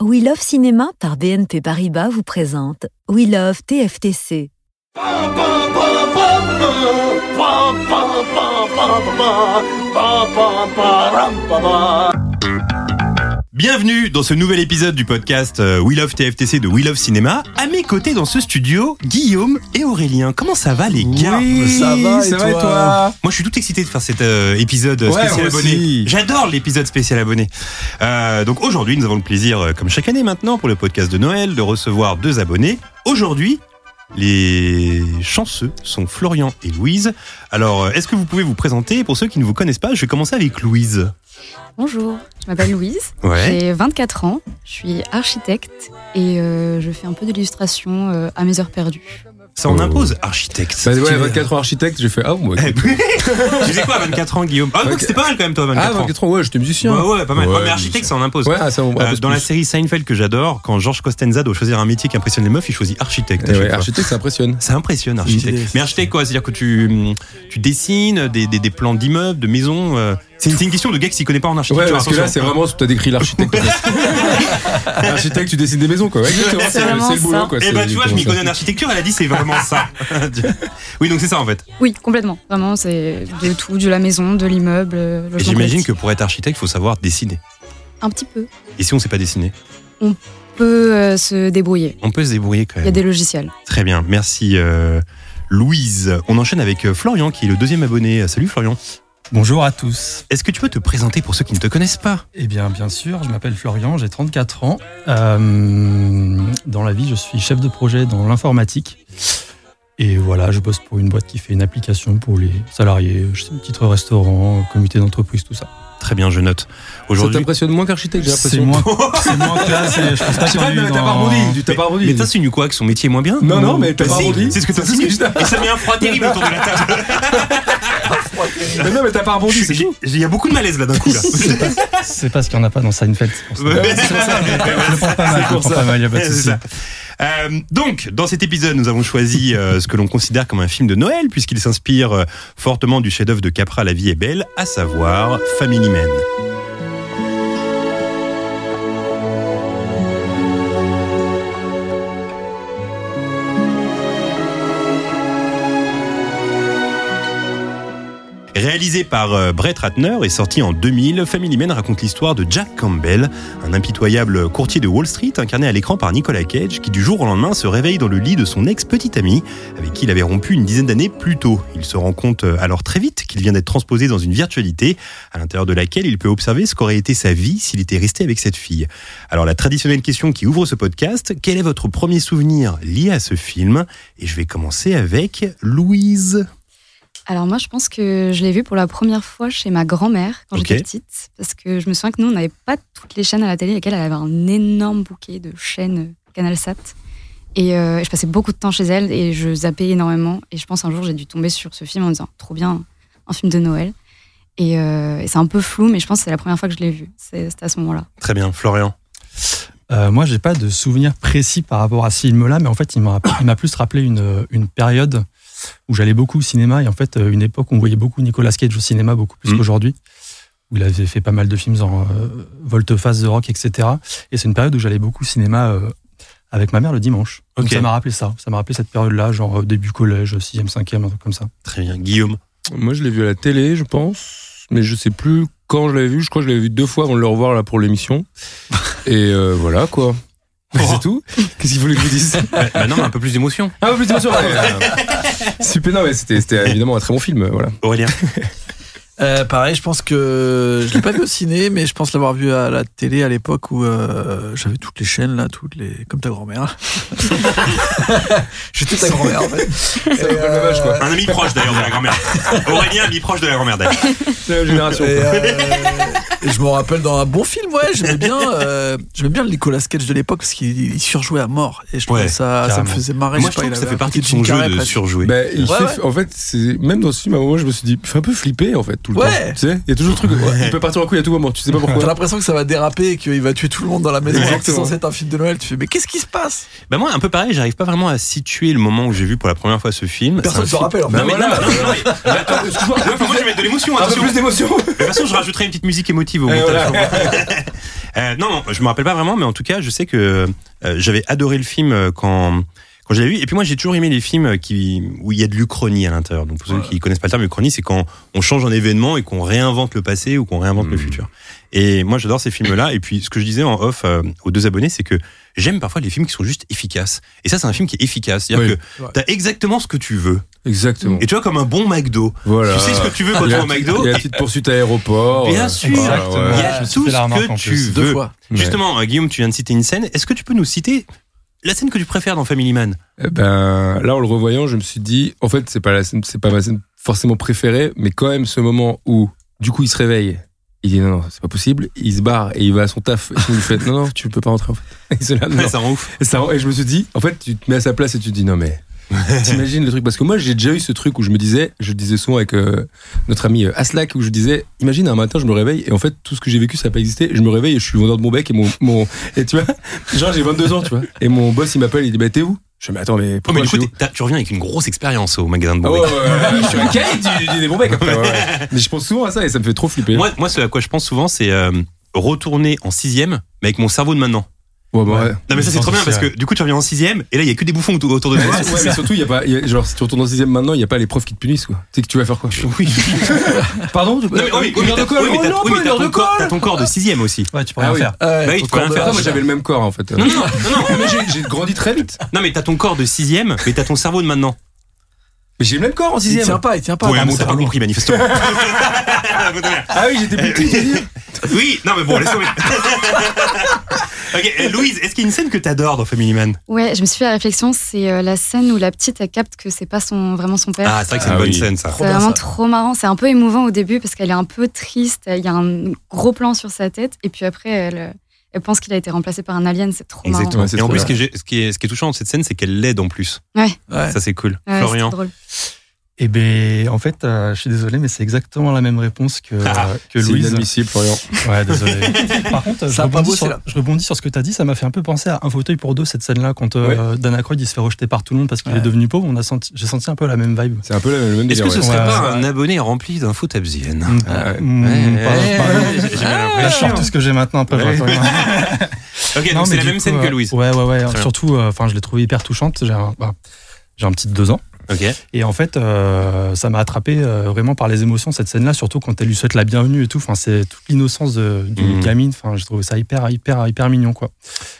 We Love Cinéma par BNP Paribas vous présente We Love TFTC. Bienvenue dans ce nouvel épisode du podcast euh, We Love TFTC de We Love Cinéma. À mes côtés dans ce studio, Guillaume et Aurélien. Comment ça va les gars ça va et ça va et toi, toi Moi, je suis tout excité de faire cet euh, épisode Ouais, spécial moi abonné. aussi. J'adore l'épisode spécial abonné. Euh, donc aujourd'hui, nous avons le plaisir, euh, comme chaque année maintenant, pour le podcast de Noël, de recevoir deux abonnés. Aujourd'hui, les chanceux sont Florian et Louise. Alors, euh, est-ce que vous pouvez vous présenter Pour ceux qui ne vous connaissent pas, je vais commencer avec Louise. Bonjour, je m'appelle Louise, Ouais. j'ai 24 ans, je suis architecte et euh, je fais un peu d'illustration euh, à mes heures perdues. Ça en Oh. impose, architecte. Bah Tu ouais, veux- 24 ans architecte, j'ai fait ah bon, bah, Eh, oui. Tu faisais quoi à 24 ans, Guillaume Ah, quoi que Ok. c'était pas mal quand même, toi, 24 ah ans. Bah 24 ans, ouais, j'étais musicien. Ouais, ouais, pas mal. Ouais, Ouais, mais architecte, ça en impose. Ouais, ah, ça, on- un Euh, peu dans plus. la série Seinfeld que j'adore, quand George Costanza doit choisir un métier qui impressionne les meufs, il choisit architecte. à Eh chaque ouais, fois. architecte, ça impressionne. Ça impressionne, Une idée, architecte. c'est Mais architecte, quoi C'est-à-dire que tu, hum, tu dessines des, des- des plans d'immeubles, de maisons. euh, C'est une, c'est une question de gars qui s'y connaît pas en architecture. Ouais, parce que là, c'est attention. vraiment ce que t'as décrit l'architecte. L'architecte, tu dessines des maisons, quoi. Ouais, exactement, c'est vraiment c'est le boulot, ça. quoi. Eh c'est ben, tu vois, je m'y exactement connais en architecture, elle a dit c'est vraiment ça. oui, donc c'est ça en fait. Oui, complètement. Vraiment, c'est de tout, de la maison, de l'immeuble. euh, logement J'imagine collectif. que pour être architecte, il faut savoir dessiner. Un petit peu. Et si on sait pas dessiner, On peut euh, se débrouiller. on peut se débrouiller quand Il y a même. des logiciels. Très bien, merci euh, Louise. On enchaîne avec euh, Florian qui est le deuxième abonné. Salut Florian. Bonjour à tous. Est-ce que tu peux te présenter pour ceux qui ne te connaissent pas Eh bien, bien sûr, je m'appelle Florian, j'ai 34 ans. Euh, dans la vie, je suis chef de projet dans l'informatique. Et voilà, je bosse pour une boîte qui fait une application pour les salariés, je sais, titre restaurant, comité d'entreprise, tout ça. Très bien, je note. ça Aujourd'hui, t'impressionne moins qu'architecte, j'ai C'est l'impression. moins, c'est moins classe. et Je trouve pas Je sais qu'il y pas, en mais ait eu t'as dans- pas rebondi. tu- T'as pas mais rebondi. t'insinues quoi Que son métier est moins bien Non, non, mais t'as Bah pas si, rebondi. C'est ce que C'est ce que t'insinues. je dis. Et ça met un froid terrible autour de la table. Mais non, mais t'as pas rebondi, c'est J'ai- tout. Il y a beaucoup de malaise là d'un coup. Là. C'est pas- C'est pas ce qu'il n'y en a pas dans Seinfeld. c'est pour ça. Ouais, ouais, C'est pour ça, mais Je le prends pas mal, je le prends pas mal, il n'y a pas de C'est souci. ça. Euh, donc, dans cet épisode, nous avons choisi euh, ce que l'on considère comme un film de Noël, puisqu'il s'inspire euh, fortement du chef-d'œuvre de Capra, La vie est belle, à savoir Family Man. Réalisé par euh, Brett Ratner et sorti en 2000, Family Man raconte l'histoire de Jack Campbell, un impitoyable courtier de Wall Street incarné à l'écran par Nicolas Cage, qui du jour au lendemain se réveille dans le lit de son ex-petit ami, avec qui il avait rompu une dizaine d'années plus tôt. Il se rend compte euh, alors très vite qu'il vient d'être transposé dans une virtualité, à l'intérieur de laquelle il peut observer ce qu'aurait été sa vie s'il était resté avec cette fille. Alors la traditionnelle question qui ouvre ce podcast, quel est votre premier souvenir lié à ce film Et je vais commencer avec Louise. Alors moi, je pense que je l'ai vu pour la première fois chez ma grand-mère quand Ok. j'étais petite, parce que je me souviens que nous, on n'avait pas toutes les chaînes à la télé, et qu'elle elle avait un énorme bouquet de chaînes euh, Canal Sat. Et euh, je passais beaucoup de temps chez elle et je zappais énormément. Et je pense un jour, j'ai dû tomber sur ce film en me disant, trop bien, un film de Noël. Et, euh, et c'est un peu flou, mais je pense que c'est la première fois que je l'ai vu. C'est- C'était à ce moment-là. Très bien, Florian. Euh, moi, j'ai pas de souvenir précis par rapport à ce film-là, mais en fait, il m'a il m'a plus rappelé une, une période où j'allais beaucoup au cinéma et en fait, euh, une époque où on voyait beaucoup Nicolas Cage au cinéma, beaucoup plus Mhm. qu'aujourd'hui, où il avait fait pas mal de films en volte-face, The Rock, etc. Et c'est une période où j'allais beaucoup au cinéma euh, avec ma mère le dimanche. Donc, Ok. ça m'a rappelé ça. Ça m'a rappelé cette période-là, genre euh, début collège, 6e, 5e, un truc comme ça. Très bien, Guillaume. Moi, je l'ai vu à la télé, je pense, mais je sais plus quand je l'avais vu. Je crois que je l'avais vu deux fois avant de le revoir là pour l'émission. Et euh, voilà quoi. C'est tout Qu'est-ce qu'il voulait que je vous dise Oh. Bah, bah non, mais un peu plus d'émotion. Ah, oui, bien sûr. ouais. Super, non, mais c'était c'était évidemment un très bon film, voilà. Aurélien. Euh, pareil, je pense que je l'ai pas vu au ciné, mais je pense l'avoir vu à la télé à l'époque où euh, j'avais toutes les chaînes là, toutes les comme ta grand-mère. J'étais ta grand-mère en fait. C'est un peu dommage, quoi. Un ami proche d'ailleurs de la grand-mère. Aurélien, ami proche de la grand-mère d'ailleurs. La génération. Et, euh, je me rappelle dans un bon film, ouais, j'aimais bien, euh, j'aimais bien le Nicolas Cage de l'époque parce qu'il il surjouait à mort et je trouvais Ouais, ça, ça me carrément. faisait marrer. Moi, je sais pas, je trouve il que ça avait fait un partie de petit son carré jeu de presque. surjouer. Bah, il Ouais, fait, ouais. en fait, c'est même dans ce film, à un moment, je me suis dit, il fait un peu flipper en fait tout le Ouais. temps. Tu sais, il y a toujours le truc, il peut partir en couille à tout moment, tu sais pas T'as pourquoi. l'impression que ça va déraper et qu'il va tuer tout le monde dans la maison. alors que C'est Exactement. censé être un film de Noël. Tu fais, mais qu'est-ce qui se passe Bah moi, un peu pareil, j'arrive pas vraiment à situer le moment où j'ai vu pour la première fois ce film. Personne C'est un s'en film- rappelle, en fait. Non, mais Voilà. non, mais- non, mais- mais attends, excuse-moi. Non, faut que Ah, je vais mettre de l'émotion, Un peu attention. plus d'émotion. De toute façon, je rajouterai une petite musique émotive au Et montage. voilà. Euh, non, non, je me rappelle pas vraiment, mais en tout cas, je sais que euh, j'avais adoré le film euh, quand quand je l'ai vu. Et puis moi, j'ai toujours aimé les films euh, qui où il y a de l'Uchronie à l'intérieur. Donc pour ceux qui connaissent pas le terme, l'Uchronie, c'est quand on change un événement et qu'on réinvente le passé ou qu'on réinvente le Mm. futur. Et moi, j'adore ces films-là. Et puis, ce que je disais en off euh, aux deux abonnés, c'est que j'aime parfois les films qui sont juste efficaces. Et ça, c'est un film qui est efficace, c'est-à-dire Oui. que Ouais. t'as exactement ce que tu veux. Exactement. Et tu vois, comme un bon McDo, Voilà. tu sais ce que tu veux quand Il tu y a vas au la petite- McDo. Il y a la et- petite poursuite à l'aéroport. Bien euh, sûr. ouais, ouais. Oh, Exactement. Il y Ouais, je a tout me suis fait ce la remarque, que en tu plus. Deux veux. fois. Ouais. Justement, euh, Guillaume, tu viens de citer une scène. Est-ce que tu peux nous citer la scène que tu préfères dans Family Man Eh ben, là, en le revoyant, je me suis dit, en fait, c'est pas la scène, c'est pas ma scène forcément préférée, mais quand même ce moment où, du coup, il se réveille. Il dit non, non, c'est pas possible. Il se barre et il va à son taf. Et on lui fait non, non, tu peux pas rentrer en fait. Il se lève, non. Ça rend ouf. Et, ça- et je me suis dit, en fait, tu te mets à sa place et tu te dis non, mais t'imagines le truc. Parce que moi, j'ai déjà eu ce truc où je me disais, je le disais souvent avec euh, notre ami euh, Aslak, où je disais, imagine un matin, je me réveille et en fait, tout ce que j'ai vécu, ça n'a pas existé. Je me réveille et je suis vendeur de mon bec et mon. mon et tu vois, genre, j'ai 22 ans, tu vois. Et mon boss, il m'appelle, il dit, bah, t'es où je fais, mais attends, mais Oh, pourquoi mais du je coup, suis où t'es- t'as- tu reviens avec une grosse expérience au magasin de Ah Bombay. ouais, ouais, ouais, je suis un caïd du, du- des bons mecs, après, ouais, ouais. Mais je pense souvent à ça et ça me fait trop flipper. Moi, moi, ce à quoi je pense souvent, c'est euh, retourner en sixième, mais avec mon cerveau de maintenant. Ouais, bah, ouais. Non, mais Je ça, c'est pense trop bien aussi, parce que du coup, tu reviens en sixième et là, il y a que des bouffons autour autour de toi. Ouais, mais surtout, il y a pas, il y a- genre, si tu retournes en 6 maintenant, il n'y a pas les profs qui te punissent, quoi. Tu sais que tu vas faire quoi Oui, Pardon tu- non, mais, oh, mais, Une heure de t'as- colle oui, mais Oh t'as- non, pas oui, mais une t'as heure de ton corps- colle t'as ton corps de sixième aussi. Ouais, tu peux Ah rien oui. faire. Ouais, Bah oui, ton tu peux rien corps de faire. Ah, vache, moi, j'avais le même corps, en fait. Non, non, non, non, non, Mais j'ai- j'ai grandi très vite. non, mais t'as ton corps de sixième, mais t'as ton cerveau de maintenant. Mais j'ai le même corps en Il 6 tient pas, il tient pas. Ouais, un Non, mot, c'est t'as pas vraiment- compris, manifestement. Ah oui, j'étais plus petit. je veux dire. Oui, non mais bon, laisse tomber. ok, euh, Louise, est-ce qu'il y a une scène que t'adores dans Family Man Ouais, je me suis fait la réflexion, c'est euh, la scène où la petite elle capte que c'est pas son, vraiment son père. Ah, c'est vrai que c'est une Ah bonne oui. scène ça. Trop c'est bien, vraiment ça. trop marrant. C'est un peu émouvant au début parce qu'elle est un peu triste. Il y a un gros plan sur sa tête et puis après elle, euh, elle pense qu'il a été remplacé par un alien. C'est trop marrant. Ouais, c'est Et en trop plus, bien. ce qui, est, gé- ce, qui est, ce qui est touchant dans cette scène, c'est qu'elle l'aide en plus. Ouais. Ça, c'est cool. Ouais, c'est Florian. drôle. Eh ben, en fait, euh, je suis désolé, mais c'est exactement la même réponse que, Ah, euh, que C'est Louise. inadmissible, Florian. Ouais, désolé. Par contre, je Ça a pas rebondis, bossé, sur, là. je rebondis sur ce que tu as dit, ça m'a fait un peu penser à un fauteuil pour deux, cette scène-là, quand euh, Dan Aykroyd il se fait rejeter par tout le monde parce qu'il Ouais. est devenu pauvre. On a senti, j'ai senti un peu la même vibe. C'est un peu le même Est-ce délire. que ce ouais. serait Ouais, pas ouais. un abonné rempli d'infos tabziennes Mm, ouais. mm, Ouais, pas- ouais, pas- Ah ouais, Ah, j'ai bien Là, je l'impression. sors tout ce que j'ai maintenant. Après, Ouais. je retourne. Ok, Non, donc mais c'est la du même coup, scène euh, que Louise. Ouais, ouais, ouais. bien. Surtout, euh, enfin, je l'ai trouvée hyper touchante. J'ai un, bah, j'ai un petit de deux ans. Ok. Et en fait, euh, ça m'a attrapé euh, vraiment par les émotions cette scène-là, surtout quand elle lui souhaite la bienvenue et tout. Enfin, c'est toute l'innocence de- d'une Mhm. gamine. Enfin, j'ai trouvé ça hyper, hyper, hyper mignon, quoi.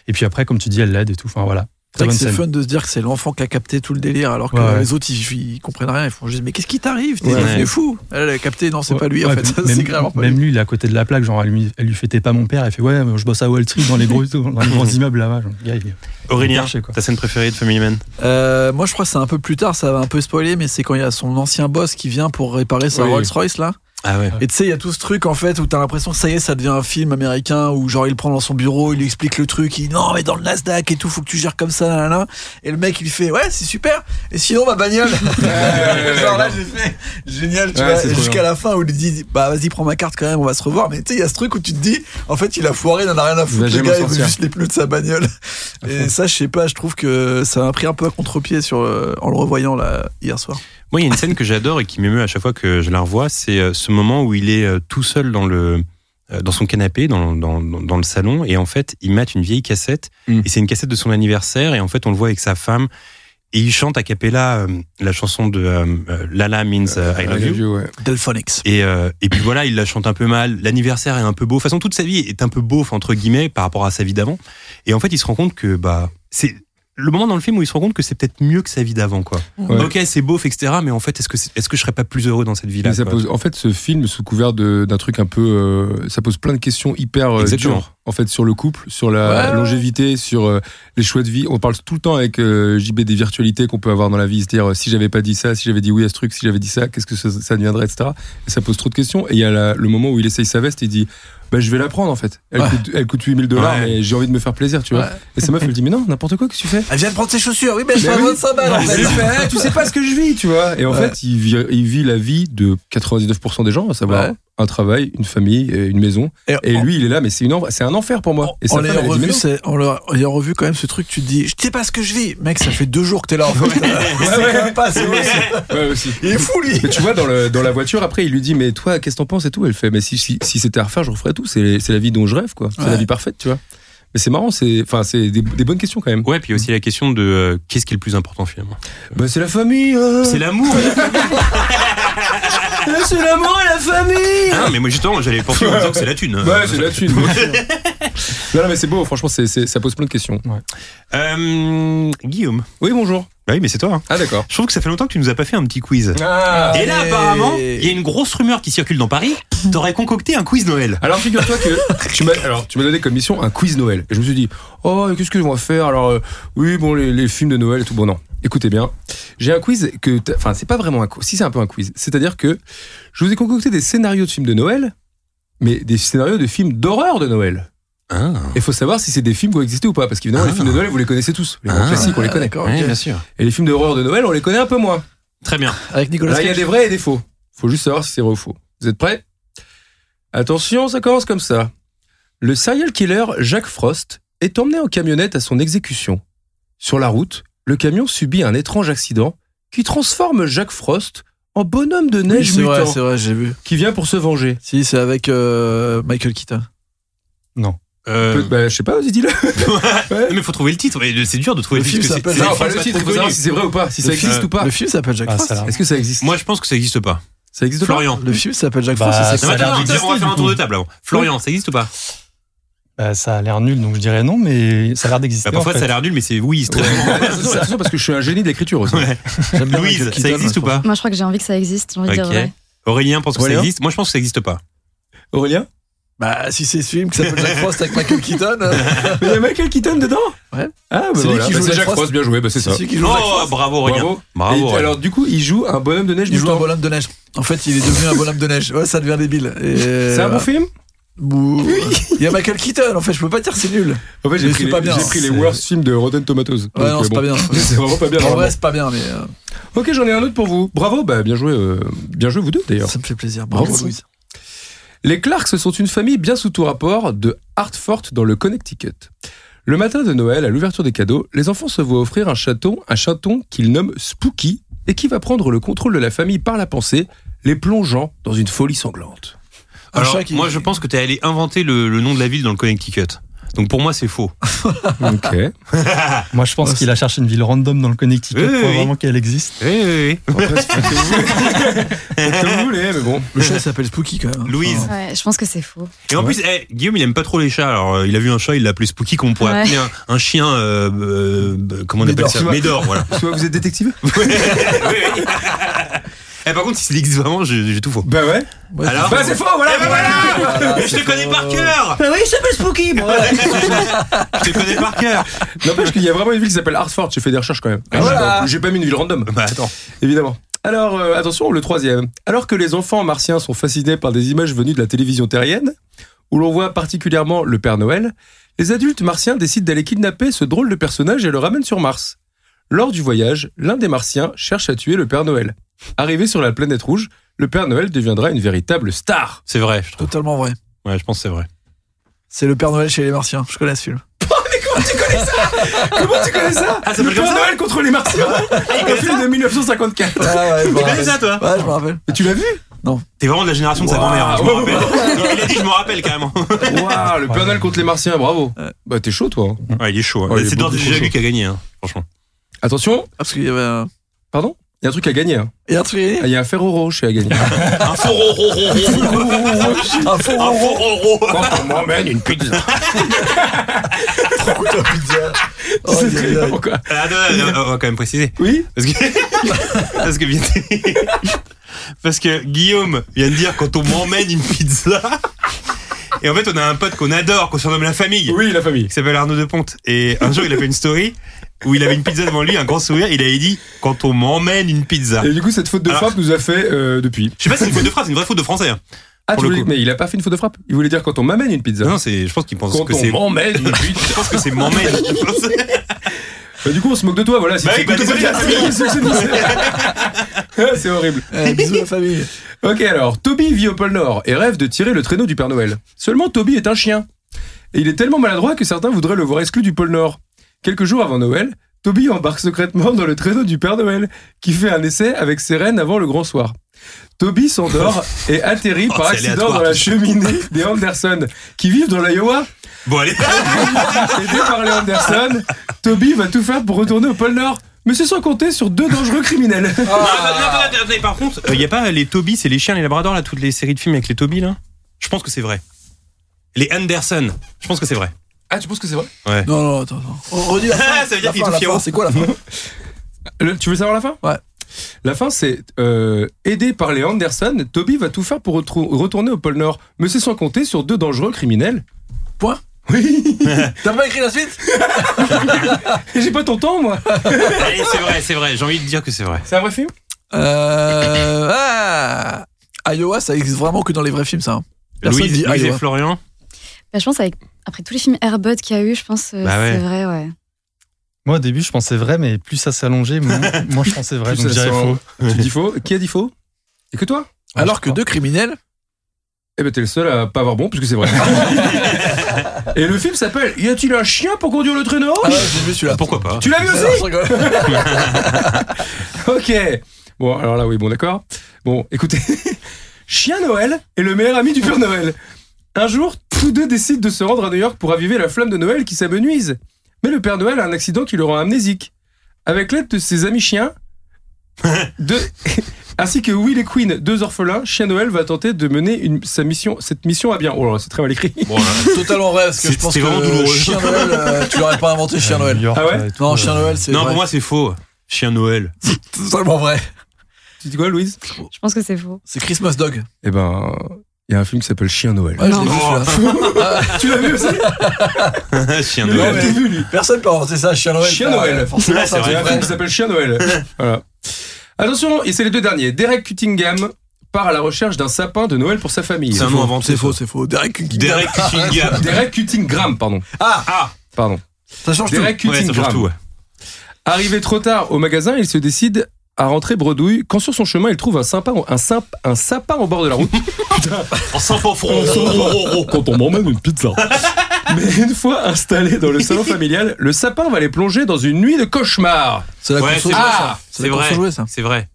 Et puis après, comme tu dis, elle l'aide et tout. Enfin, voilà. C'est Très vrai que bonne C'est scène. fun de se dire que c'est l'enfant qui a capté tout le délire, alors que Ouais, ouais. les autres ils, ils comprennent rien, ils font juste mais qu'est-ce qui t'arrive T'es Ouais. devenu fou Elle a capté, non c'est pas lui en Ouais, fait, puis c'est Même, clairement pas même lui. lui, il est à côté de la plaque. Genre, elle lui, elle lui fait T'es pas mon père. Elle fait Ouais, mais je bosse à Wall Street dans les gros, dans les grands immeubles là-bas. Genre, le gars, il est- Aurélien, perché, quoi. ta scène préférée de Family Man Euh, moi je crois que c'est un peu plus tard, ça va un peu spoiler, mais c'est quand il y a son ancien boss qui vient pour réparer sa Oui. Rolls Royce là. Ah ouais. Et tu sais, il y a tout ce truc en fait où t'as l'impression que ça y est, ça devient un film américain où genre il le prend dans son bureau, il lui explique le truc, il dit non mais dans le Nasdaq et tout, faut que tu gères comme ça, là, là, là. Et le mec il fait ouais c'est super, et sinon ma bagnole. genre là j'ai fait génial, tu Ouais, vois. c'est Et trop jusqu'à bien. la fin où il lui dit bah vas-y prends ma carte quand même, on va se revoir. Mais tu sais, il y a ce truc où tu te dis en fait il a foiré, il en a rien à va foutre, le jamais gars il veut sortir. juste les pneus de sa bagnole. Et ça je sais pas, je trouve que ça m'a pris un peu à contre-pied sur euh, en le revoyant là hier soir. Moi, il y a une scène que j'adore et qui m'émeut à chaque fois que je la revois, c'est euh, ce moment où il est euh, tout seul dans le euh, dans son canapé, dans, dans, dans- dans le salon, et en fait, il mate une vieille cassette, Mm. et c'est une cassette de son anniversaire, et en fait, on le voit avec sa femme, et il chante a cappella euh, la chanson de euh, euh, Lala means euh, I love you, ouais. Delphonics. et, euh, et puis voilà, il la chante un peu mal. L'anniversaire est un peu beau. De toute façon, toute sa vie est un peu beauf, entre guillemets, par rapport à sa vie d'avant. Et en fait, il se rend compte que bah, c'est le moment dans le film où il se rend compte que c'est peut-être mieux que sa vie d'avant, quoi. Ouais. Ok, c'est beauf, etc. Mais en fait, est-ce que, c'est- est-ce que je serais pas plus heureux dans cette vie-là Mais ça quoi pose- en fait, ce film, sous couvert de- d'un truc un peu. euh, ça pose plein de questions hyper euh, Exactement. dures. En fait, sur le couple, sur la Ouais. longévité, sur euh, les choix de vie. On parle tout le temps avec euh, JB des virtualités qu'on peut avoir dans la vie. C'est-à-dire, euh, si j'avais pas dit ça, si j'avais dit oui à ce truc, si j'avais dit ça, qu'est-ce que ça, ça deviendrait, etc. Et ça pose trop de questions. Et il y a la- le moment où il essaye sa veste et il dit. Bah, je vais la prendre en fait. Elle, Ouais. coûte, elle coûte 8000 dollars Ouais. mais j'ai envie de me faire plaisir, tu vois. Ouais. Et sa meuf, elle dit Mais non, n'importe quoi, qu'est-ce que tu fais Elle vient de prendre ses chaussures. Oui, mais je Mais fais oui. 25 balles. en Ouais, fait. Eh, c'est ça. tu sais pas ce que je vis, tu vois. Et en Ouais. fait, il vit, il vit la vie de 99% des gens, à savoir Ouais. un travail, une famille, et une maison. Et en- lui, il est là, mais c'est une enfer- c'est un enfer pour moi. en- Et sa en femme, l'ayant elle dit, mais revu, non. c'est- en leur- en l'ayant revu quand même ce truc, tu te dis, je sais pas ce que je vis, mec, ça fait deux jours que t'es là. En fait. C'est quand même pas assez ouf. Ouais, aussi. Il est fou lui. Mais tu vois, dans, le- dans la voiture, après, il lui dit, mais toi, qu'est-ce que t'en penses et tout. Elle fait, mais si, si, si c'était à refaire, je referais tout. C'est c'est la vie dont je rêve, quoi. C'est Ouais. la vie parfaite, tu vois. Mais c'est marrant, c'est enfin, c'est des, des bonnes questions quand même. Ouais, puis aussi la question de euh, qu'est-ce qui est le plus important finalement Bah, c'est la famille. C'est l'amour C'est l'amour et la famille. Ah non, mais moi justement, j'allais penser en disant que c'est la thune. hein. Ouais, c'est la thune. bien sûr. non, non, mais c'est beau, franchement, c'est c'est- ça pose plein de questions. Euh, Guillaume. Oui, bonjour. Bah oui, mais c'est toi. hein. Ah, d'accord. Je trouve que ça fait longtemps que tu nous as pas fait un petit quiz. Ah. Et là, Allez. apparemment, il y a une grosse rumeur qui circule dans Paris. Mmh. T'aurais concocté un quiz Noël. Alors figure-toi que tu m'as alors tu m'as donné comme mission un quiz Noël et je me suis dit oh qu'est-ce que je vais faire alors euh, oui bon les, les films de Noël et tout bon non écoutez bien j'ai un quiz que t'as- enfin c'est pas vraiment un quiz si c'est un peu un quiz c'est-à-dire que je vous ai concocté des scénarios de films de Noël mais des scénarios de films d'horreur de Noël Ah. et faut savoir si c'est des films qui ont existé ou pas parce qu'évidemment les films de Noël vous les connaissez tous les grands Ah. classiques on les Ah, connaît d'accord, Ouais, ok. bien sûr. et les films d'horreur de Noël on les connaît un peu moins Très bien. Avec Nicolas Là, il y a Cage. des vrais et des faux. Faut juste savoir si c'est vrai ou faux. Vous êtes prêts Attention, ça commence comme ça. Le serial killer Jack Frost est emmené en camionnette à son exécution. Sur la route, le camion subit un étrange accident qui transforme Jack Frost en bonhomme de Oui, neige c'est vrai, mutant c'est vrai, j'ai vu. qui vient pour se venger. Si, c'est avec euh, Michael Keaton. Euh, Peut- bah, je sais pas, vas-y, dis-le. non, mais faut trouver le titre. Et C'est dur de trouver Le le, titre. film parce que s'appelle- c'est- Non, c'est- enfin, c'est le pas titre, très faut savoir connu. si c'est vrai ou pas, si ça Le existe film- ou pas. Le film s'appelle Jack Ah, Frost. ça là. Est-ce que ça existe Moi, je pense que ça existe pas. Ça existe pas Florian. Le film s'appelle Jack Bah, Frost. et ça c'est Non, mais a l'air attends, d'exister, attends, on va du faire un tour coup. de table avant. Florian, ça existe ou pas Bah, ça a l'air nul, donc je dirais non, mais ça a l'air d'exister. Bah, Parfois, en fait. ça a l'air nul, mais c'est oui. c'est très- Attention, attention, parce que je suis un génie d'écriture aussi. Ouais. J'aime bien Louise, Michael ça Keaton, existe ou pas Moi, je crois que j'ai envie que ça existe. J'ai envie de dire Ah. Ok. vrai. Aurélien pense que ça Aurélien existe. Moi, je pense que ça existe pas. Aurélien Bah, si c'est ce film qui s'appelle Jack Frost avec Michael Keaton, euh, Mais il y a Michael Keaton dedans Ouais. Ah, bah C'est lui voilà. qui Bah, joue c'est Jack Jack Frost. Frost, bien joué. Bah, c'est c'est ça. celui qui joue Jack Oh, Frost. bravo Aurélien. Bravo. Bravo, Et il- Aurélien. alors du coup, il joue un bonhomme de neige Il joue un mutant. bonhomme de neige. En fait, il est devenu un bonhomme de neige. Ouais, ça devient débile. C'est euh, un bon film bon Il y a Michael Keaton, en fait, je peux pas dire que c'est nul. En fait, j'ai Mais pris, c'est les- pas bien. j'ai pris les C'est- worst films de Rotten Tomatoes. Ouais, non, euh, c'est bon. pas bien. C'est vraiment pas bien. En vraiment. vrai, c'est pas bien, mais euh, Ok, j'en ai un autre pour vous. Bravo, bah bien joué, euh, bien joué vous deux d'ailleurs. ça me fait plaisir. Bravo, Merci. Louise. Les Clarks sont une famille bien sous tout rapport de Hartford dans le Connecticut. Le matin de Noël, à l'ouverture des cadeaux, les enfants se voient offrir un chaton, un chaton qu'ils nomment Spooky et qui va prendre le contrôle de la famille par la pensée, les plongeant dans une folie sanglante. Un Alors, chat qui- moi, je pense que t'es allé inventer le, le nom de la ville dans le Connecticut. Donc pour moi, c'est faux. Ok. Moi, je pense qu'il a cherché une ville random dans le Connecticut Oui, pour oui, oui. vraiment qu'elle existe. Oui, oui, oui. Après, c'est comme vous faites comme vous voulez, mais bon. Le chat il s'appelle Spooky quand même. Louise. Enfin, Ouais, je pense que c'est faux. Et en plus, eh, Guillaume, il aime pas trop les chats. Alors, euh, il a vu un chat, il l'a appelé Spooky, qu'on pourrait Ouais. appeler un, un chien. euh, euh, euh, comment on appelle Médor. ça Médor, voilà. Soit vous êtes détective Oui, oui. Eh, par contre, s'il existe vraiment, j'ai j'ai tout faux. Bah ouais. moi, je Alors dis- Bah c'est faux, voilà. Eh ben voilà Voilà, Mais je te c'est connais faux. par cœur Bah oui, il s'appelle Spooky. Bon, voilà. Je te connais par cœur N'empêche qu'il y a vraiment une ville qui s'appelle Hartford. J'ai fait des recherches quand même. Ah, voilà. J'ai pas mis une ville random. Bah attends. Évidemment. Alors, euh, attention, le troisième. Alors que les enfants martiens sont fascinés par des images venues de la télévision terrienne, où l'on voit particulièrement le Père Noël, les adultes martiens décident d'aller kidnapper ce drôle de personnage et le ramènent sur Mars. Lors du voyage, l'un des martiens cherche à tuer le Père Noël. Arrivé sur la planète rouge, le Père Noël deviendra une véritable star. C'est vrai, je trouve. Totalement vrai. Ouais, je pense que c'est vrai. C'est le Père Noël chez les Martiens. Je connais ce film. Comment tu connais ça Ah, ça Le s'appelle comme Père ça Noël contre les martiens Un film de 1954 Ah ouais, je me Tu connais rappelle. ça, toi Ouais, je me rappelle. Mais tu l'as vu T'es vraiment de la génération de sa Wow. grand-mère, hein, je me rappelle. Non, il a dit, je me rappelle carrément. Waouh, le Père Noël contre les martiens, bravo Bah t'es chaud toi Ouais, il est chaud. hein. Ouais, il est c'est beaucoup Dorothée trop Jagu chaud. qui a gagné, hein, franchement. Attention Ah, parce qu'il y avait un. Pardon Il y a un truc à gagner. hein. Et un truc. Ah, Il y a un fer au rocher à gagner. Un faux ro- ro- ro- ro- ro- Un faux un faux ro- ro- Quand on m'emmène une pizza. Pourquoi t'as pizza Oh, C'est aïe, aïe, aïe. pourquoi. Ah, non, non, non, on va quand même préciser. Oui Parce que. Parce que. bien- Parce que Guillaume vient de dire quand on m'emmène une pizza. Et en fait, on a un pote qu'on adore, qu'on surnomme la famille. Oui, la famille. qui s'appelle Arnaud de Ponte. Et un jour, il a fait une story où il avait une pizza devant lui, un grand sourire. Il avait dit Quand on m'emmène une pizza. Et du coup, cette faute de Alors- frappe nous a fait euh, depuis. Je sais pas si c'est une faute de phrase, c'est une vraie faute de français. hein. Ah, Pour tu le voulais- coup. mais il a pas fait une faute de frappe. Il voulait dire quand on m'amène une pizza. Non, non, c'est, je pense qu'il pense quand que on c'est. m'emmène une pizza. Je pense que c'est m'emmène. Je pense- Bah, du coup, on se moque de toi, voilà. Si Bah tu oui, bah, écoutes le désolé, podcast, c'est- c'est- c'est- c'est horrible. Eh, Bisous la famille. Ok, alors, Toby vit au pôle Nord et rêve de tirer le traîneau du Père Noël. Seulement, Toby est un chien. Et il est tellement maladroit que certains voudraient le voir exclu du pôle Nord. Quelques jours avant Noël, Toby embarque secrètement dans le traîneau du Père Noël, qui fait un essai avec ses rennes avant le grand soir. Toby s'endort et atterrit Oh, par c'est accident aléatoire, dans la tout ça. cheminée des Anderson, qui vivent dans l'Iowa. Bon, allez. Aidé par les Anderson, Toby va tout faire pour retourner au pôle Nord. Mais c'est sans compter sur deux dangereux criminels. Non, attendez, Ah. attendez, attendez, par contre, il n'y Ah. Euh, a pas les Toby, c'est les chiens, les labradors, là, toutes les séries de films avec les Toby, là Je pense que c'est vrai. Les Anderson, je pense que c'est vrai. Ah, tu penses que c'est vrai Non, non, attends, attends. On redit la fin. Ah, ça veut dire La qu'il fin, est la tout fin, fier. C'est quoi la fin Le- tu veux savoir la fin Ouais. La fin, c'est euh, aidé par les Anderson, Toby va tout faire pour retrou- retourner au pôle Nord. Mais c'est sans compter sur deux dangereux criminels. Point Oui T'as pas écrit la suite J'ai pas ton temps, moi Allez, c'est vrai, c'est vrai, j'ai envie de dire que c'est vrai. C'est un vrai film Euh. Ah Iowa, ça existe vraiment que dans les vrais films, ça. hein. Personne Louise, dit Louise et Iowa. Florian, Bah, je pense, avec, après tous les films Airbud qu'il y a eu, je pense euh, Bah ouais. c'est vrai, ouais. Moi, au début, je pensais vrai, mais plus ça s'allongeait, moins moins je pensais vrai. Plus donc je ça dirais faux. s'en- Tu dis faux Qui a dit faux Et que toi Ah, Alors que deux criminels. Eh ben, t'es le seul à pas avoir bon, puisque c'est vrai. Et le film s'appelle Y a-t-il un chien pour conduire le traîneau Ah, ouais, j'ai vu celui-là. pourquoi pas Tu l'as vu aussi Alors, je rigole. Ok. Bon, alors là, oui, bon, d'accord. Bon, écoutez. Chien Noël est le meilleur ami du Père Noël. Un jour, tous deux décident de se rendre à New York pour aviver la flamme de Noël qui s'amenuise. Mais le Père Noël a un accident qui le rend amnésique. Avec l'aide de ses amis chiens, de- ainsi que Will et Queen, deux orphelins, Chien Noël va tenter de mener une- sa mission, cette mission à bien. Oh là, là, c'est très mal écrit. Bon, là, Totalement rêve, parce que C'est- je pense c'est que vraiment douloureux. Chien Noël, euh, tu l'aurais pas inventé, Chien Noël. New York, Ah ouais euh, et tout, Non, euh, Chien Noël, c'est Non, vrai. pour moi, c'est faux. Chien Noël. c'est totalement vrai. Tu dis quoi, Louise Je pense que c'est faux. C'est Christmas Dog. Eh ben, il y a un film qui s'appelle Chien Noël. Ouais, Ah, je l'ai Non. vu celui-là. Ah. tu l'as vu aussi Chien Tu l'as Noël. vu, lui. Personne peut inventer ça, Chien Noël. Chien Bah, Noël. ouais, Forcément, Ouais, c'est un c'est Il y truc a un film vrai. qui s'appelle Chien Noël. voilà. Attention, et c'est les deux derniers. Derek Cuttingham part à la recherche d'un sapin de Noël pour sa famille. C'est un nom inventé. C'est faux, c'est faux. Derek King. Derek Cunningham. Derek Cuttingham, pardon. Ah, Ah, Pardon. ça change tout. Derek ouais, ça change Cuttingham. tout. ouais. Arrivé trop tard au magasin, il se décide à rentrer bredouille quand sur son chemin il trouve un sympa un, symp- un sapin au bord de la route En On s'en quand on m'emmène une pizza mais une fois installé dans le salon familial le sapin va les plonger dans une nuit de cauchemar C'est la Ouais, course au c'est jouet, vrai. ça. C'est la course vrai. au jouet, ça. C'est vrai.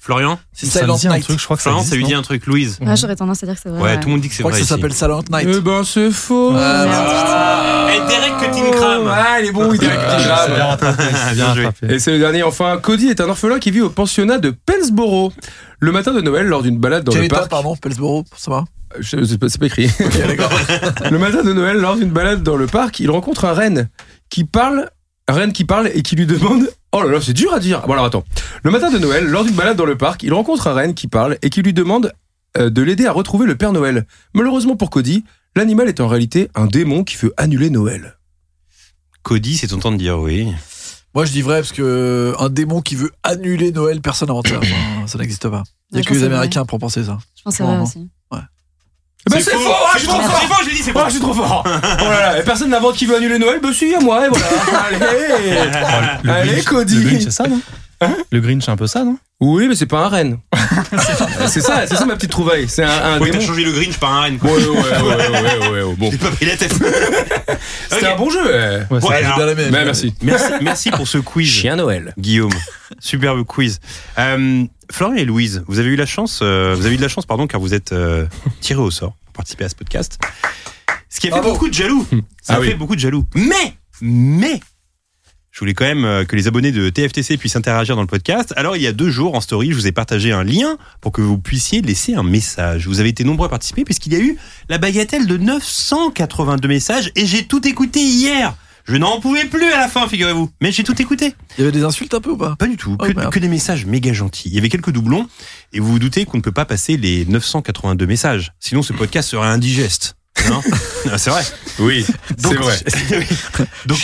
Florian, C'est Ça me Silent dit un Night. truc, je crois que ça Florian, ça existe, lui non dit un truc. Louise. Ah, J'aurais tendance à dire que c'est vrai. Ouais, tout le monde dit que Je c'est crois vrai. que ça ici. s'appelle Silent Night. eh ben c'est faux Ah, merde. Eh, Derek Cuttingham. ah il est bon il est Derek Ah, Cuttingham c'est bien rattrapé, c'est bien Bien joué. rattrapé. Et c'est le dernier, enfin, Cody est un orphelin qui vit au pensionnat de Pensboro. Le matin de Noël, lors d'une balade dans Quelle le étape, parc... pardon, Pellsboro, pour savoir Euh, je- C'est pas, c'est pas écrit. le matin de Noël, lors d'une balade dans le parc, il rencontre un renne qui parle... Un renne qui parle et qui lui demande... Oh là là, c'est dur à dire Bon alors attends. Le matin de Noël, lors d'une balade dans le parc, il rencontre un renne qui parle et qui lui demande euh, de l'aider à retrouver le Père Noël. Malheureusement pour Cody, l'animal est en réalité un démon qui veut annuler Noël. Cody, c'est ton temps de dire oui. Moi, je dis vrai, parce que euh, un démon qui veut annuler Noël, personne n'invente ça. Enfin, ça n'existe pas. Il n'y a Ouais, que les c'est vrai. Américains pour penser ça. Je pense que c'est vrai Vraiment. aussi. Eh ben, c'est faux, Ah, je C'est suis faux, trop fort c'est faux, je l'ai dit, c'est faux. Ah, je suis trop fort Oh là là, et personne n'invente qui veut annuler Noël Bah si, à moi, et voilà Allez Le Ah, Allez, Grinch- Cody. Hein Le Grinch, c'est ça, non Le Grinch, c'est un peu ça, non Oui, mais c'est pas un renne C'est ça, c'est ça ma petite trouvaille, c'est un, un Ouais, t'as démon. changé le Grinch par un Rennes. Ouais, ouais, ouais, ouais, ouais, ouais, ouais, bon. J'ai pas pris la tête. C'était Ok. un bon jeu eh. Ouais, Ouais, c'est- J'ai alors, bien aimé. Bah, merci. merci, merci pour ce quiz, Noël. Guillaume. Superbe quiz. Euh, Florian et Louise, vous avez eu la chance, euh, vous avez eu de la chance, pardon, car vous êtes euh, tirés au sort pour participer à ce podcast. Ce qui a fait Bravo. beaucoup de jaloux. Ah Ça a oui. fait beaucoup de jaloux. Mais, mais, Je voulais quand même euh, que les abonnés de TFTC puissent interagir dans le podcast. Alors, il y a deux jours, en story, je vous ai partagé un lien pour que vous puissiez laisser un message. Vous avez été nombreux à participer puisqu'il y a eu la bagatelle de 982 messages et j'ai tout écouté hier. Je n'en pouvais plus à la fin, figurez-vous. Mais j'ai tout écouté. Il y avait des insultes un peu ou pas Pas du tout. Oh, que, merde. que des messages méga gentils. Il y avait quelques doublons et vous vous doutez qu'on ne peut pas passer les 982 messages. Sinon, ce podcast serait indigeste. Non, Non, c'est vrai. Oui, Donc- Donc,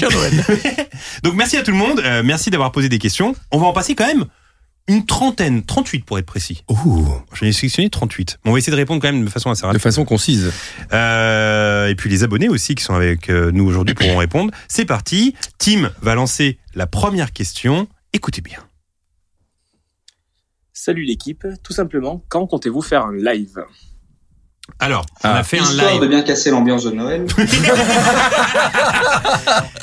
Donc, merci à tout le monde. Euh, merci d'avoir posé des questions. On va en passer quand même une trentaine, 38 pour être précis. J'en ai sélectionné 38. Mais on va essayer de répondre quand même de façon assez De rapide. façon concise. Euh, et puis les abonnés aussi qui sont avec euh, nous aujourd'hui pourront répondre. C'est parti. Tim va lancer la première question. Écoutez bien. Salut l'équipe, tout simplement, quand comptez-vous faire un live Alors, on Ah. a fait un Histoire de live. bien casser l'ambiance de Noël.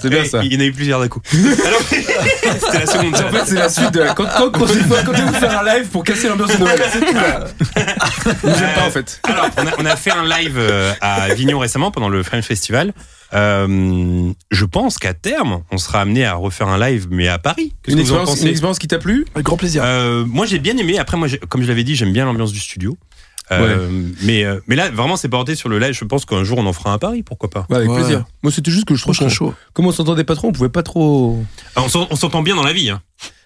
C'est bien Eh, ça. Il y en a eu plusieurs d'un coup. Alors, c'était la seconde. En fait, c'est la suite de. Quand, quand, quand, quand, quand vous faire un live pour casser l'ambiance de Noël C'est tout, là. Vous aimez pas, en fait. Alors, on a, on a fait un live euh, à Avignon récemment pendant le French Festival. Euh, je pense qu'à terme, on sera amené à refaire un live, mais à Paris. Qu'est-ce Une que vous en expérience, une pensez expérience qui t'a plu Avec grand plaisir. Euh, Moi, j'ai bien aimé. Après, moi, j'ai- comme je l'avais dit, j'aime bien l'ambiance du studio. Euh, mais, euh, mais là, vraiment, c'est bordé sur le live. Je pense qu'un jour, on en fera un à Paris, pourquoi pas. Ouais, avec Ouais. plaisir. Moi, c'était juste que je Trop trouve chaud. qu'on. chaud. Comme on s'entendait pas trop, on pouvait pas trop. Ah, on s'en- on s'entend bien dans la vie. hein.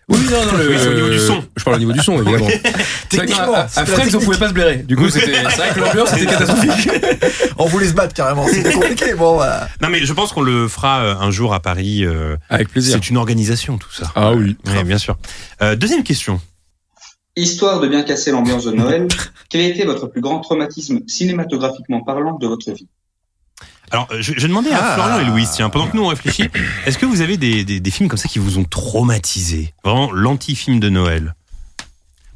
Oui, non, non, le- Oui, c'est au niveau du son. Je parle au niveau du Ah, son, évidemment. C'est vrai que Techniquement, à, à c'est la French, on technique. pouvait pas se blairer. Du coup, c'était. C'est vrai que l'ambiance, c'était catastrophique. On voulait se battre carrément. C'était compliqué. Bon, voilà. Non, mais je pense qu'on le fera euh, un jour à Paris. euh, Avec plaisir. c'est une organisation, tout ça. Ah oui. Ouais, bien sûr. Euh, deuxième question. Histoire de bien casser l'ambiance de Noël, quel a été votre plus grand traumatisme cinématographiquement parlant de votre vie Alors, euh, je, je demandais à Ah. Florian et Louis, tiens, pendant que nous on réfléchit, est-ce que vous avez des, des- des films comme ça qui vous ont traumatisé Vraiment l'anti-film de Noël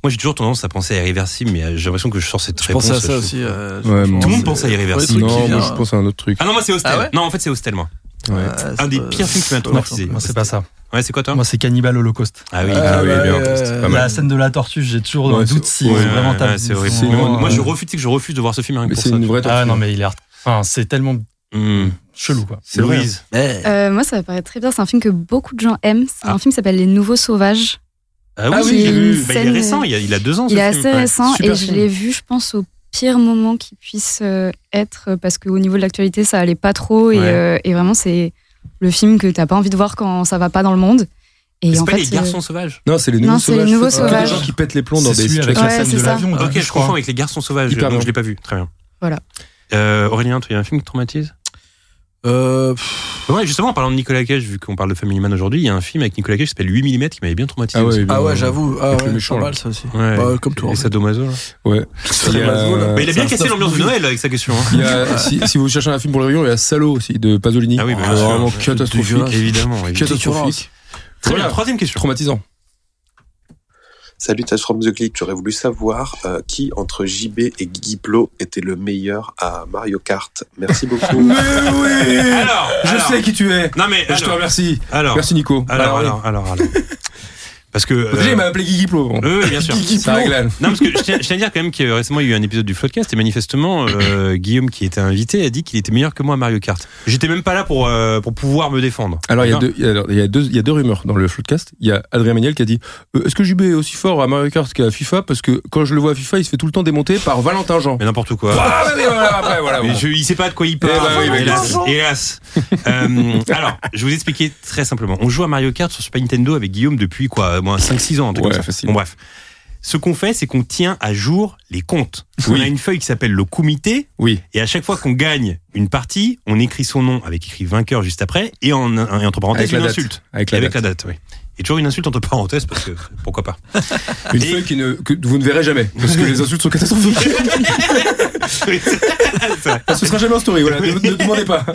Moi, j'ai toujours tendance à penser à Irréversible, mais euh, j'ai l'impression que je sors cette Je réponse. pensais à ça je- aussi. euh, je- Ouais, je moi, Tout pense- le monde pense à Irréversible. truc qui Non, vient, moi, je hein. pense à un autre truc. Ah non, moi c'est Hostel. Ah ouais non, en fait c'est Hostel, moi. Ouais. Ouais, Un c'est des pas- pires films qui m'a traumatisé. Moi, c'est pas ça. Ouais, Bah, c'est quoi toi Moi, c'est Cannibal Holocaust. Hein Ah oui, Ah oui, ouais, bien. euh, C'est pas mal. La scène de la tortue, j'ai toujours Ouais, un c'est- doute si Ouais, ouais, c'est vraiment ouais, ta c'est horrible. c'est Mais moi, vraiment- euh, moi, je refuse, c'est que je refuse de voir ce film rien que Mais pour c'est ça. une vraie Ah torture. non, mais il est. hard- Enfin, c'est tellement Hum, chelou, quoi. C'est hein. vrai. Louise. Ouais. Euh, moi, ça me paraît très bien. C'est un film que beaucoup de gens aiment. C'est Ah. un film qui s'appelle Les Nouveaux Sauvages. Ah oui, Ah oui, j'ai vu. une Bah, il est scène- récent, il a, il a deux ans. Il ce est film. assez Ouais. récent super et je film. l'ai vu, je pense, au pire moment qui puisse euh, être euh, parce qu'au niveau de l'actualité, ça allait pas trop. Et, Ouais. euh, et vraiment, c'est le film que t'as pas envie de voir quand ça va pas dans le monde. Et Mais C'est en pas fait, les euh, garçons sauvages. Non, c'est les nouveaux Non, c'est les sauvages. nouveaux C'est que sauvages. des gens qui pètent les plombs dans C'est des celui avec situations. la Ouais, scène c'est de ça. l'avion. Ok, je crois. confonds avec les garçons sauvages. Hyper Donc je bien. l'ai pas vu. Très bien. Voilà. Euh, Aurélien, toi, il y a un film qui te traumatise Euh, pff, Ouais, justement, en parlant de Nicolas Cage, vu qu'on parle de Family Man aujourd'hui, il y a un film avec Nicolas Cage qui s'appelle 8 mm qui m'avait bien traumatisé. Ah ouais, aussi. Ah ouais, euh, j'avoue. Ah avec le ouais, méchant, pas là. mal ça aussi. Ouais. Bah, comme toi. Et en fait. Sadomaso, là. Il y a- Sadomaso, là. Mais il a c'est bien un cassé stuff l'ambiance de movie. Noël avec sa question. hein. Il y a- si, si vous cherchez un film pour le rayon, il y a Salo aussi de Pasolini. Ah oui, bah, Euh, bien sûr. vraiment C'est catastrophique. dégueulasse. Évidemment. évidemment. Catastrophique. Très bien, Voilà. troisième question. Traumatisant. Salut Touch from the Click, j'aurais voulu savoir euh, qui entre JB et Guigui Plo était le meilleur à Mario Kart. Merci beaucoup. oui Alors, Je alors, sais qui tu es. Non, mais. Je te Alors, remercie. alors, Merci Nico. alors, alors, Bah, oui. alors, alors, alors. Parce que. euh, Déjà, il m'a appelé Guigui Plo. bon. oui, oui, bien sûr. Guigui Plo. Ça régale. Non, parce que je tiens, je tiens à dire quand même que récemment il y a eu un épisode du Floodcast et manifestement euh, Guillaume qui était invité a dit qu'il était meilleur que moi à Mario Kart. J'étais même pas là pour, euh, pour pouvoir me défendre. Alors, il y, a Non. deux, il y a- alors, il y a deux, il y a deux rumeurs dans le podcast. Il y a Adrien Méniel qui a dit euh, Est-ce que JB est aussi fort à Mario Kart qu'à FIFA Parce que quand je le vois à FIFA, il se fait tout le temps démonter par Valentin Jean. Mais n'importe quoi. Ah, oui, oui, voilà, après, voilà. Mais bon. je- il sait pas de quoi il parle. Eh bah oui, mais hélas. clairement. ben hélas. Euh, alors, je vais vous expliquer très simplement. On joue à Mario Kart sur Super Nintendo avec Guillaume depuis quoi, moins 5-6 ans, un truc Ouais, comme ça. facile. Bon, bref. Ce qu'on fait, c'est qu'on tient à jour les comptes. On Oui. a une feuille qui s'appelle le comité, Oui. et à chaque fois qu'on gagne une partie, on écrit son nom avec écrit vainqueur juste après, et, en, et entre parenthèses, Avec la une date. insulte. Avec Et la avec date. la date, oui. Et toujours une insulte entre parenthèses, parce que pourquoi pas. Une Et- feuille qui ne, que vous ne verrez jamais. Parce que les insultes sont catastrophiques. Ce sera jamais en story, voilà. Ne, ne demandez pas.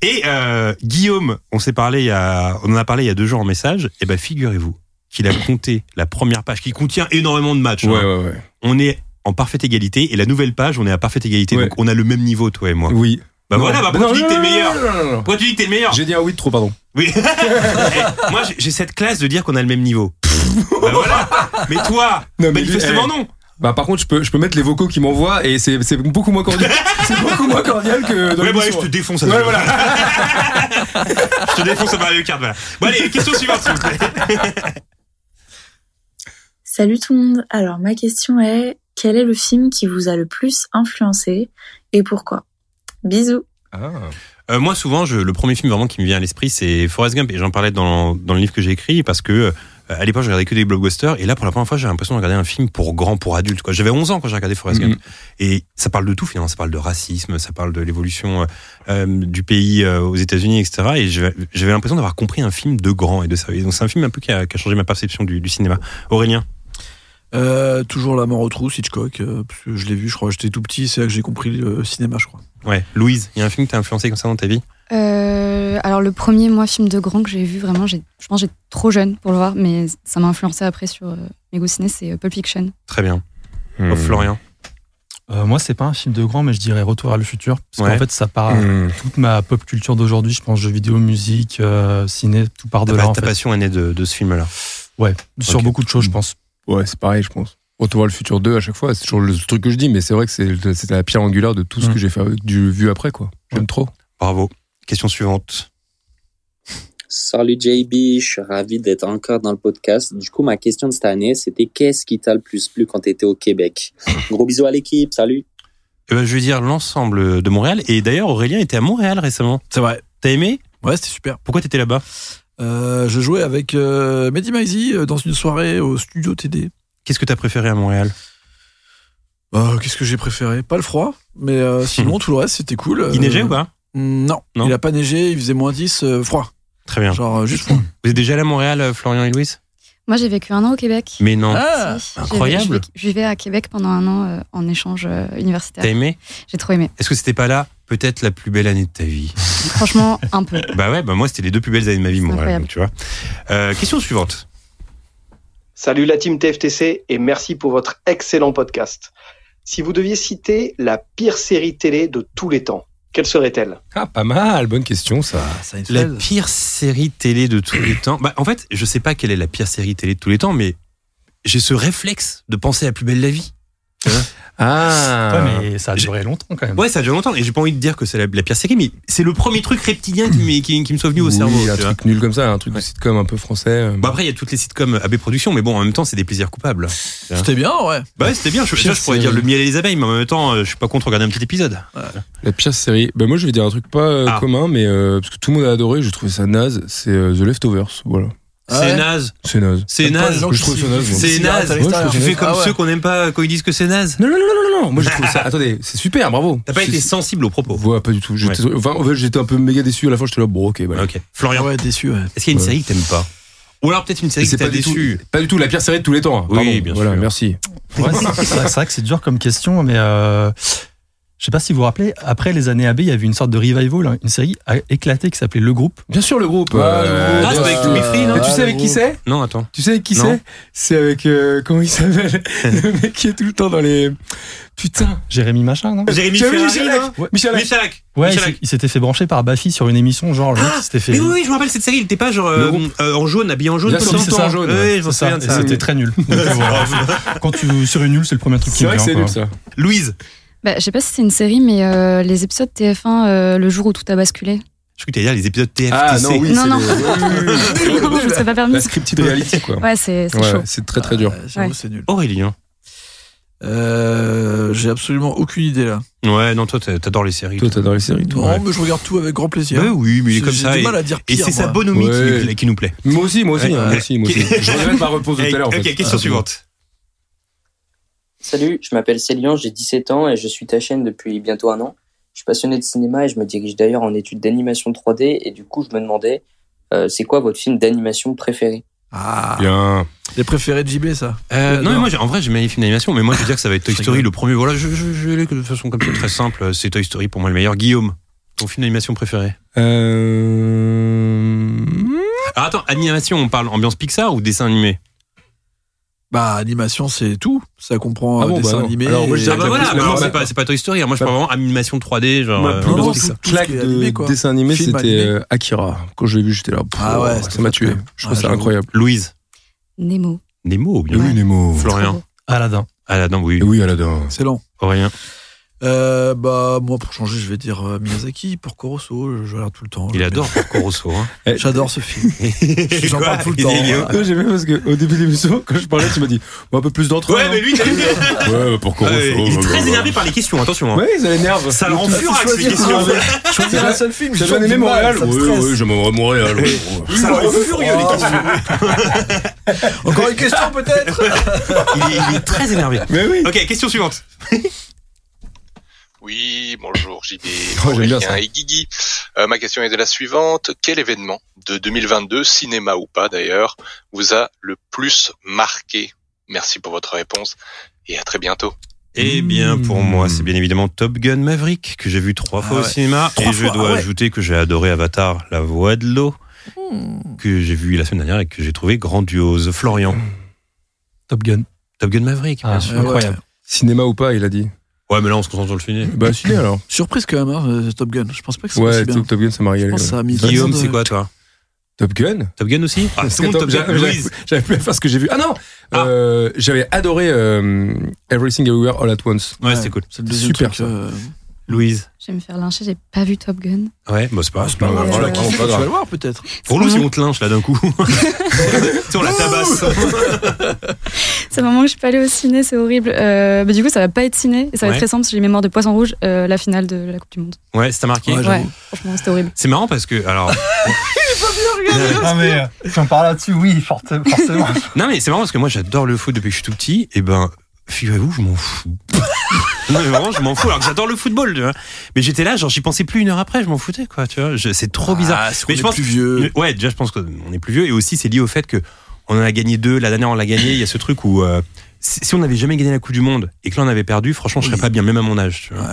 Et euh, Guillaume, on s'est parlé il y a, on en a parlé il y a deux jours en message. Et ben figurez-vous qu'il a compté la première page qui contient énormément de matchs. hein. ouais, ouais. On est en parfaite égalité et la nouvelle page, on est à parfaite égalité. Ouais. Donc on a le même niveau toi et moi. Oui. Bah Non. voilà, bah pourquoi non, tu dis non, que t'es non, meilleur non, non, non, non. Pourquoi tu dis que t'es le meilleur J'ai dit un oui de trop, pardon. Oui. Eh, moi j'ai- j'ai cette classe de dire qu'on a le même niveau. bah voilà. Mais toi, Non, mais lui, manifestement eh. non. Bah par contre, je peux, je peux mettre les vocaux qui m'envoient et c'est c'est beaucoup moins cordial. c'est beaucoup moins cordial que dans Ouais, bah, bon, allez, je l'émission. hein. te défonce. Ouais, Mario voilà. Kart. je te défonce à Mario Kart, voilà. Bon, allez, question suivante, s'il vous plaît. Salut tout le monde. Alors ma question est quel est le film qui vous a le plus influencé et pourquoi Bisous. Euh, moi, souvent, je- le premier film vraiment qui me vient à l'esprit, c'est Forrest Gump. Et j'en parlais dans, dans le livre que j'ai écrit parce que euh, à l'époque, je regardais que des blockbusters. Et là, pour la première fois, j'ai l'impression de regarder un film pour grands, pour adultes. quoi. J'avais 11 ans quand j'ai regardé Forrest Mhm. Gump. Et ça parle de tout, finalement. Ça parle de racisme, ça parle de l'évolution euh, euh, du pays euh, aux États-Unis, etc. Et je- j'avais l'impression d'avoir compris un film de grand et de sérieux. Donc, c'est un film un peu qui a, qui a changé ma perception du, du cinéma. Aurélien Euh, toujours la mort aux trousses, Hitchcock. euh, parce que je l'ai vu, je crois, j'étais tout petit, c'est là que j'ai compris le cinéma, je crois. Ouais. Louise, il y a un film qui t'a influencé comme ça dans ta vie Euh, alors le premier moi film de grand que j'ai vu vraiment, j'ai- je pense que j'étais trop jeune pour le voir, mais ça m'a influencé après sur euh, mes goûts ciné, c'est euh, Pulp Fiction. Très bien. Hmm. Oh, Florian Euh, moi, c'est pas un film de grand, mais je dirais Retour à le futur. Parce Ouais. qu'en fait, ça part Hmm. toute ma pop culture d'aujourd'hui. Je pense jeux vidéo, musique, euh, ciné, tout part de Ta, là. pa- en ta fait. passion est née de, de ce film-là. Ouais, sur Ok. beaucoup de choses, je pense. Ouais, c'est pareil, je pense. Retour vers le futur 2 à chaque fois, c'est toujours le truc que je dis, mais c'est vrai que c'est c'est la pierre angulaire de tout ce Mm. que j'ai fait, du vu après quoi. J'aime trop. Bravo. Question suivante. Salut JB, je suis ravi d'être encore dans le podcast. Du coup, ma question de cette année, c'était qu'est-ce qui t'a le plus plu quand t'étais au Québec Gros bisous à l'équipe, salut Eh ben, je veux dire l'ensemble de Montréal. Et d'ailleurs, Aurélien était à Montréal récemment. C'est vrai. T'as aimé Ouais, c'était super. Pourquoi t'étais là-bas Euh, je jouais avec euh, Mehdi Maizi euh, dans une soirée au studio TD. Qu'est-ce que t'as préféré à Montréal Euh, Qu'est-ce que j'ai préféré Pas le froid, mais euh, sinon tout le reste c'était cool. Euh, Mm, Il neigeait ou pas non, Non. il a pas neigé, il faisait moins 10, euh, froid. Très bien. Genre euh, juste froid. Vous êtes déjà allé à Montréal, euh, Florian et Louise Moi j'ai vécu un an au Québec. Mais non. Ah, Si, j'ai- incroyable. Je, vécu- je vivais à Québec pendant un an euh, en échange euh, universitaire. T'as aimé J'ai trop aimé. Est-ce que c'était pas là peut-être la plus belle année de ta vie Franchement, un peu. Bah ouais, bah moi c'était les deux plus belles années de ma vie, Montréal, incroyable. donc, tu vois. Euh, question suivante. Salut la team TFTC et merci pour votre excellent podcast. Si vous deviez citer la pire série télé de tous les temps, quelle serait-elle Ah, pas mal, bonne question ça. La pire série télé de tous les temps. Bah, en fait, je sais pas quelle est la pire série télé de tous les temps, mais j'ai ce réflexe de penser à Plus belle la vie. Ah. Ouais, mais ça a duré longtemps quand même. Ouais, ça a duré longtemps et j'ai pas envie de dire que c'est la, la pire série, mais c'est le premier truc reptilien qui, m'est- qui, qui me soit venu au Oui, cerveau. un tu vois. truc nul comme ça, un truc de sitcom un peu français. euh. Bah après, il y a toutes les sitcoms AB Productions, mais bon, en même temps, c'est des plaisirs coupables. C'était bien, ouais. Bah ouais, c'était bien, je, ça, je pourrais dire le miel et les abeilles, mais en même temps, euh, je suis pas contre regarder un petit épisode. La pire série. Bah moi je vais dire un truc pas euh, Ah. commun, mais euh, parce que tout le monde a adoré, j'ai trouvé ça naze. C'est euh, The Leftovers, voilà. Ah C'est ouais naze, C'est naze. c'est J'aime pas les naze, gens Je trouve qui- ça naze, qui- moi. qui- c'est qui- naze. à l'extérieur. Tu fais comme Ah ouais. ceux qu'on n'aime pas euh, quand ils disent que c'est naze. Ah Non, non, non, non, non, non. Moi, j'ai trouvé ça. Attendez, c'est super, bravo. T'as pas C'est- été sensible aux propos. Ouais, pas du tout. J'étais enfin, en fait, j'étais un peu méga déçu à la fin. J'étais là, bon, ok, voilà. Ok. Florian, Ouais, déçu, ouais. est-ce qu'il y a une Ouais. série que t'aimes pas Ou alors peut-être une série Et qui c'est t'a pas du tout- déçu Pas du tout la pire série de tous les temps. hein. Oui, Pardon. bien voilà, sûr. Merci. Ouais, c'est c'est vrai, c'est vrai que c'est dur comme question, mais euh, je sais pas si vous vous rappelez, après les années AB, il y avait une sorte de revival, hein, une série a- éclatée qui s'appelait Le Groupe. Bien sûr, le groupe. Ah, le euh, groupe. Ah, c'est avec euh, Louis Free, non Mais tu Ah, sais le avec qui groupe. c'est Non, attends. Tu sais avec qui Non. c'est C'est avec. euh, comment il s'appelle Le mec qui est tout le temps dans les. Putain. Jérémy Machin, non Jérémy Tu as vu Ferrari, Michel non Hack Michel Hack. Michel Hack. Ouais, il Michel s'est- Hack. il s'était fait brancher par Bafi sur une émission, genre Ah le mec qui s'était fait. Mais oui, oui, je me rappelle cette série, il était pas genre euh, euh, en jaune, habillé en jaune. Bien tout le sûr, temps. c'est ça. Ouais, Ouais, je me C'est ça, souviens de et ça. c'était très nul. Donc, voilà. Quand tu sur une nulle, c'est le premier truc qui C'est me vrai que vient. c'est quoi. nul ça. Louise, Bah, je sais pas si c'est une série, mais euh, les épisodes TF1, euh, le jour où tout a basculé. Je crois que t'allais dire les épisodes TFTC. Ah non, oui. Non, c'est non. les- non, je me serais pas permis. La scripted reality, quoi. Ouais, c'est c'est Ouais, chaud. ouais, c'est très très dur. Euh, j'avoue, Ouais. c'est nul. Aurélien. Euh, j'ai absolument aucune idée là. Ouais, non, toi, t'as- t'adores les séries. Toi, t'adores les séries, toi. Non, Ouais. mais je regarde tout avec grand plaisir. Bah oui, mais il est J'ai- comme ça. J'ai et- du mal à dire Et pire, c'est sa moi. bonhomie qui nous Ouais. plaît- qui nous plaît. Moi aussi, moi aussi, Ouais. hein, moi aussi, moi aussi. Je regrette ma repose de tout à l'heure. en Ok, fait. Ah, question suivante. Salut, je m'appelle Célian, j'ai 17 ans et je suis ta chaîne depuis bientôt un an. Je suis passionné de cinéma et je me dirige d'ailleurs en études d'animation 3D et du coup, je me demandais, euh, c'est quoi votre film d'animation préféré Ah, Bien. les préférés de JB ça. Euh, Tu non, mais l'adores. moi, j'ai- en vrai, j'aime les films d'animation, mais moi, je veux dire que ça va être Toy Je Story rigole. le premier. Voilà, je, je, je l'ai de façon comme ça, très simple. C'est Toy Story pour moi le meilleur. Guillaume, ton film d'animation préféré Euh... Alors attends, animation, on parle ambiance Pixar ou dessin animé Ah Bah animation c'est tout, ça comprend Ah euh, bon, bah dessin non. animé. Alors, moi, je et- Bah dirais Ah bah la voilà, plus- bah la alors, plus- c'est pas, c'est pas Toy Story. hein. Moi, je la- parle vraiment animation 3D, genre. Ma euh, plus Non, grosse c'est ça. tout ce qui est claque de animé, quoi. dessin animé, Film c'était animé. euh, Akira. Quand je l'ai vu, j'étais là. pff, Ah ouais, ça m'a c'était tué. très bien. Je trouve Ouais, ça j'avoue. incroyable. Louise, Nemo. Nemo, bien. Oui, Nemo. Florian, Aladdin. Aladdin, oui. Oui, Aladdin. Excellent. Aurélien. Euh, bah, moi, pour changer, je vais dire euh, Miyazaki, Porco Rosso, je, je regarde tout le temps. Il adore Porco Rosso. hein. Eh. J'adore ce film. J'en Quoi parle tout le Il temps. est voilà. Non, J'aimais parce qu'au début de l'émission, quand je parlais, tu m'as dit Bon, un peu plus d'entre Ouais, mais lui, t'as vu Ouais, pourquoi Ah, Rousseau, Il est bah, bah, très bah. énervé par les questions, attention. hein. Ouais, ça l'énerve. Ça le rend hein, Tu furax, choisis les questions. un seul- Choisir un seul film, J'ai je bien aimé sens du mal, Montréal. ça me Oui, stresse. oui, j'aimerais Montréal. ouais. Ça le rend furieux, les questions. Encore une question, peut-être Il est, il est très énervé. Mais oui. Ok, question suivante. Oui, bonjour JB, Oh, j'aime bien Aurélien ça. et Guigui. Euh, ma question est de la suivante. Quel événement de 2022, cinéma ou pas d'ailleurs, vous a le plus marqué Merci pour votre réponse et à très bientôt. Eh bien, pour moi, c'est bien évidemment Top Gun Maverick que j'ai vu trois fois Ah au ouais. cinéma. Trois et je fois, dois ah ouais. ajouter que j'ai adoré Avatar, La Voix de l'eau, que j'ai vu la semaine dernière et que j'ai trouvé grandiose. Florian. Top Gun. Top Gun Maverick, bien sûr. incroyable. Cinéma ou pas, il a dit Ouais, mais là, on se concentre sur le cinéma. Bah, ciné alors. Surprise quand même, hein, euh, Top Gun. Je pense pas que ça Ouais, aussi bien. Top, Top Gun, ça m'a régalé. pense ouais. que ça a mis Guillaume, deux ans de- c'est quoi, toi Top Gun Top Gun aussi Ah, Parce tout le que monde Top Top- j'avais- Gun. Louise. j'avais- J'avais plus à faire ce que j'ai vu. Ah non Euh, J'avais adoré euh, Everything Everywhere All at Once. Ouais, c'était cool. C'est le deuxième Super, truc, ça. euh, Louise. Je vais me faire lyncher, j'ai pas vu Top Gun. Ouais, bah, c'est pas, c'est pas, grave, voilà, tu vas- c'est pas tu vas grave. Tu vas le voir, peut-être. Pour nous, si on te lynche là d'un coup, sur la tabasse. C'est le moment que je suis pas allée au ciné, c'est horrible. Euh, mais du coup, ça va pas être ciné. Et ça va Ouais. être très simple, si j'ai mémoire de poisson rouge, euh, la finale de la Coupe du Monde. Ouais, ça t'a marqué. ouais franchement, c'était horrible. C'est marrant parce que alors. Non, mais euh, si on parle là-dessus, oui, forte- forcément. non mais c'est marrant parce que moi j'adore le foot depuis que je suis tout petit. Et ben figurez-vous, je m'en fous. non mais vraiment, je m'en fous. Alors que j'adore le football, tu vois. Mais j'étais là, genre j'y pensais plus une heure après, je m'en foutais quoi. Tu vois, Je- c'est trop bizarre. Ah, c'est qu'on mais est je pense plus vieux. Ouais, déjà je pense qu'on est plus vieux et aussi c'est lié au fait que on en a gagné deux. La dernière on l'a gagné. Il y a ce truc où euh, si si on n'avait jamais gagné la Coupe du Monde et que là on avait perdu, franchement je serais Oui. pas bien, même à mon âge. Tu vois.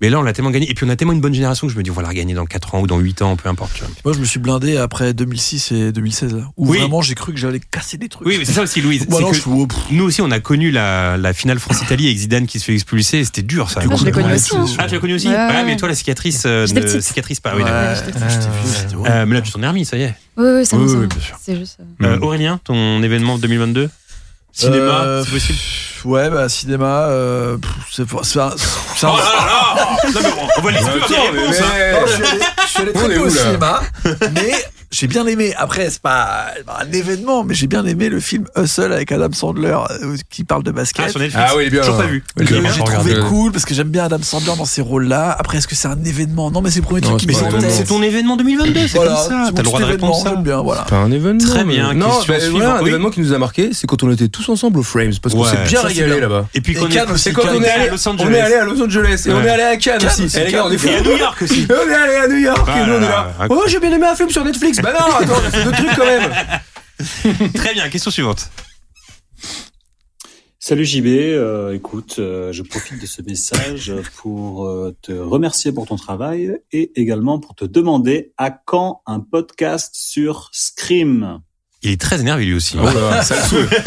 Mais là on l'a tellement gagné et puis on a tellement une bonne génération que je me dis on va la regagner dans 4 ans ou dans 8 ans, peu importe. tu vois. Moi, je me suis blindé après 2006 et 2016, là. Où Oui. vraiment, j'ai cru que j'allais casser des trucs. Oui, mais c'est ça aussi, Louise. Bon, C'est alors, que je fous, oh, nous aussi, on a connu la, la finale France-Italie avec Zidane qui se fait expulser. et C'était dur, ça. Du coup, je l'ai connu Ouais. aussi, hein. Ah, tu l'as connu aussi Ouais, Ouais, ouais. mais toi, la cicatrice euh, J'étais ne petite. cicatrise pas. Oui, Ouais, d'accord. j'étais petite, j'étais vieux, c'était horrible. Euh, mais là, tu t'en es remis, ça y est. Oui, oui, c'est Oui, oui, bon. c'est oui, bon. bien sûr. C'est juste. euh, Euh, Mm. Aurélien, ton événement 2022 Cinéma, Euh, c'est possible pff, Ouais, bah, cinéma, euh, pff, c'est c'est un. c'est un- Oh là là Non, mais on- on va les Attends, exclure des mais- réponses, hein. mais- Non, je suis allé- je suis allé On très est peu où, au là cinéma, mais j'ai bien aimé. Après, c'est pas c'est pas un événement, mais j'ai bien aimé le film Hustle avec Adam Sandler euh, qui parle de basket. Ah, sur Netflix. Ah oui, il est bien, Toujours hein. pas vu. Oui, que il est bien, j'ai je trouvé regarde. cool parce que j'aime bien Adam Sandler dans ces rôles-là. Après, est-ce que c'est un événement Non, mais c'est le premier Non, truc qui c'est m'est pas en un tête. événement. C'est ton événement 2022, c'est Voilà, comme ça. c'est T'as mon le droit de petit répondre événement, ça. j'aime bien, voilà. Pas un événement. Très mais- bien, Non, question bah, suivante. voilà, un Oui. événement qui nous a marqué, c'est quand on était tous ensemble au Frames, parce qu'on Ouais. s'est bien Ça, c'est régalé bien. là-bas. Et puis Et qu'on est- Cannes aussi, C'est quand Cannes. on est allé à Los Angeles. On est allé à Los Angeles et Ouais. on est allé à Cannes Cannes aussi. aussi, Eh, les gars, on est fous. Et à New York aussi. Et on est allé à New York Ah et nous on là est là. là, Oh, j'ai bien aimé un film sur Netflix. Bah non, attends, on a fait deux trucs quand même. Très bien, question suivante. Salut JB, euh, écoute, euh, je profite de ce message pour euh, te remercier pour ton travail et également pour te demander à quand un podcast sur Scream. Il est très énervé lui aussi. Oh là, ça le saoule. Ça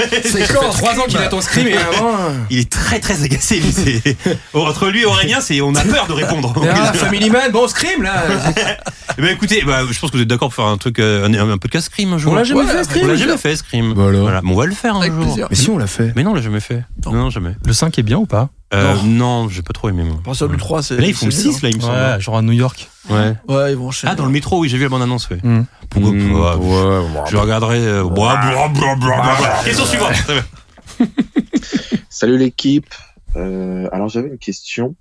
fait trois ans qu'il attend Scream et avant, euh. Il est très très agacé. lui, c'est- Entre lui et Aurélien, c'est on a peur de répondre. Ah, Family Man, bon, Scream là. Eh ben, écoutez, bah, je pense que vous êtes d'accord pour faire un truc, euh, un, un podcast Scream un jour. On l'a jamais fait, Scream. On l'a jamais fait Scream. Bah alors. Voilà, mais on va le faire un Avec jour. plaisir. Mais si, on l'a fait. Mais non, on l'a jamais fait. Non, non, jamais. Le 5 est bien ou pas Euh, non, j'ai pas trop aimé. Moi. À partir du Ah, 3, c'est. Là, ils font le c'est nul, 6, là, il me semble. hein. Ouais, genre à New York. Ouais. hein. Ouais, ils vont enchaîner. Ah, dans le métro, oui, j'ai vu la bande-annonce, oui. Mm. Pourquoi Mm, pas, ouais, ouais. Je regarderai. euh, bra- bra- bra- bra- bra- bra. Ah, Question suivante. Très bien. Salut l'équipe. Euh, alors j'avais une question.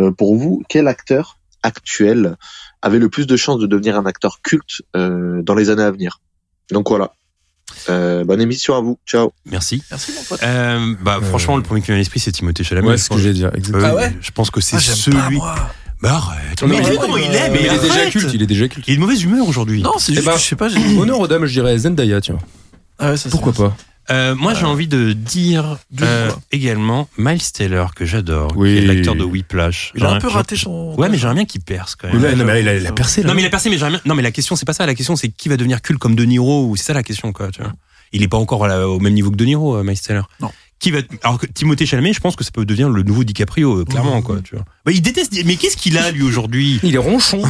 Euh, pour vous, quel acteur actuel avait le plus de chances de devenir un acteur culte euh, dans les années à venir Donc voilà. Euh, bonne émission à vous. Ciao. Merci. Merci, mon pote. Euh, bah, franchement, le premier qui me vient à l'esprit, c'est Timothée Chalamet. Ouais, je c'est ce que pense. Euh, j'allais dire. exactement. Ah ouais Je pense que c'est Ah, j'aime pas, celui. moi. Bah arrête. Non, Mais tu mais vois comment ouais, il euh, est, mais Mais il est déjà arrête. culte, il est déjà culte. Il est de mauvaise humeur aujourd'hui. Non, c'est Eh juste ben, que je sais pas. j'ai- Honneur aux dames, je dirais Zendaya, tiens. Ah ouais, ça, c'est- Pourquoi pas Euh, moi, j'ai envie de dire Dis-le, euh, quoi. également Miles Taylor, que j'adore, Oui. qui est l'acteur de Whiplash. Il a un J'aimerais- peu raté j'aimerais- Oh, son. Ouais, mais j'aimerais bien qu'il perce quand même. Mais là, non, mais là, il a- il a percé là. Non, mais il a percé, mais j'aimerais bien- Non, mais la question, c'est pas ça. La question, c'est qui va devenir culte comme De Niro ou c'est ça la question, quoi. Tu vois. Il est pas encore à la- au même niveau que De Niro, euh, Miles Taylor. Non. Qui va alors que Timothée Chalamet, je pense que ça peut devenir le nouveau DiCaprio, euh, clairement, quoi. Tu vois. Bah, il déteste. Mais qu'est-ce qu'il a lui aujourd'hui Il est ronchon.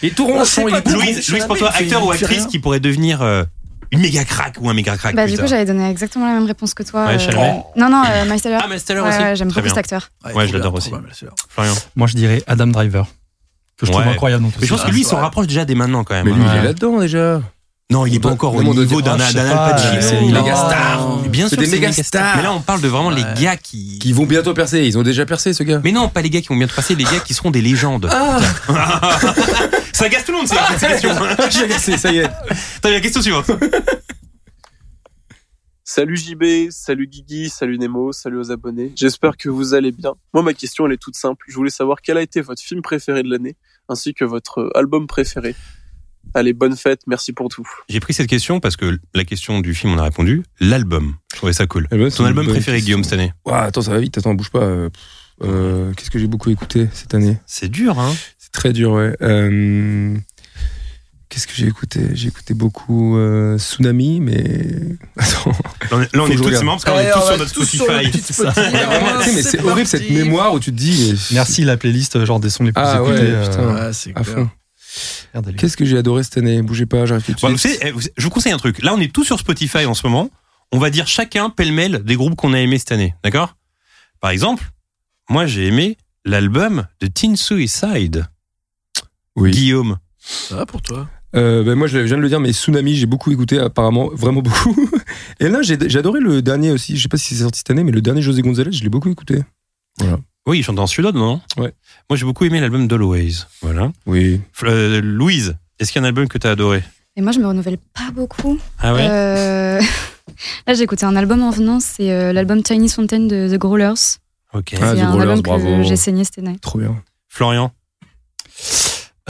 il est tout Ah, c'est ronchon. pas Il est tout. tout Louise, Timothée Louise, pour toi, Chalamet, il fait- acteur ou il fait actrice rien. qui pourrait devenir euh, Une méga craque ou un méga craque bah, du putain. coup, j'avais donné exactement la même réponse que toi. Ouais, euh, Chalamet. Non, non, euh, Miles Teller. Ah, Miles Teller Ouais, aussi. ouais, J'aime Très beaucoup cet bien. acteur. Ouais, je l'adore aussi. Florian. Moi, je dirais Adam Driver, que je trouve Ouais. incroyable dans tout Mais je ça. pense que lui, il s'en rapproche déjà dès maintenant quand même. hein. Mais lui, il est là-dedans déjà. Non, il est pas Ouais, encore mais au on doit niveau dire, d'un ah, je sais d'un pas, Al Pacino. c'est une méga star. Bien C'est sûr, des que c'est une méga méga stars. star. Mais là, on parle de vraiment les gars qui. Qui vont bientôt percer. Ils ont déjà percé, ce gars. Mais non, pas les gars qui vont bientôt percer, les gars qui seront des légendes. ça gâche tout le monde, ça. cette question. J'ai laissé, Ah. ça y est. T'as la question suivante. Salut JB, salut Guigui, salut Nemo, salut aux abonnés. J'espère que vous allez bien. Moi, ma question, elle est toute simple. Je voulais savoir quel a été votre film préféré de l'année, ainsi que votre euh, album préféré. Allez, bonne fête, merci pour tout. J'ai pris cette question parce que la question du film, on a répondu. L'album. Je trouvais ça Eh cool. ben, Ton album préféré, Guillaume, cette année Ouah, Ah, attends, ça va vite, attends, bouge pas. Euh, pff, euh, Qu'est-ce que j'ai beaucoup écouté cette année C'est dur, hein C'est très dur, ouais. Euh, Qu'est-ce que j'ai écouté J'ai écouté beaucoup euh, Tsunami, mais. Attends. Là, on Faut que est je tous, regarde. c'est marrant parce qu'on est tous sur notre Spotify. Mais vraiment, tu sais, mais c'est horrible cette mémoire où tu te dis. euh, Merci la playlist, euh, genre des sons les plus Ah ouais, écoutés. euh, putain, à fond. Merde, Qu'est-ce que j'ai adoré cette année Bougez pas, j'arrive tout de Bon, suite. vous savez, eh, vous- je vous conseille un truc. Là, on est tous sur Spotify en ce moment. On va dire chacun pêle-mêle des groupes qu'on a aimés cette année. D'accord Par exemple, moi, j'ai aimé l'album de Teen Suicide. Guillaume. Ça va pour toi Euh, ben moi, je viens de le dire, mais Tsunami, j'ai beaucoup écouté, apparemment, vraiment beaucoup. Et là, j'ai j'ai adoré le dernier aussi. Je sais pas si c'est sorti cette année, mais le dernier José Gonzalez, je l'ai beaucoup écouté. Voilà. Oui, il chante en sud non Ouais. Moi, j'ai beaucoup aimé l'album Always. Voilà. euh, Oui. Louise, est-ce qu'il y a un album que tu as adoré Et moi, je me renouvelle pas beaucoup. Ah ouais Euh, Là, j'ai écouté un album en venant, c'est euh, l'album Chinese Fountain de The Growlers. Ok. Ah, Ah, Ah, c'est un album que j'ai saigné cette année. Trop bien. Florian.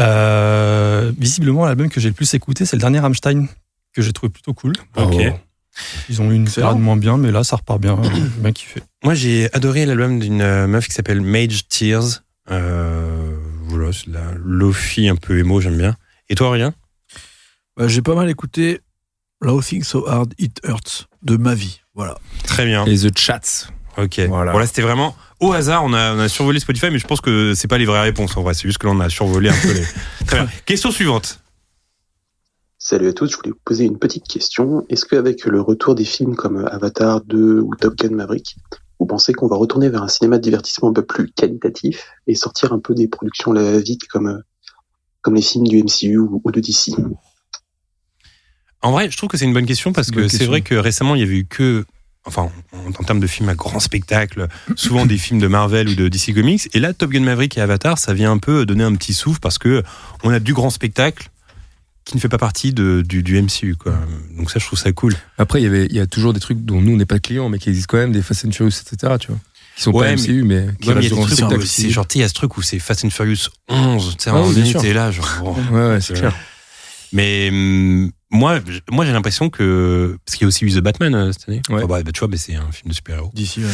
Euh, visiblement, l'album que j'ai le plus écouté, c'est le dernier Rammstein, que j'ai trouvé plutôt cool. Ah, euh, Ok. Ils ont eu une période moins bien, mais là, ça repart bien. J'ai bien kiffé. Moi, j'ai adoré l'album d'une euh, meuf qui s'appelle Mage Tears. Euh, voilà, c'est de la lofi un peu émo, j'aime bien. Et toi, rien Bah, J'ai pas mal écouté Laughing So Hard It Hurts de ma vie. Voilà. Très bien. Et The Chats. Ok. Voilà, c'était vraiment au hasard. On a, on a survolé Spotify, mais je pense que c'est pas les vraies réponses en vrai. C'est juste que là, on a survolé un peu les. Très bien. Question suivante. Salut à tous, je voulais vous poser une petite question. Est-ce qu'avec le retour des films comme euh, Avatar 2 ou Top Gun Maverick, vous pensez qu'on va retourner vers un cinéma de divertissement un peu plus qualitatif et sortir un peu des productions la vite comme, euh, comme les films du MCU ou, ou de DC En vrai, je trouve que c'est une bonne question parce que c'est vrai que récemment, il y avait eu que. Enfin, en, en termes de films à grand spectacle, souvent des films de Marvel ou de DC Comics. Et là, Top Gun Maverick et Avatar, ça vient un peu donner un petit souffle parce que on a du grand spectacle qui ne fait pas partie de- du, du MCU. Quoi. Euh, Donc ça, je trouve ça cool. Après, il y avait- il y a toujours des trucs dont nous, on n'est pas clients, mais qui existent quand même, des Fast and Furious, etc., tu vois. Qui sont pas MCU, mais qui ouais, mais il y restent a des dans le trucs spectacle. où c'est genre, tu sais, il y a ce truc où c'est Fast and Furious 11, tu sais, Ah en oui, bien minute, sûr. t'es là, genre. bon. Ouais, ouais, c'est Euh, clair. Mais hum, moi, j- moi j'ai l'impression que. Parce qu'il y a aussi eu The Batman euh, cette année. Enfin, bah, bah, tu vois, bah, c'est un film de super-héros. D'ici, ouais.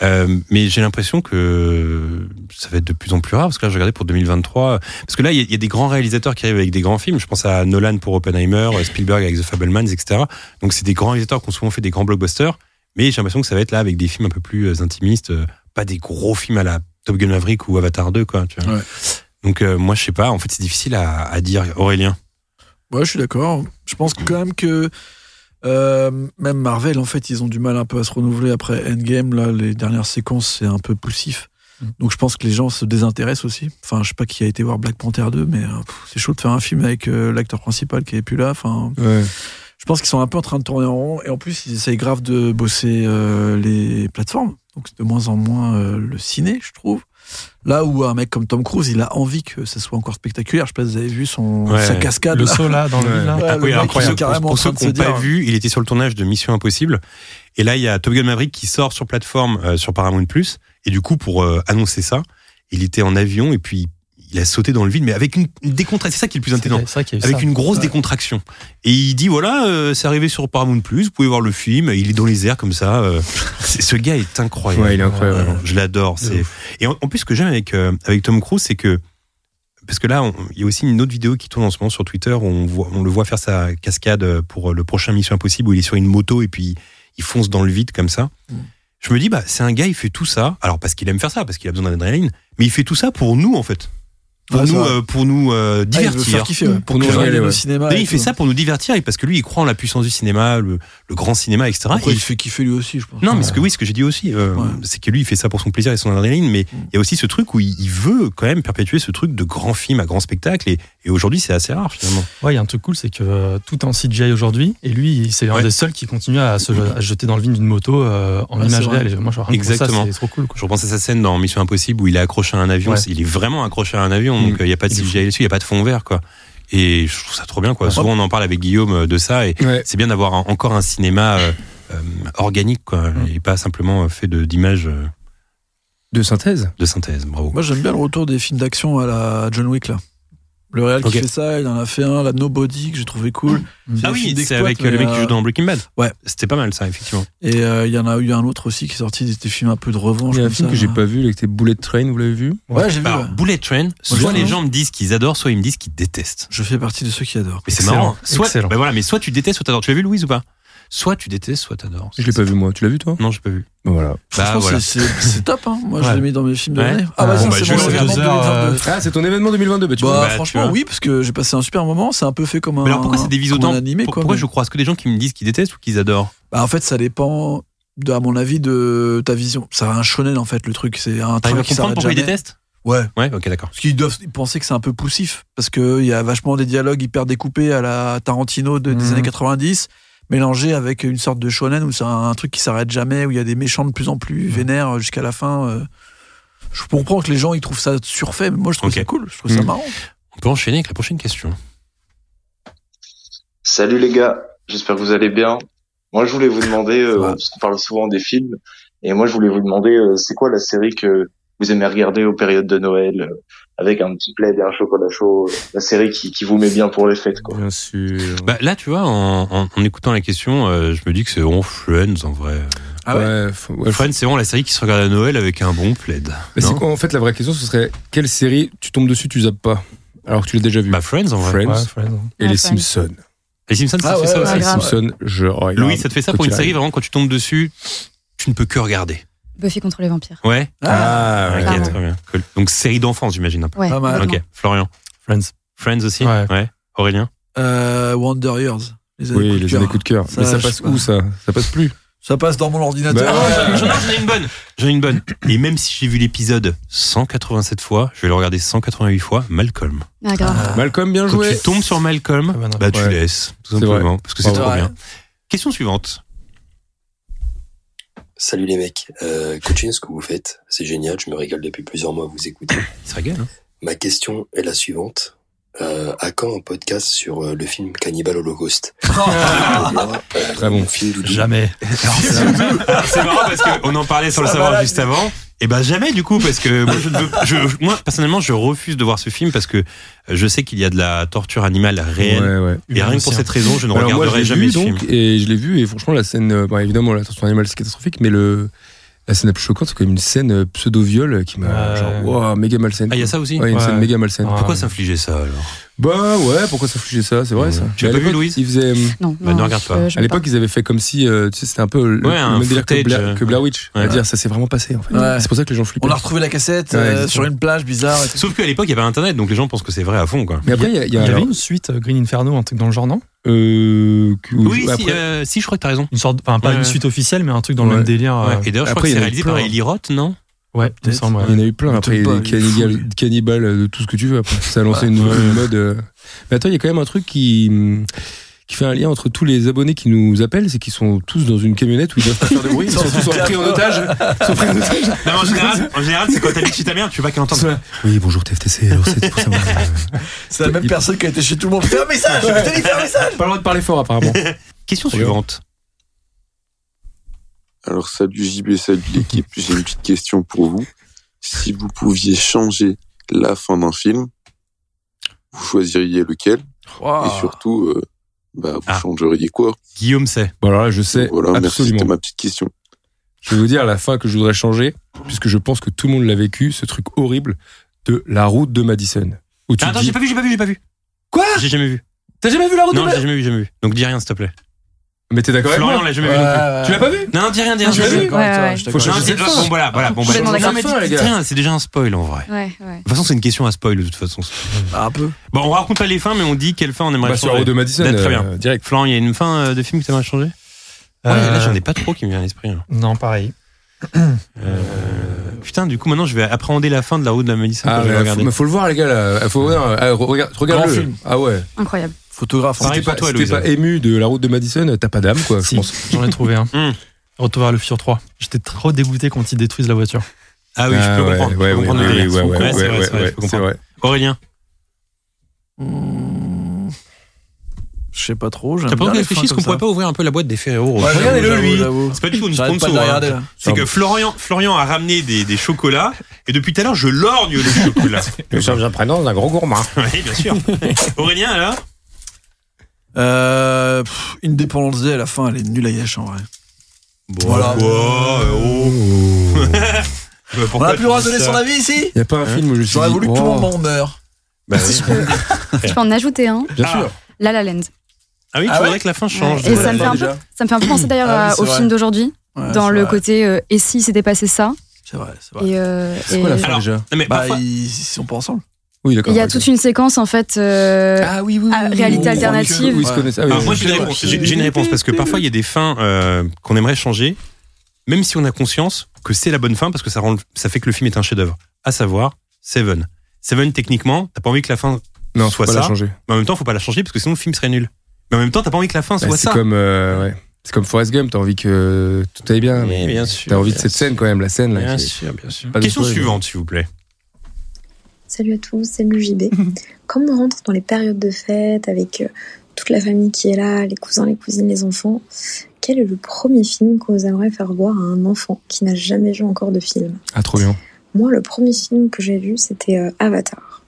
Euh, mais j'ai l'impression que ça va être de plus en plus rare parce que là, je regardais pour 2023. Parce que là, il y, a- il y a des grands réalisateurs qui arrivent avec des grands films. Je pense à Nolan pour Oppenheimer, euh, Spielberg avec The Fablemans, etc. Donc, c'est des grands réalisateurs qui ont souvent fait des grands blockbusters. Mais j'ai l'impression que ça va être là avec des films un peu plus euh, intimistes, euh, pas des gros films à la Top Gun Maverick ou Avatar 2, quoi. Tu vois. Donc, euh, moi, je sais pas. En fait, c'est difficile à, à dire, Aurélien. Ouais, je suis d'accord. Je pense quand même que euh, même Marvel, en fait, ils ont du mal un peu à se renouveler après Endgame. Là, les dernières séquences, c'est un peu poussif. Donc je pense que les gens se désintéressent aussi. Enfin, je sais pas qui a été voir Black Panther 2, mais euh, pff, c'est chaud de faire un film avec euh, l'acteur principal qui est plus là. Enfin, Ouais. je pense qu'ils sont un peu en train de tourner en rond. Et en plus, ils essayent grave de bosser euh, les plateformes. Donc c'est de moins en moins euh, le ciné, je trouve. Là où un mec comme Tom Cruise, il a envie que ça soit encore spectaculaire. Je sais pas si vous avez vu son, Ouais. sa cascade. Le saut, là, dans le vide, là. Ouais, Ah le oui, mec, il incroyable. est carrément pour en train ceux de qui se n'ont pas dire. vu, il était sur le tournage de Mission Impossible. Et là, il y a Top Gun Maverick qui sort sur plateforme euh, sur Paramount Plus. Et du coup, pour euh, annoncer ça, il était en avion et puis il a sauté dans le vide, mais avec une, une décontraction. C'est ça qui est le plus intelligent. vrai qu'il y a eu Avec ça. une grosse Ouais. décontraction. Et il dit voilà, euh, c'est arrivé sur Paramount Plus. Vous pouvez voir le film. Il est dans les airs comme ça. euh. C'est- ce gars est incroyable. Ouais, il est incroyable. Euh, je l'adore. C'est et en, en plus ce que j'aime avec euh, avec Tom Cruise, c'est que parce que là, on- il y a aussi une autre vidéo qui tourne en ce moment sur Twitter où on, voit- on le voit faire sa cascade pour le prochain Mission Impossible où il est sur une moto et puis il fonce dans le vide comme ça. euh, Je me dis, bah, c'est un gars, il fait tout ça, alors parce qu'il aime faire ça, parce qu'il a besoin d'adrénaline, mais il fait tout ça pour nous en fait. pour Ouais, c'est nous, vrai. euh, pour nous Ah, euh, il veut divertir. faire kiffer, ouais. Pour Pour nous créer régaler, le ouais. cinéma D'ailleurs, et il fait tout. ça pour nous divertir et parce que lui, il croit en la puissance du cinéma, le, le grand cinéma, etc. Après, Et il fait kiffer lui aussi, je pense. non, mais ce que oui, ce que j'ai dit aussi, euh, c'est que lui, il fait ça pour son plaisir et son adrénaline, mais Mm. il y a aussi ce truc où il il veut quand même perpétuer ce truc de grand film à grand spectacle, et, et aujourd'hui, c'est assez rare finalement. Ouais, il y a un truc cool, c'est que euh, tout est en CGI aujourd'hui, et lui, c'est un des seuls qui continue à se à se jeter dans le vide d'une moto euh, en Ouais, image Ah, c'est vrai. réelle. Et moi, je rien que pour Exactement. Ça, c'est trop cool. Je repense à sa scène dans Mission Impossible où il est accroché à un avion. Ouais. Il est vraiment accroché à un avion, donc euh, il n'y a pas de CGI dessus, il n'y a pas de fond vert, quoi. Et je trouve ça trop bien, quoi. Ouais. Souvent, on en parle avec Guillaume euh, de ça, et c'est bien d'avoir un- encore un cinéma euh, euh, organique, quoi, et pas simplement euh, fait de- d'images. de synthèse De synthèse, bravo. Moi, j'aime bien le retour des films d'action à la John Wick, là. Le réel Ok. qui fait ça, il en a fait un, la Nobody, que j'ai trouvé cool. Ah des films oui, c'est d'exploit, avec euh, mais, le mec qui euh, joue dans Breaking Bad. Ouais. C'était pas mal, ça, effectivement. Et euh, il y en a eu un autre aussi qui est sorti, des des films un peu de revanche. Il y a un comme film ça, que j'ai là. pas vu, là, qui était Bullet Train, vous l'avez vu Ouais, j'ai vu. Alors, ouais. Bullet Train, soit Bonjour. les gens me disent qu'ils adorent, soit ils me disent qu'ils détestent. Je fais partie de ceux qui adorent. Mais c'est Excellent, marrant. Soit, excellent. ben voilà, mais soit tu détestes, soit t'adores. Tu l'as vu, Louise, ou pas Soit tu détestes, soit t'adores. Je l'ai pas vu moi. Tu l'as vu toi Non, j'ai pas vu. Voilà. Bah, Franchement, voilà. c'est- c'est c'est top, hein. Moi, Ouais. je l'ai mis dans mes films de Ouais. l'année. Ah, bah, bon, ça, bah, c'est je mon vais événement faire deux euh, 2022. Ah, c'est ton événement 2022. Bah, tu Bah, vois. franchement, oui, parce que j'ai passé un super moment. C'est un peu fait comme un. Mais alors pourquoi c'est des vises comme un autant animé, Pour- quoi, Pourquoi mais- je croise que des gens qui me disent qu'ils détestent ou qu'ils adorent Bah, en fait, ça dépend, de, à mon avis, de ta vision. C'est un shonen, en fait, le truc. C'est un T'arrives truc qui à Ah, comprendre s'arrête pourquoi ils jamais. détestent Ouais. Ouais, ok, d'accord. Parce qu'ils doivent penser que c'est un peu poussif. Parce qu'il y a vachement des dialogues hyper découpés à la Tarantino de- des Mhm. années 90, mélangés avec une sorte de shonen où c'est un, un truc qui s'arrête jamais, où il y a des méchants de plus en Mhm. plus vénères jusqu'à la fin. euh. Je comprends que les gens ils trouvent ça surfait, mais moi je trouve Ok. ça cool, je trouve ça Mhm. marrant. On peut enchaîner avec la prochaine question. Salut les gars, j'espère que vous allez bien. Moi, je voulais vous demander, euh, parce qu'on parle souvent des films, et moi, je voulais vous demander, euh, c'est quoi la série que vous aimez regarder aux périodes de Noël, euh, avec un petit plaid et un chocolat chaud, euh, la série qui, qui vous met bien pour les fêtes, quoi. Bien sûr. Bah, là, tu vois, en, en- en écoutant la question, euh, je me dis que c'est vraiment Friends en vrai. Ah ouais, faut- ouais, Friends, c'est vraiment la série qui se regarde à Noël avec un bon plaid. Mais c'est non quoi en fait la vraie question Ce serait quelle série tu tombes dessus, tu zappes pas Alors que tu l'as déjà vu. Bah Friends en vrai. Friends, Ouais, Friends, ouais. et Ouais, les Friends. Simpsons. Les Simpsons, ça Ah te fait ouais, ça ouais, aussi. Les grave. Simpsons, je regarde Louis, ça te fait ça quand pour il une série arrive. vraiment quand tu tombes dessus, tu ne peux que regarder. Buffy contre les vampires. Ouais. Ah, ok, Clairement. très bien. Cool. Donc série d'enfance, j'imagine un peu. Ouais, Pas mal. Ok. complètement. Florian. Friends. Friends aussi. Ouais. Ouais. Aurélien. Euh, Wonder Years. Les années Oui, coup de les cœur. années coup de cœur. Mais ça je passe sais pas. où ça Ça passe plus. Ça passe dans mon ordinateur. Bah, Ah, J'en j'en ai une bonne. J'en ai une bonne. Et même si j'ai vu l'épisode 187 fois, je vais le regarder 188 fois. Malcolm. Ah, grave. Malcolm, bien Quand joué. Ah, tu tombes sur Malcolm, bah tu Ouais. laisses tout C'est vrai. simplement parce que c'est Bravo. trop Ouais. bien. Question suivante. Salut les mecs, euh, coachez ce que vous faites, c'est génial, je me régale depuis plusieurs mois à vous écouter. Ça régale. Hein Ma question est la suivante. Euh, à quand un podcast sur euh, le film Cannibal Holocaust euh, Très bon. Jamais. Alors, c'est marrant parce qu'on en parlait sans le savoir juste avant. Et ben jamais du coup parce que moi, je ne veux- je- moi, personnellement je refuse de voir ce film parce que euh, je sais qu'il y a de la torture animale réelle Ouais, ouais. et rien que pour cette raison je ne Alors, moi, regarderai l'ai jamais vu, ce donc, film. Et je l'ai vu, et franchement, la scène, euh, bah, évidemment, la tension animale, c'est catastrophique, mais le, la scène la plus choquante, c'est quand même une scène euh, pseudo-viol qui m'a, Ouais. genre, waouh, méga malsaine. Ah il y a ça aussi. Ouais, une Ouais. scène méga malsaine. Pourquoi s'infliger ça alors Bah ouais, pourquoi s'infliger ça C'est vrai ça. Tu Mais à l'as pas vu, l'époque, Louise Ils faisaient. euh, Non, Bah, ne non, regarde je- pas. je à veux l'époque, ils avaient fait comme si, euh, tu sais, c'était un peu le, Ouais, le un même délire que footage, Bla- euh, que Blair Witch. ouais. à dire, ça s'est vraiment passé en fait. Ouais. C'est pour ça que les gens flippaient. On a retrouvé la cassette Ouais, euh, exactement. sur une plage bizarre. et tout. Sauf qu'à l'époque il y avait internet donc les gens pensent que c'est vrai à fond quoi. Mais après, il y a. Il y avait alors, une suite euh, Green Inferno, un truc dans le genre, non euh, que- Oui si, après- euh, si je crois que t'as raison. Une sorte, enfin pas Ouais. une suite officielle, mais un truc dans le Ouais. même délire. Ouais. euh, Et d'ailleurs je crois Après, il y que c'est en a réalisé eu plein, par hein. Eli Roth non Ouais, il me semble. ouais. Il y en a eu plein. Après, il y a pas, des il est fou, cannibales, cannibales de tout ce que tu veux. Après, ça a lancé une nouvelle mode. euh. Mais attends, il y a quand même un truc qui hum, qui fait un lien entre tous les abonnés qui nous appellent, c'est qu'ils sont tous dans une camionnette où ils doivent pas faire de bruit. Ils sont tous pris en otage. Ils sont pris en otage. Non, mais en général, en général, c'est quand t'habites chez ta mère, tu veux pas qu'elle entende. Oui, bonjour TFTC. Alors c'est pour savoir. euh, C'est la même il- personne qui a été chez tout le monde. Fais un message Je t'ai dit, fais un message Pas le droit de parler fort apparemment. Question suivante. Alors salut JB, salut l'équipe, j'ai une petite question pour vous. Si vous pouviez changer la fin d'un film, vous choisiriez lequel Wow. Et surtout, euh, bah, vous changeriez quoi Guillaume sait. Bon alors là, je sais Voilà, merci, absolument. c'était ma petite question. Je vais vous dire la fin que je voudrais changer, puisque je pense que tout le monde l'a vécu, ce truc horrible de la route de Madison. Où tu Ah, attends, dis- j'ai pas vu, j'ai pas vu, j'ai pas vu. Quoi J'ai jamais vu. T'as jamais vu la route Non, de j'ai jamais vu, j'ai jamais vu. Donc dis rien, s'il te plaît. Mais t'es d'accord avec moi Florian l'a jamais vu Ouais, non ouais, plus. ouais. Tu l'as pas vu Non, non, dis rien, dis rien. Je suis d'accord avec toi, je suis Faut d'accord que avec je toi. dise- Bon, voilà, voilà. Bon, Je suis bah, d'accord non, mais avec toi, dis- les gars. rien, c'est déjà un spoil en vrai. Ouais, ouais. De toute façon, c'est une question à spoil de toute façon. Ah, un peu. Bon, on raconte pas les fins, mais on dit quelle fin on aimerait Bah, sur changer. Road to Madison, D'accord, très euh, bien. direct. Florent, il y a une fin euh, de film que t'aimerais changer Ah Ouais, Euh, là, j'en ai pas trop qui me vient à l'esprit. là. Non, pareil. Euh, Putain, du coup, maintenant, je vais appréhender la fin de la route de la Madison Ah, quand je mais vais faut- regarder. mais faut le voir, les gars. Là. Faut, non, ah, re- regarde, regarde Grand le. film. hein. Ah ouais. Incroyable. Photographe. Si t'es Pareil pas, pour toi, si t'es Louisa. pas ému de la route de Madison, t'as pas d'âme, quoi. Je pense. J'en ai trouvé un. Hmm. Retour vers le futur 3. J'étais trop dégoûté quand ils détruisent la voiture. Ah oui, je peux comprendre. je peux ouais, ouais, comprendre le ouais, délire. ouais, ouais, Ouais, c'est ouais, vrai, c'est vrai, ouais, je peux c'est comprendre. vrai. Aurélien, Je sais pas trop. t'as pas envie de réfléchir qu'on pourrait pas ouvrir un peu la boîte des Ferrero Ouais, Rocher regardez-le, hein, J'avoue, lui. j'avoue. C'est pas du tout une J'arrête pas de sponsor. le hein. regarder, là. C'est que Florian, Florian a ramené des, des chocolats et depuis tout à l'heure, je lorgne les chocolats. Nous sommes en présence d'un gros gourmand. oui, bien sûr. Aurélien, alors Euh, pff, Independence Day à la fin, elle est nulle à Yesh en vrai. voilà. euh, oh. Oh. On a plus le droit de donner son avis ici Y a pas un film où je me suis J'aurais dit, voulu que tout le wow. monde meure. Bah oui. Je peux en ajouter un Bien sûr. La La Land. Ah oui, tu Ah voudrais ouais que la fin change. Et ça me, fait un peu, ça me fait un peu penser d'ailleurs Ah oui, à- c'est au vrai. film d'aujourd'hui, Ouais, dans c'est le vrai. côté euh, et si c'était passé ça C'est vrai, c'est vrai. Et, euh, C'est et- quoi la fin Alors, déjà non, mais Bah, parfois- ils, ils sont pas ensemble. Oui, Il y a toute une séquence en fait, euh, Ah à- réalité alternative. Oui, ils se connaissent. Ah oui, Alors, oui. moi, j'ai une réponse. J'ai j'ai une réponse parce que parfois, il y a des fins euh, qu'on aimerait changer, même si on a conscience que c'est la bonne fin parce que ça, rend, le- ça fait que le film est un chef-d'œuvre. À savoir, Seven. Seven, techniquement, t'as pas envie que la fin Non, soit faut pas ça. la changer. Mais en même temps, faut pas la changer parce que sinon le film serait nul. Mais en même temps, t'as pas envie que la fin Bah, soit c'est ça. comme, euh, ouais. c'est comme Forrest Gump, t'as envie que tout aille bien. mais bien sûr, T'as envie de bien cette sûr. scène quand même, la scène. Là, Bien qui est- sûr, bien sûr. pas de Question spoil, mais- suivante, s'il vous plaît. Salut à tous, c'est le JB. Comme on rentre dans les périodes de fête avec euh, toute la famille qui est là, les cousins, les cousines, les enfants, quel est le premier film que vous aimeriez faire voir à un enfant qui n'a jamais vu encore de film Ah, trop bien. Moi, le premier film que j'ai vu, c'était euh, Avatar.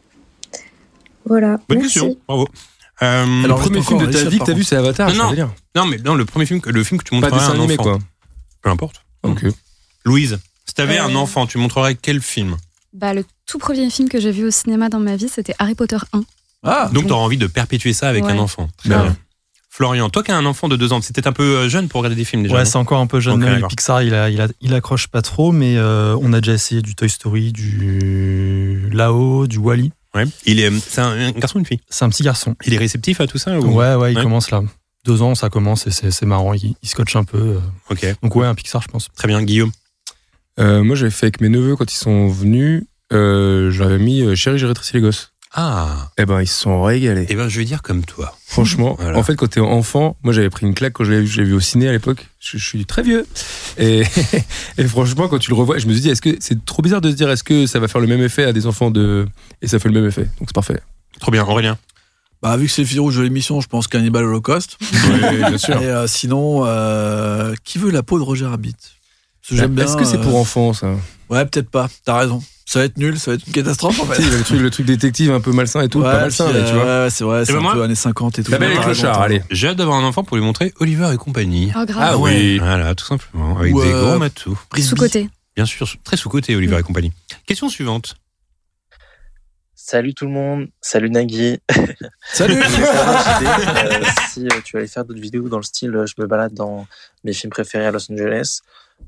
Voilà. Bonne merci. question, bravo. Euh, Alors, premier film de ta vie que t'as vu, c'est Avatar. Non, c'est un non. délire. Non, mais non, le premier film, que- le film que tu Pas montrerais à dessin un animé, enfant. quoi. Peu importe. Ok. Louise, si t'avais Euh. un enfant, tu montrerais quel film Bah, le tout premier film que j'ai vu au cinéma dans ma vie, c'était Harry Potter 1. Ah, Donc, t'auras envie de perpétuer ça avec Ouais. un enfant. Très Ouais. bien. Florian, toi qui as un enfant de deux ans, c'était un peu euh, jeune pour regarder des films déjà. Ouais, non c'est encore un peu jeune. Ok, même, d'accord. Pixar, il, a- il, a- il accroche pas trop, mais euh, on a déjà essayé du Toy Story, du Lao, du Wally. Ouais. Il est, c'est un, un garçon ou une fille C'est un petit garçon. Il est réceptif à tout ça ou- Ouais, ouais, il commence là. Deux ans, ça commence et c'est c'est marrant. Il, il scotche un peu. euh. Ok. Donc, ouais, un Pixar, je pense. Très bien, Guillaume. Euh, moi, j'avais fait avec mes neveux quand ils sont venus. Euh, je leur avais mis euh, Chérie, j'ai rétréci les gosses. Ah, Eh ben, ils se sont régalés. et ben je vais dire comme toi. Franchement, en fait, quand t'es enfant, moi j'avais pris une claque quand je l'avais vu, je l'ai vu au ciné à l'époque. Je, je suis très vieux. Et, et franchement, quand tu le revois, je me suis dit, est-ce que c'est trop bizarre de se dire, est-ce que ça va faire le même effet à des enfants de. Et ça fait le même effet. Donc c'est parfait. Trop bien, Aurélien. Bah, vu que c'est le fil rouge de l'émission, je pense Cannibal Holocaust. bien sûr. Et euh, sinon, euh, qui veut la peau de Roger Rabbit Parce que j'aime bien, Bah, Est-ce que c'est euh, pour enfants ça Ouais, peut-être pas. T'as raison. Ça va être nul, ça va être une catastrophe en Tu fait. sais, le truc, le truc détective un peu malsain et tout, Ouais, pas malsain, puis, mais tu vois. euh, ouais, c'est vrai, c'est ben un moi, peu années 50 et tout. La Belle et T'as le raison, Clochard, t'as allez. J'ai hâte d'avoir un enfant pour lui montrer Oliver et compagnie. Oh, grave. Ah oui. Voilà, tout simplement. Avec Ou, des euh, gros matous. Sous-côté. Bien sûr, très sous-côté, Oliver et compagnie. Question suivante. Salut tout le monde, salut Nagui. Salut. Je voulais savoir, JD, euh, Si euh, tu allais faire d'autres vidéos dans le style euh, je me balade dans mes films préférés à Los Angeles,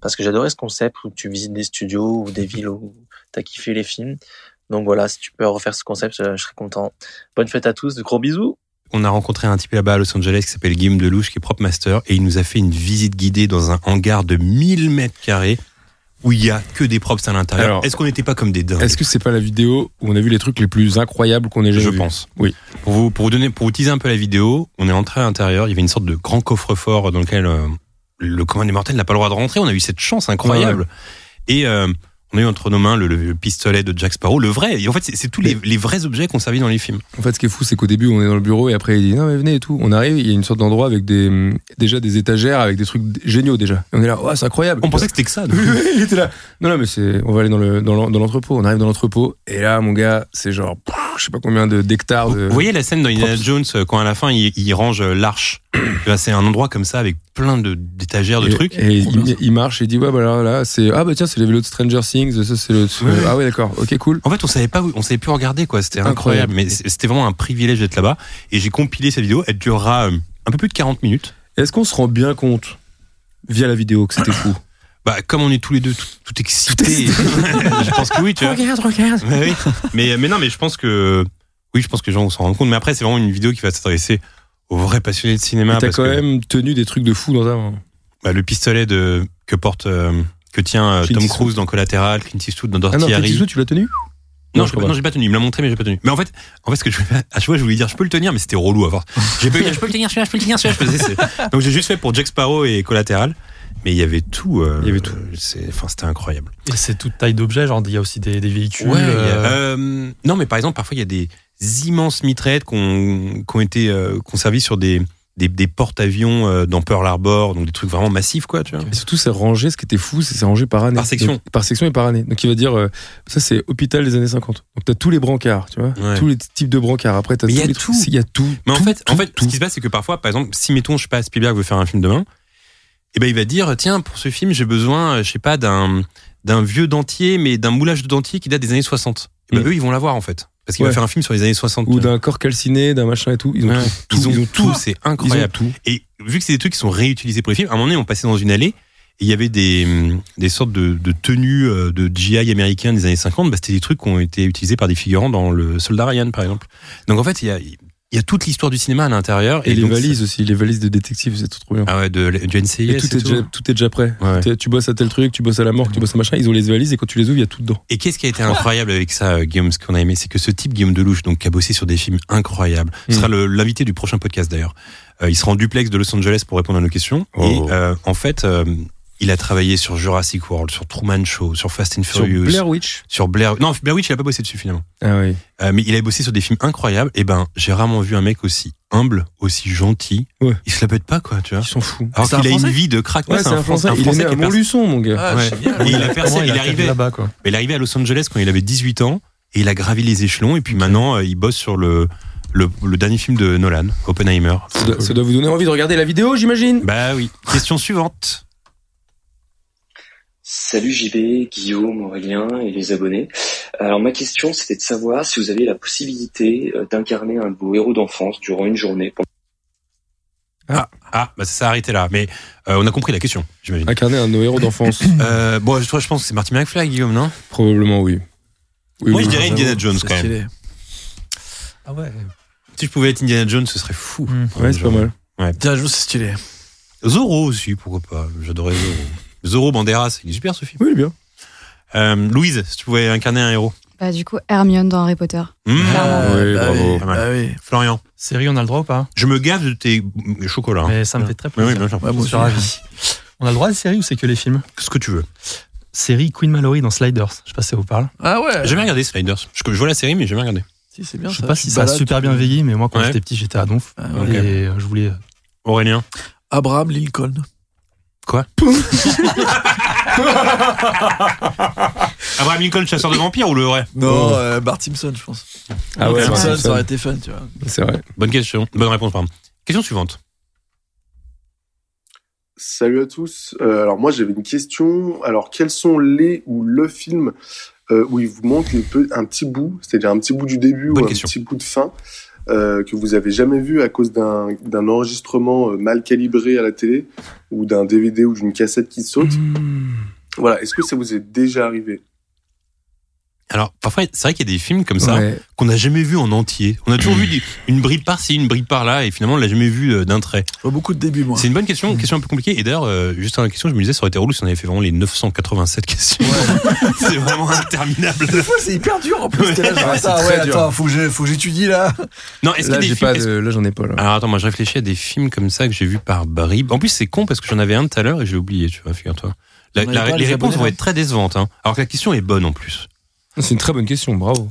parce que j'adorais ce concept où tu visites des studios ou des villes où t'as kiffé les films. Donc voilà, si tu peux refaire ce concept, euh, je serais content. Bonne fête à tous, de gros bisous. on a rencontré un type là-bas à Los Angeles qui s'appelle Guillaume Delouche, qui est prop master, et il nous a fait une visite guidée dans un hangar de 1000 mètres carrés où il y a que des props à l'intérieur. Alors, Est-ce qu'on n'était pas comme des dingues Est-ce que c'est pas la vidéo où on a vu les trucs les plus incroyables qu'on ait jamais Je vu pense. Oui. Pour vous, pour vous donner, pour vous teaser un peu la vidéo, on est entré à l'intérieur. Il y avait une sorte de grand coffre-fort dans lequel euh, le commun des mortels n'a pas le droit de rentrer. On a eu cette chance incroyable. Et euh, on a eu entre nos mains le, le pistolet de Jack Sparrow, le vrai. Et en fait, c'est- c'est tous les, les vrais objets qu'on servit dans les films. En fait, ce qui est fou, c'est qu'au début, on est dans le bureau et après, il dit non, mais venez et tout. On arrive, il y a une sorte d'endroit avec des, hum, déjà des étagères, avec des trucs d- géniaux déjà. Et on est là, oh, c'est incroyable. On pensait que c'était que ça. nous. Oui, oui, il était là. Non, non, mais c'est, on va aller dans le, dans l'en- dans l'entrepôt. On arrive dans l'entrepôt. Et là, mon gars, c'est genre, pff, je sais pas combien de, d'hectares de. Vous voyez la scène dans Indiana Props. Jones euh, quand à la fin il, il range euh, l'arche. Tu vois, c'est un endroit comme ça avec plein de d'étagères de et, trucs. Et il, il marche et il dit, ouais, bah alors là, c'est, ah bah tiens, c'est le vélo de Stranger Things, ça c'est le, Ouais. ah ouais, d'accord, ok, cool. En fait, on savait pas, où- on savait plus regarder quoi. C'était Incroyable. incroyable, mais c- c'était vraiment un privilège d'être là-bas. Et j'ai compilé cette vidéo. Elle durera euh, un peu plus de 40 minutes. Est-ce qu'on se rend bien compte, via la vidéo, que c'était fou Bah, comme on est tous les deux tout, tout excités, je pense que oui, tu vois. Regarde, regarde. Mais, oui. mais, mais non, mais je pense que. Oui, je pense que les gens vont s'en rendre compte. Mais après, c'est vraiment une vidéo qui va s'adresser aux vrais passionnés de cinéma. Mais T'as parce quand que, même tenu des trucs de fou dans ta main. bah, le pistolet de, que porte. euh, que tient euh, Clint Tom Eastwood. Cruise dans Collateral, Clint Eastwood dans Dirty Ah non, Clint Harry. Eastwood, tu l'as tenu Non, Non, je je peux- crois non, j'ai pas tenu. Il me l'a montré, mais j'ai pas tenu. Mais en fait, en fait, ce que je voulais faire- à chaque fois, je voulais dire, je peux le tenir, mais c'était relou à force. J'ai pas eu- je peux le tenir, celui-là, je peux le tenir, celui-là. Je faisais, c'est- Donc j'ai juste fait pour Jack Sparrow et Collateral. Mais il y avait tout. il y avait tout. Enfin, c'était incroyable. Et c'est toute taille d'objet, genre il y a aussi des, des véhicules. Ouais, il y a- euh, euh, non, mais par exemple, parfois, il y a des immenses mitraillettes qu'on qu'on été euh, qu'on servit sur des des, des porte-avions euh, dans Pearl Harbor, donc des trucs vraiment massifs, quoi. Tu vois. Et surtout, c'est rangé, ce qui était fou, c'est c'est rangé par année. Par section. Donc, par section et par année. Donc, il va dire, euh, ça, c'est hôpital des années 50. Donc, t'as tous les brancards, tu vois. Ouais. Tous les types de brancards. Après, t'as Mais tous il y a les tout. trucs- Il y a tout. Mais en fait, en fait ce qui se passe, c'est que parfois, par exemple, si mettons, je sais pas, Spielberg veut faire un film demain, et ben il va dire, tiens, pour ce film, j'ai besoin, euh, je sais pas, d'un d'un vieux dentier, mais d'un moulage de dentier qui date des années 60. Et ben eux, ils vont l'avoir en fait, parce qu'il Mm. Ouais. va faire un film sur les années 60. Ou d'un corps calciné, d'un machin et tout. Ils ont Ouais. tout. Ils ont tout, c'est Ils ont incroyable. tout. Et vu que c'est des trucs qui sont réutilisés pour les films, à un moment donné, on passait dans une allée et il y avait des, hum, des sortes de, de tenues euh, de GI américains des années 50. Bah, c'était des trucs qui ont été utilisés par des figurants dans le Soldat Ryan, par exemple. Donc en fait, il y a, il y a toute l'histoire du cinéma à l'intérieur. Et, les donc, valises aussi, les valises de détectives, c'est trop trop bien. Ah ouais, de, du NCIS. Et tout, et est tout. Déjà, tout est déjà prêt. Ouais. T'es- Tu bosses à tel truc, tu bosses à la morgue, tu bosses à machin. Ils ont les valises et quand tu les ouvres, il y a tout dedans. Et qu'est-ce qui a été incroyable avec ça, euh, Guillaume, ce qu'on a aimé, c'est que ce type, Guillaume Delouche, donc, qui a bossé sur des films incroyables, Mm. sera le- l'invité du prochain podcast d'ailleurs. Euh, il sera en duplex de Los Angeles pour répondre à nos questions. Oh. Et euh, en fait, euh, il a travaillé sur Jurassic World, sur Truman Show, sur Fast and Sur Furious. Blair Witch. Sur Blair. Non, Blair Witch, il a pas bossé dessus finalement. Ah oui. Euh, mais il a bossé sur des films incroyables. Et ben, j'ai rarement vu un mec aussi humble, aussi gentil. Ouais. Il se la pète pas, quoi, tu vois. Ils s'en foutent. Alors C'est un qu'il a une Français Ah, vie de crack. Ouais, Oh, Ouais, c'est un Français. Il est né à qui est percé- Montluçon, mon gars. Ouais. Et il a percé, il, est arrivé là-bas, quoi. mais il est arrivé à Los Angeles quand il avait 18 ans et il a gravi les échelons et puis maintenant euh, il bosse sur le, le, le dernier film de Nolan, Oppenheimer. Ça doit, Bah, ça doit vous donner envie de regarder la vidéo, j'imagine. Bah oui. Question suivante. Salut JB, Guillaume, Aurélien et les abonnés. Alors ma question c'était de savoir si vous aviez la possibilité euh, d'incarner un beau héros d'enfance durant une journée. Ah, ah bah ça s'est arrêté là. Mais euh, on a compris la question, j'imagine. Incarner un de nos héros d'enfance. Euh, bon, toi je pense que c'est Martin McFly, Guillaume, non Probablement oui. Oui, Moi oui, je dirais oui. Indiana Jones quand C'est stylé. même. Ah ouais. Si je pouvais être Indiana Jones, ce serait fou. Ouais, c'est pas mal. Ouais. Indiana Jones, c'est stylé. Zorro aussi, pourquoi pas. J'adorais Zorro. Zorro Banderas, il est super ce film. Euh, Oui, bien. Louise, si tu pouvais incarner un héros. Bah, du coup, Hermione dans Harry Potter. Mmh. Ah, oui, Bah bravo. pas mal. Florian. Série, on a le droit ou pas Je me gaffe de tes chocolats. hein. Mais ça me fait très Mais plaisir. oui, bien sûr. Je suis ravi. On a le droit à la série ou c'est que les films Ce que tu veux. Série Queen Mallory dans Sliders. Je sais pas si ça vous parle. Ah ouais. J'ai jamais regardé Sliders. Je, je vois la série, mais j'ai jamais regardé. Si, c'est bien. Je sais ça, pas tu si te ça a balades, super tu- bien vieilli, mais moi quand Ouais. j'étais petit, j'étais à donf. ouais. Et euh, je voulais. Aurélien. Abraham Lincoln. Quoi Abraham Lincoln, chasseur de vampires ou le vrai Non, Oh. euh, Bart Simpson, je pense. Ah Bart ouais, Bart Simpson, Simpson. ça aurait été fun, tu vois. C'est vrai. Bonne question. Bonne réponse, pardon. Question suivante. Salut à tous. Euh, alors moi j'avais une question. Alors quels sont les ou le film euh, où il vous manque une peu- un petit bout, c'est-à-dire un petit bout du début ou un petit bout de fin euh, que vous avez jamais vu à cause d'un d'un enregistrement euh, mal calibré à la télé ou d'un DVD ou d'une cassette qui saute. Voilà. Est-ce que ça vous est déjà arrivé Alors, parfois, c'est vrai qu'il y a des films comme ça Ouais. qu'on n'a jamais vu en entier. On a toujours vu des- une bride par-ci, une bride par-là, et finalement, on l'a jamais vu euh, d'un trait. beaucoup de débuts, moi. C'est une bonne Mm. question, question un peu compliquée. Et d'ailleurs, euh, juste une question, je me disais, ça aurait été relou si on avait fait vraiment les 987 questions. c'est vraiment interminable. Des fois, c'est hyper dur en plus. Ouais. T'es là, genre, Ouais, c'est attends, très ouais, dur. attends, faut que je- faut que j'étudie là. Non, est-ce qu'il y a Là, des j'ai films- pas est-ce- de- là, j'en ai pas. Là. Alors attends, moi je réfléchis à des films comme ça que j'ai vus par bribes. En plus, c'est con parce que j'en avais un tout à l'heure et j'ai oublié, tu vois, figure-toi. La- T'en la- avais pas, les les réponses abonnés, vont là être très décevantes, hein. alors que la question est bonne en plus. C'est une très bonne question, bravo.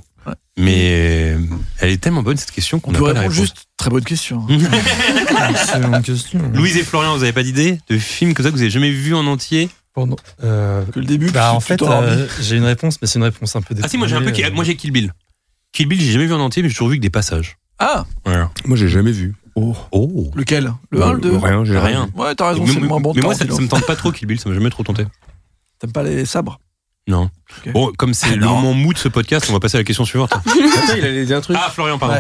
Mais euh, elle est tellement bonne cette question qu'on On n'a peut pas la répondre réponse. juste, très bonne question. hein. Excellente question. Louise et Florian, vous avez pas d'idée de films comme ça que vous avez jamais vu en entier Pardon. Euh, que le début. Bah, que en tu- tu fait, t'en rends euh, vite. j'ai une réponse, mais c'est une réponse un peu Ah si, moi j'ai un peu, détournée, euh. qui- moi j'ai Kill Bill. Kill Bill, j'ai jamais vu en entier, mais j'ai toujours vu que des passages. Ah Voilà. Moi, j'ai jamais vu. Oh. Oh. Lequel Le 1, le 2 Rien, j'ai Rien. Ouais, t'as raison, Mais- c'est le moins bon Mais moi, temps, ça, dis ça me donc. tente pas trop Kill Bill, ça m'a jamais trop tenté. T'aimes pas les sabres Non. Ok. Ah, Bon, comme c'est le moment mou de ce podcast, on va passer à la question suivante. Attends, il allait dire un truc. Ah, Florian, pardon.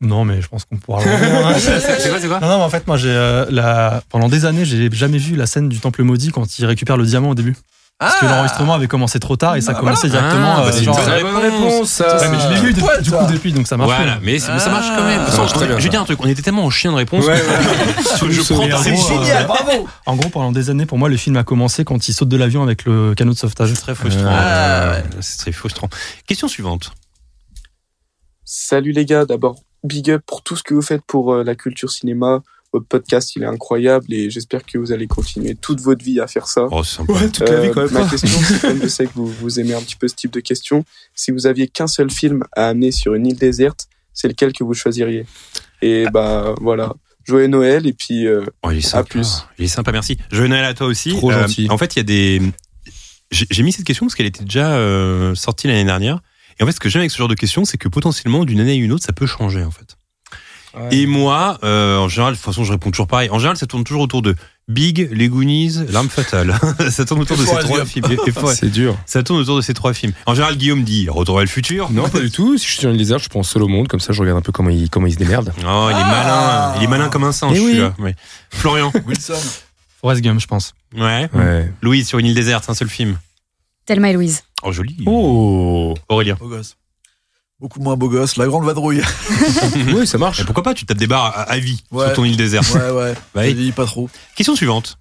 Non, mais je pense qu'on pourra. le- C'est quoi, c'est quoi Non, non, mais en fait, moi, j'ai euh, la... pendant des années, j'ai jamais vu la scène du temple maudit quand il récupère le diamant au début. Parce que l'enregistrement avait commencé trop tard et ça Bah, commençait voilà. directement. euh, Ah, bah, c'est une genre, très bonne réponse, ça. Ouais, mais je l'ai vu depuis- du coup depuis, donc ça marche. Voilà, pas. mais c'est- mais ça marche quand même. De toute façon, je, je vais dire un truc, on était tellement en chien de réponse. Ouais, ouais. que je prends euh, ta réponse. bravo En gros, pendant des années, pour moi, le film a commencé quand il saute de l'avion avec le canot de sauvetage. Très frustrant. Ah, Euh, C'est très frustrant. Question suivante. Salut les gars, d'abord big up pour tout ce que vous faites pour euh, la culture cinéma. Votre podcast, il est incroyable et j'espère que vous allez continuer toute votre vie à faire ça. Euh, Oh, sympa. Ouais, toute la vie, quand même Ma pas. question, c'est comme je sais que vous, vous aimez un petit peu ce type de questions, si vous aviez qu'un seul film à amener sur une île déserte, c'est lequel que vous choisiriez Et bah voilà, joyeux Noël et puis euh, à plus. Ah. Oh, Il est sympa, merci. Joël Noël à toi aussi. Euh, Trop gentil. En fait, il y a des. J'ai j'ai mis cette question parce qu'elle était déjà euh, sortie l'année dernière. Et en fait, ce que j'aime avec ce genre de question, c'est que potentiellement, d'une année à une autre, ça peut changer, en fait. Et moi, euh, en général, de toute façon, je réponds toujours pareil. En général, ça tourne toujours autour de Big, Les Goonies, L'Arme Fatale. ça tourne autour de Et ces Forrest trois Gump. films. Et- et Forrest- C'est dur. Ça tourne autour de ces trois films. En général, Guillaume dit Retour vers le futur. Non, pas du tout. Si je suis sur une lézard, je prends seul au monde, comme ça je regarde un peu comment il, comment il se démerde. Oh, Ah. il est malin. Il est malin comme un singe, Eh oui. celui-là. Ouais. Florian. Wilson. Forrest Gump, je pense. Ouais. Ouais. Louise, sur une île déserte, un seul film. Thelma et Louise. Oh, joli. Oh. Aurélien. Beau gosse. Beaucoup moins beau gosse. La grande vadrouille. oui, ça marche. pourquoi pas Tu te tapes des barres à, à vie Ouais. sur ton île déserte. Ouais, ouais. Bah, Je dis pas trop. Question suivante.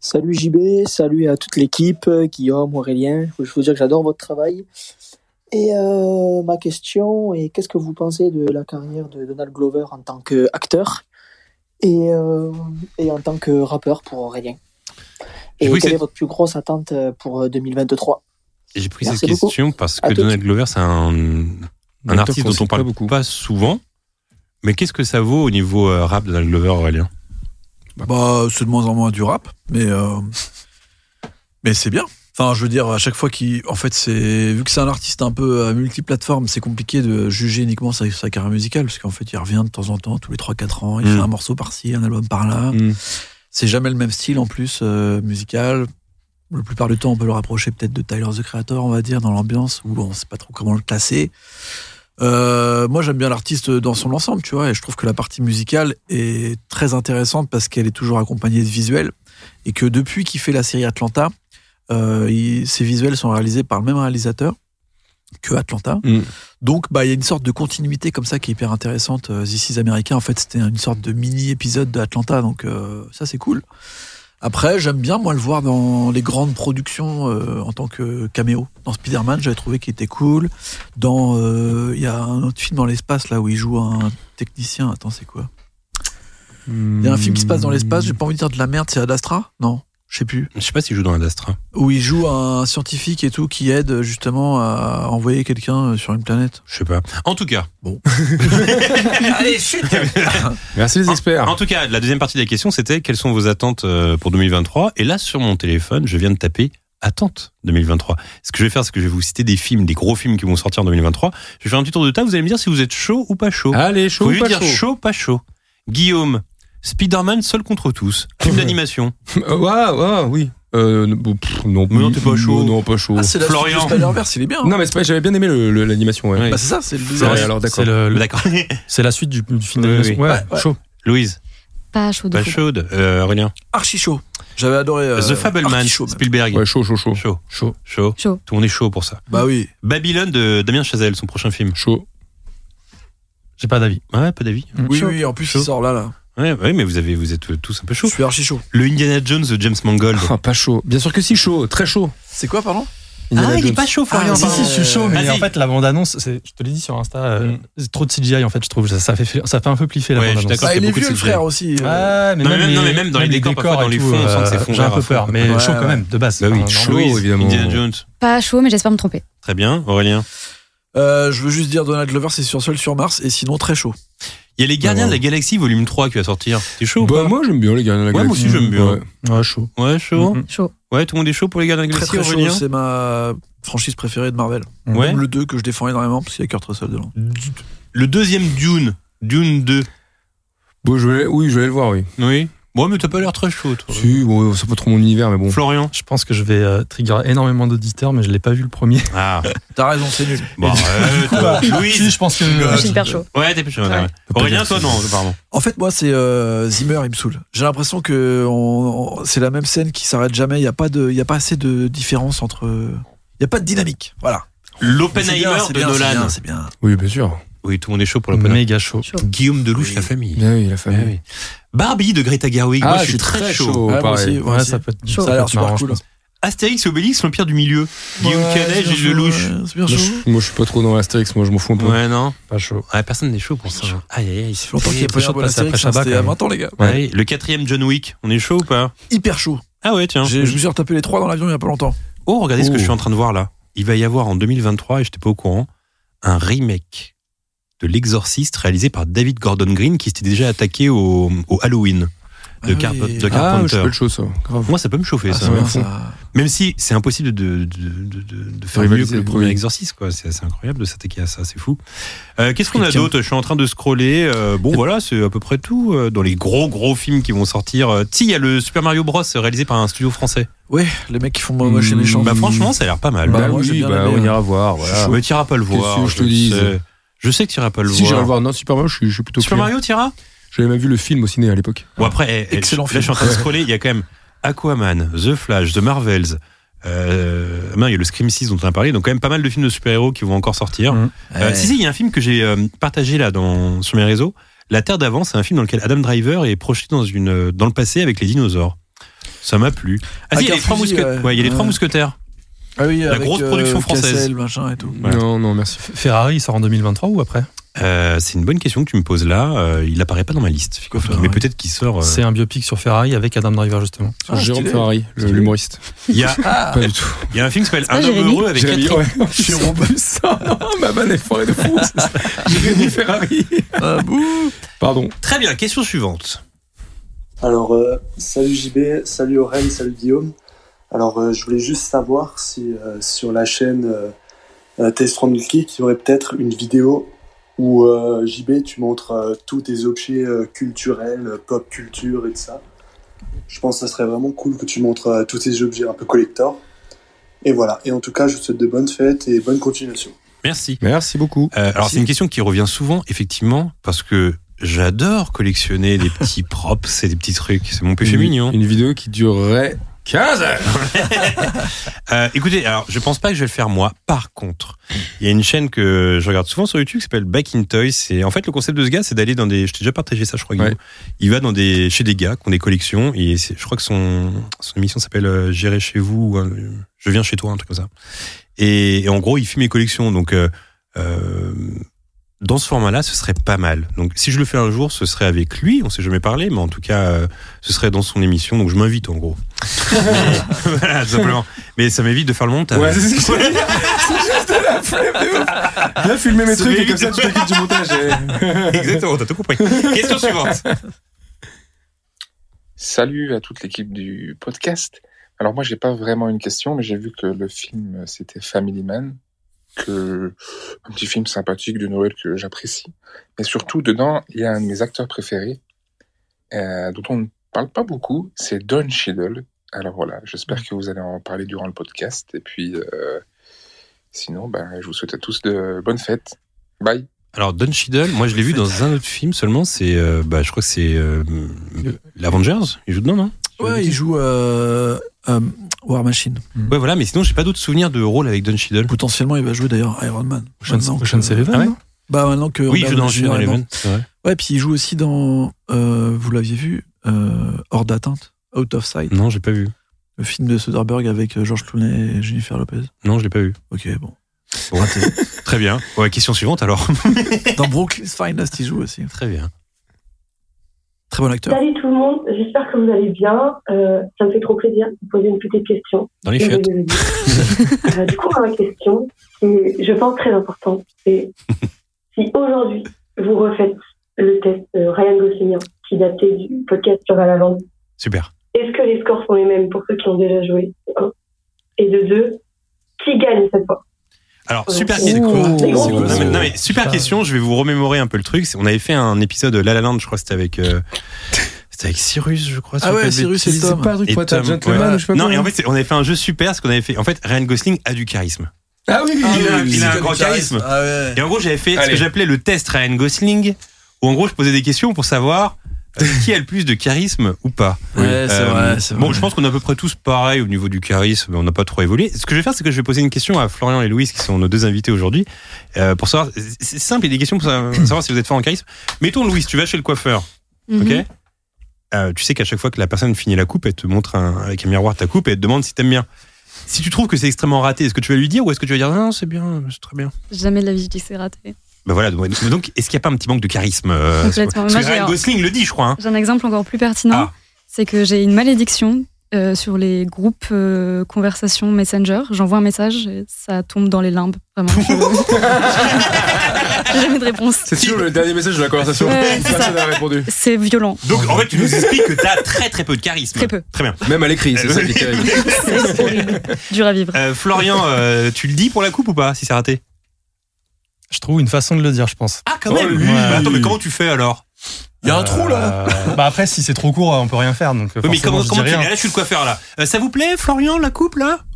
Salut JB, salut à toute l'équipe, euh, Guillaume, Aurélien. Je veux vous dire que j'adore votre travail. Et euh, ma question est qu'est-ce que vous pensez de la carrière de Donald Glover en tant qu'acteur et, euh, et en tant que rappeur pour Aurélien J'ai Et cru que quelle est c'est- votre plus grosse attente euh, pour euh, 2023 J'ai pris Merci cette beaucoup. question parce À que toutes. Donald Glover, c'est un, un Acteur artiste qu'on dont cite on pas parle beaucoup. pas souvent. Mais qu'est-ce que ça vaut au niveau euh, rap de Donald Glover, Aurélien Bah, c'est de moins en moins du rap, mais euh, mais c'est bien. Enfin, je veux dire, à chaque fois qu'il, en fait, c'est vu que c'est un artiste un peu euh, multiplateforme, c'est compliqué de juger uniquement sa, sa carrière musicale, parce qu'en fait, il revient de temps en temps, tous les 3-4 ans, il Mm. fait un morceau par-ci, un album par-là. C'est jamais le même style en plus euh, musical. La plupart du temps, on peut le rapprocher peut-être de Tyler the Creator, on va dire, dans l'ambiance où on sait pas trop comment le classer. Euh, moi, j'aime bien l'artiste dans son ensemble, tu vois, et je trouve que la partie musicale est très intéressante parce qu'elle est toujours accompagnée de visuels et que depuis qu'il fait la série Atlanta, euh, il- ses visuels sont réalisés par le même réalisateur que Atlanta. Donc, bah, il y a une sorte de continuité comme ça qui est hyper intéressante. Euh, This is America, en fait, c'était une sorte de mini-épisode d'Atlanta, donc euh, ça, c'est cool. Après, j'aime bien, moi, le voir dans les grandes productions euh, en tant que caméo. Dans Spider-Man, j'avais trouvé qu'il était cool. Dans, euh, il y a un autre film dans l'espace, là, où il joue un technicien. Attends, c'est quoi Il y a un film qui se passe dans l'espace, j'ai pas envie de dire de la merde, c'est Ad Astra Non, je sais plus. Je sais pas s'il joue dans Ad Astra. Où il joue un scientifique et tout qui aide justement à envoyer quelqu'un euh, sur une planète. Je sais pas. En tout cas. Bon. Allez, chute Merci les experts. En tout cas, la deuxième partie de la question, c'était quelles sont vos attentes euh, pour 2023 Et là, sur mon téléphone, je viens de taper attente 2023. Ce que je vais faire, c'est que je vais vous citer des films, des gros films qui vont sortir en 2023. Je vais faire un petit tour de table, vous allez me dire si vous êtes chaud ou pas chaud. Allez, chaud Faut ou juste pas dire chaud chaud, pas chaud. Guillaume, Spider-Man seul contre tous. Film d'animation. Euh, Ouais, ouais, oui. Euh, n- bon, pff, non, Mais non, t'es pas chaud. Non, pas chaud. Ah, c'est la suite Florian. du Spider-Verse, il est bien. hein. Non, mais c'est pas, j'avais bien aimé le- le- l'animation. ouais. Bah, c'est ça, c'est le- Ouais, alors d'accord. C'est Euh, le- le- D'accord. C'est la suite du, du film Oui, d'animation. oui. Ouais, Ouais, ouais. chaud. Louise, Pas chaud de pas fou. chaude. Euh, Aurélien. Archi chaud. J'avais adoré. euh, The Fableman, Archi chaud, même. Spielberg. Ouais, chaud, chaud, chaud. Chaud. Chaud. Chaud. Chaud. Tout le monde est chaud pour ça. Bah oui. Babylone de Damien Chazelle, son prochain film. Chaud. J'ai pas d'avis. Ouais, pas d'avis. Oui, oui, en plus, il sort là, là. Ouais, ouais, mais vous, avez, vous êtes tous un peu chaud. Je suis archi chaud. Le Indiana Jones de James Mangold. Ah, pas chaud. Bien sûr que si, chaud. Très chaud. C'est quoi, pardon Indiana Jones. Ah, si, si, je suis chaud, mais Vas-y. en fait, la bande-annonce, c'est- je te l'ai dit sur Insta, euh, c'est trop de CGI, en fait, je trouve. Ça, ça fait, ça fait un peu pliffer la Mm. Ouais, je suis bande-annonce. d'accord, Bah, il il y a est beaucoup de vieux, le CGI. frère, aussi. Ouais, mais Non, mais même, même- les- non, mais même dans les décors, parfois, dans et les tout, fonds, on sent que c'est euh, fond J'ai un vert à peu peur, fond. mais Ouais, chaud ouais. quand même, de base. Bah oui, Enfin, chaud, Louise, évidemment. Indiana Jones. Jones. Pas chaud, mais j'espère me tromper. Très bien, Aurélien. Euh, je veux juste dire Donald Glover, c'est sur seul sur Mars, et sinon très chaud. Il y a les Gardiens de la Galaxie volume 3 qui va sortir. C'est chaud ou Bah, pas moi, j'aime bien les Gardiens de la Ouais, moi Galaxie. aussi j'aime bien. Ouais. chaud. Ouais, chaud. Mm-hmm. Mhm. Chaud. Ouais, tout le monde est chaud pour les Gardiens de la Très très Galaxie, chaud, Aurélien Mm. c'est ma franchise préférée de Marvel. Ouais. Même le 2 que je défends énormément, parce qu'il y a Kurt Russell dedans. Le deuxième Dune, Dune 2. Bah, Bon, je vais, oui, je vais le voir, oui. Oui. Moi, mais t'as pas l'air très chaud, toi. Si, bon, c'est pas trop mon univers, mais bon. Florian Je pense que je vais euh, trigger énormément d'auditeurs, mais je l'ai pas vu le premier. Ah. T'as raison, c'est nul. Bon, Et du euh, coup, toi, Louis. si, je pense que. Je suis hyper chaud. Ouais, t'es plus chaud. ouais, ouais. Faut Aurélien, pas dire toi, ça. non, pardon. En fait, moi, c'est euh, Zimmer, il me saoule. J'ai l'impression que on- on- c'est la même scène qui s'arrête jamais. Il n'y a, pas de- il y a pas assez de différence entre. Il n'y a pas de dynamique. Voilà. C'est L'Oppenheimer bien, c'est de bien, c'est Nolan. bien, c'est bien. Oui, bien sûr. Oui, tout le monde est chaud pour l'Oppenheimer. Méga chaud. Guillaume Delouche, la famille. Eh Bien oui, la famille. oui. Barbie de Greta Gerwig. Ah, moi, je suis très, chaud. Ouais, moi aussi, moi Ouais, aussi. ça peut être Chaud. ça a l'air marrant, je pense. hein. Astérix et Obélix, l'Empire du Milieu. Guillaume Canet, Gilles Lelouch. bien Moi, chaud. je- Moi, je suis pas trop dans l'Astérix, moi, je m'en fous un peu. Ouais, non. Pas chaud. Ouais, personne n'est chaud pour ça. Ah, Aïe, aïe, aïe. C'est longtemps qu'il y a pas eu un bon Astérix, hein, c'était à 20 ans, les gars. Ouais, Le quatrième John Wick, on est chaud ou pas Hyper chaud. Ah ouais, tiens. J'ai- Je me suis retapé les trois dans l'avion il n'y a pas longtemps. Oh, regardez ce que Ouh. je suis en train de voir là. Il va y avoir en 2023, et j'étais pas au courant, un remake de L'Exorciste réalisé par David Gordon Green qui s'était déjà attaqué au, au Halloween Ah de, Carp- oui. de Ah, Carpenter. je peux le chaud, ça. Grave. Moi, ça peut me chauffer Ah, ça. c'est bien, ça. Même si c'est impossible de, de- de- de- de faire mieux Rivaliser que le le premier premier. Exorciste, quoi. C'est assez incroyable de s'attaquer à ça, c'est fou. Euh, Qu'est-ce qu'on a Christian. d'autre Je suis en train de scroller. euh, bon, voilà, c'est à peu près tout euh, dans les gros gros films qui vont sortir. Euh, Si, il y a le Super Mario Bros euh, réalisé par un studio français. Ouais, les mecs qui font Ah, moi moche et méchant. Bah franchement, ça a l'air pas mal. Bah, Bah moi, oui, j'ai bien bah, aimé, on hein. ira voir. voilà. Mais t'iras pas le Qu'est-ce voir. que je te dis euh sais. Je sais que t'iras pas le Si, voir. j'irai le voir. Non, Super Mario, je suis, je suis plutôt Super client. Mario, t'iras J'avais même vu le film au ciné à l'époque. Bon après, eh, eh, Excellent là film. je suis en train de scroller, il y a quand même Aquaman, The Flash, The Marvels. Euh, mince, il y a le Scream 6 dont on a parlé, donc quand même pas mal de films de super-héros qui vont encore sortir. Mm. Euh, Ouais. Si, si, il y a un film que j'ai euh, partagé là dans, sur mes réseaux. La Terre d'avant, c'est un film dans lequel Adam Driver est projeté dans, une, euh, dans le passé avec les dinosaures. Ça m'a plu. Ah si, il y a Avec un les trois fusil, mousquetaires. ouais. Ouais, il y a les Ouais. trois mousquetaires. Ah oui, La avec, grosse euh, production française. Cassel, machin et tout. Non, non, merci. Ferrari, il sort en 2023 ou après Euh, c'est une bonne question que tu me poses là. Euh, il apparaît pas dans ma liste. figure-toi. Mais peut-être qu'il sort. euh, C'est un biopic sur Ferrari avec Adam Driver, justement. Sur Ah, Jérôme stylé. Ferrari, le- Stylé. l'humoriste. Il y a- Ah. Pas du tout. Il y a un film qui s'appelle C'est pas Un homme Jérémy heureux Euh, avec Jérémy, Catherine. ouais. Jérôme. Ma vanne est foirée de fou. Jérémy Ferrari. Pardon. Ah, Très bien, question suivante. Alors, euh, salut JB, salut Aurène, salut Guillaume. Alors, euh, je voulais juste savoir si euh, sur la chaîne euh, euh, Test from the Click, il y aurait peut-être une vidéo où euh, JB, tu montres euh, tous tes objets euh, culturels, euh, pop culture et tout ça. Je pense que ça serait vraiment cool que tu montres euh, tous tes objets un peu collector. Et voilà. Et en tout cas, je vous souhaite de bonnes fêtes et bonne continuation. Merci. Merci beaucoup. Euh, alors, c'est une question qui revient souvent, effectivement, parce que j'adore collectionner des petits props et des petits trucs. C'est mon péché Une- mignon. Une vidéo qui durerait 15 heures. Euh, écoutez, alors, je pense pas que je vais le faire moi. Par contre, il y a une chaîne que je regarde souvent sur YouTube qui s'appelle Back in Toys. Et en fait, le concept de ce gars, c'est d'aller dans des. Je t'ai déjà partagé ça, je crois. Guillaume. Il va dans des chez des gars qui ont des collections. Et c'est- je crois que son son émission s'appelle euh, J'irai chez vous. ou, euh, je viens chez toi, un truc comme ça. Et, et en gros, il filme mes collections. Donc euh, euh, dans ce format-là, ce serait pas mal. Donc, si je le fais un jour, ce serait avec lui. On s'est jamais parlé, mais en tout cas, euh, ce serait dans son émission. Donc, je m'invite en gros. voilà, tout simplement. Mais ça m'évite de faire le montage. Ouais, c'est ce que je voulais dire. C'est juste de la flemme de ouf. Viens filmer mes Ça trucs et comme m'évite ça, de- tu t'occupes du montage. et- Exactement, t'as tout compris. Question suivante. Salut à toute l'équipe du podcast. Alors moi j'ai pas vraiment une question, mais j'ai vu que le film euh, c'était Family Man, que un petit film sympathique de Noël que j'apprécie. Mais surtout dedans il y a un de mes acteurs préférés euh, dont on ne parle pas beaucoup, c'est Don Cheadle. Alors voilà, j'espère que vous allez en parler durant le podcast. Et puis euh, sinon, ben, je vous souhaite à tous de bonnes fêtes. Bye. Alors, Don Cheadle, moi je l'ai vu dans un autre film seulement, c'est. euh, bah, je crois que c'est. euh, L'Avengers Il joue dedans, non Ouais, il joue euh, euh, War Machine. Ouais, voilà, mais sinon j'ai pas d'autres souvenirs de rôle avec Don Cheadle. Potentiellement, il va jouer d'ailleurs Iron Man. Maintenant que- Ah ouais Bah maintenant que Oui, il Robert joue dans Downey Jr. Ocean est Eleven, mort. c'est vrai. Ouais, puis il joue aussi dans, euh, vous l'aviez vu, euh, Hors d'atteinte, Out of Sight. Non, j'ai pas vu. Le film de Soderbergh avec euh, George Clooney et Jennifer Lopez. Non, je l'ai pas vu. Ok, bon. Bon, très bien. Ouais, question suivante alors. dans Brooklyn's Finest, il joue aussi. Très bien. Très bon acteur. Salut tout le monde, j'espère que vous allez bien. Euh, ça me fait trop plaisir de vous poser une petite question. Dans les Je chiottes. vais vous le dire. Euh, du coup, ma question, et je pense très importante, c'est si aujourd'hui vous refaites le test euh, Ryan Gosling qui datait du podcast sur La Land, Super. est-ce que les scores sont les mêmes pour ceux qui ont déjà joué de un Et de deux, qui gagne cette fois Alors, Oh, super C'est question. quoi C'est quoi Non, mais- ce- non, mais super question, je vais vous remémorer un peu le truc. C'est- On avait fait un épisode La La Land, je crois que c'était avec. euh, c'était C'était avec Cyrus, je crois. si Ah on ouais, fait de Cyrus et bêtises. Tom. C'est pas un truc, Et quoi, t'as Tom, Gentleman ouais. ou je sais pas Non, quoi, et en hein. fait, c'est- on avait fait un jeu super, ce qu'on avait fait. En fait, Ryan Gosling a du charisme. Ah oui, il, a, oui, il oui, a oui, un grand du charisme. charisme. Ah ouais. Et en gros, j'avais fait ce Allez. que j'appelais le test Ryan Gosling, où en gros, je posais des questions pour savoir euh, qui a le plus de charisme ou pas. Euh, Ouais, c'est vrai, c'est bon, vrai. je pense qu'on est à peu près tous pareil au niveau du charisme, on n'a pas trop évolué. Ce que je vais faire, c'est que je vais poser une question à Florian et Louise, qui sont nos deux invités aujourd'hui, euh, pour savoir. C'est simple, il y a des questions pour sa- savoir si vous êtes fort en charisme. Mettons, Louise, tu vas chez le coiffeur, Mhm. ok Euh, Tu sais qu'à chaque fois que la personne finit la coupe, elle te montre un- avec un miroir ta coupe et elle te demande si t'aimes bien. Si tu trouves que c'est extrêmement raté, est-ce que tu vas lui dire ou est-ce que tu vas dire non, non, c'est bien, c'est très bien Jamais de la vie, je dis que c'est raté. ben voilà, donc donc, est-ce qu'il n'y a pas un petit manque de charisme euh, Complètement. Parce Moi, que j'ai Ryan un- Gosling le dit, je crois. hein. J'ai un exemple encore plus pertinent. Ah. C'est que j'ai une malédiction euh, sur les groupes euh, conversations Messenger. J'envoie un message et ça tombe dans les limbes. Vraiment. Je- J'ai jamais de réponse. C'est toujours le dernier message de la conversation. Ouais, c'est Personne ça. n'a répondu. C'est violent. Donc en fait, tu nous expliques que t'as très très peu de charisme. Très peu. Très bien. Même à l'écrit, c'est ça qui est terrible. C'est horrible. Dur à vivre. Euh, Florian, euh, tu le dis pour la coupe ou pas si c'est raté Je trouve une façon de le dire, je pense. Ah, quand même Bah, Attends, mais comment tu fais alors Euh, Il y a un trou là Bah après, si c'est trop court, on peut rien faire. Donc, euh, Oui, mais forcément, comment, je comment dis tu... rien. Là, je suis le coiffeur là. Euh, ça vous plaît, Florian, la coupe là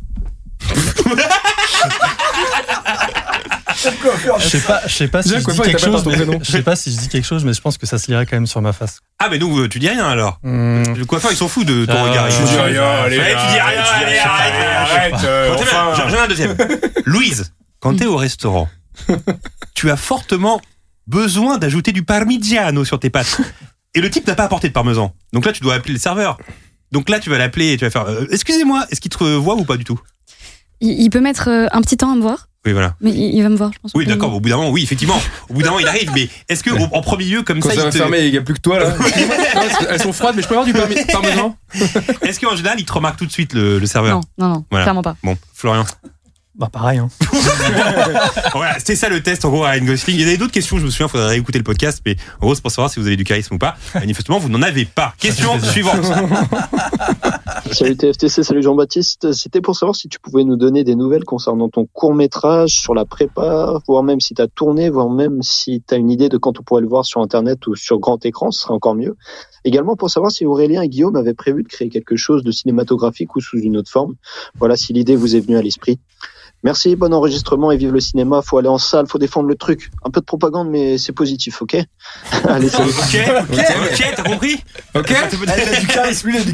Je sais pas, je sais pas si Déjà, je quoi dis faire, il quelque t'a pas chose. ton mais- prénom. Je sais pas si je dis quelque chose, mais je pense que ça se lirait quand même sur ma face. Hum. Ah, mais donc euh, tu dis rien alors Le coiffeur, il s'en fout de ton Euh, regard. je dis rien, allez, Ouais, Ah, tu dis rien, arrête, allez, je sais pas, arrête, je sais arrête. pas. euh, Bon, J'en t'es ai bien, un- j'en ai un deuxième. Louise, quand t'es au restaurant, tu as fortement besoin d'ajouter du parmigiano sur tes pâtes. Et le type n'a pas apporté de parmesan. Donc là, tu dois appeler le serveur. Donc là, tu vas l'appeler et tu vas faire euh, Excusez-moi, est-ce qu'il te voit ou pas du tout Il, il peut mettre euh, un petit temps à me voir, Oui, voilà. mais il, il va me voir, je pense. Oui, d'accord, au bout d'un moment, oui, effectivement. Au bout d'un moment, il arrive, mais est-ce que au- en premier lieu, comme Quand ça. ça va fermer, il n'y a plus que toi, là. Elles sont froides, mais je peux avoir du parmi- parmesan Est-ce qu'en général, il te remarque tout de suite, le, le serveur Non, non, non, Voilà. clairement pas. Bon, Florian. Bah pareil. Hein. voilà, c'était ça le test en gros à Ryan Gosling. Il y en avait d'autres questions, je me souviens, faudrait réécouter le podcast, mais en gros, c'est pour savoir si vous avez du charisme ou pas. Manifestement, vous n'en avez pas. Question suivante. Salut TFTC, salut Jean-Baptiste. C'était pour savoir si tu pouvais nous donner des nouvelles concernant ton court-métrage, sur la prépa, voire même si tu as tourné, voire même si tu as une idée de quand on pourrait le voir sur Internet ou sur grand écran, ce serait encore mieux. Également pour savoir si Aurélien et Guillaume avaient prévu de créer quelque chose de cinématographique ou sous une autre forme. Voilà si l'idée vous est venue à l'esprit. Merci, bon enregistrement et vive le cinéma. Faut aller en salle, faut défendre le truc. Un peu de propagande, mais c'est positif, ok Allez, salut. Ok, ok, ok, t'as compris Ok. Il a du charisme, lui, il a du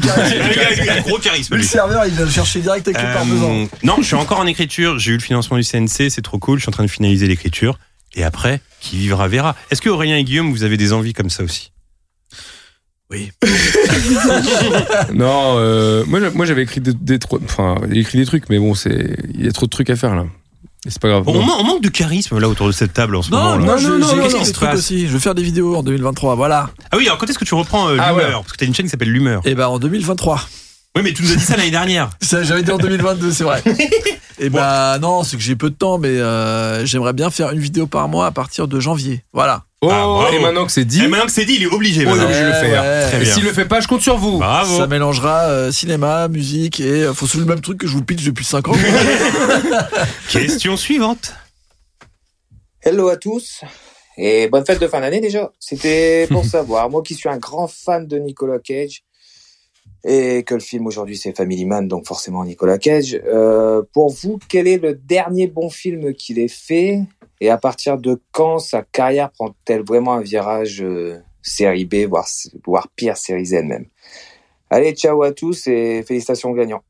charisme. Il a gros charisme. Lui, le lui. serveur, il vient le chercher direct avec le Euh, parmesan. non, je suis encore en écriture. J'ai eu le financement du CNC, c'est trop cool. Je suis en train de finaliser l'écriture. Et après, qui vivra verra. Est-ce que Aurélien et Guillaume, vous avez des envies comme ça aussi Non, euh, moi, j'a- moi j'avais écrit des, des tro- enfin, j'ai écrit des trucs, mais bon, c'est il y a trop de trucs à faire là. Et C'est pas grave. Bon, on, man- on manque de charisme là autour de cette table en ce moment. Non, là. moi, je- j'ai écrit Qu'est-ce qui des se trucs passe aussi. Je vais faire des vidéos en 2023, voilà. Ah oui, alors quand est-ce que tu reprends euh, Ah, l'humeur ouais. Parce que t'as une chaîne qui s'appelle l'humeur. Et ben en 2023. Oui, mais tu nous as dit ça l'année dernière. Ça, j'avais dit en 2022, c'est vrai. Et bah non, c'est que j'ai peu de temps, mais euh, j'aimerais bien faire une vidéo par mois à partir de janvier. Voilà. Oh, et maintenant que c'est dit. Ah, Et maintenant que c'est dit, il est obligé. On est maintenant. obligé de le Ouais, faire. ouais. Très Et bien. s'il le fait pas, je compte sur vous. Ça mélangera euh, cinéma, musique et euh, faut c'est le même truc que je vous pitch depuis 5 ans. Question suivante. Hello à tous et bonne fête de fin d'année déjà. C'était pour savoir, moi qui suis un grand fan de Nicolas Cage et que le film aujourd'hui c'est Family Man, donc forcément Nicolas Cage, euh, pour vous, quel est le dernier bon film qu'il ait fait et à partir de quand sa carrière prend-elle vraiment un virage euh, série B, voire, voire pire, série Z même Allez, ciao à tous et félicitations aux gagnants.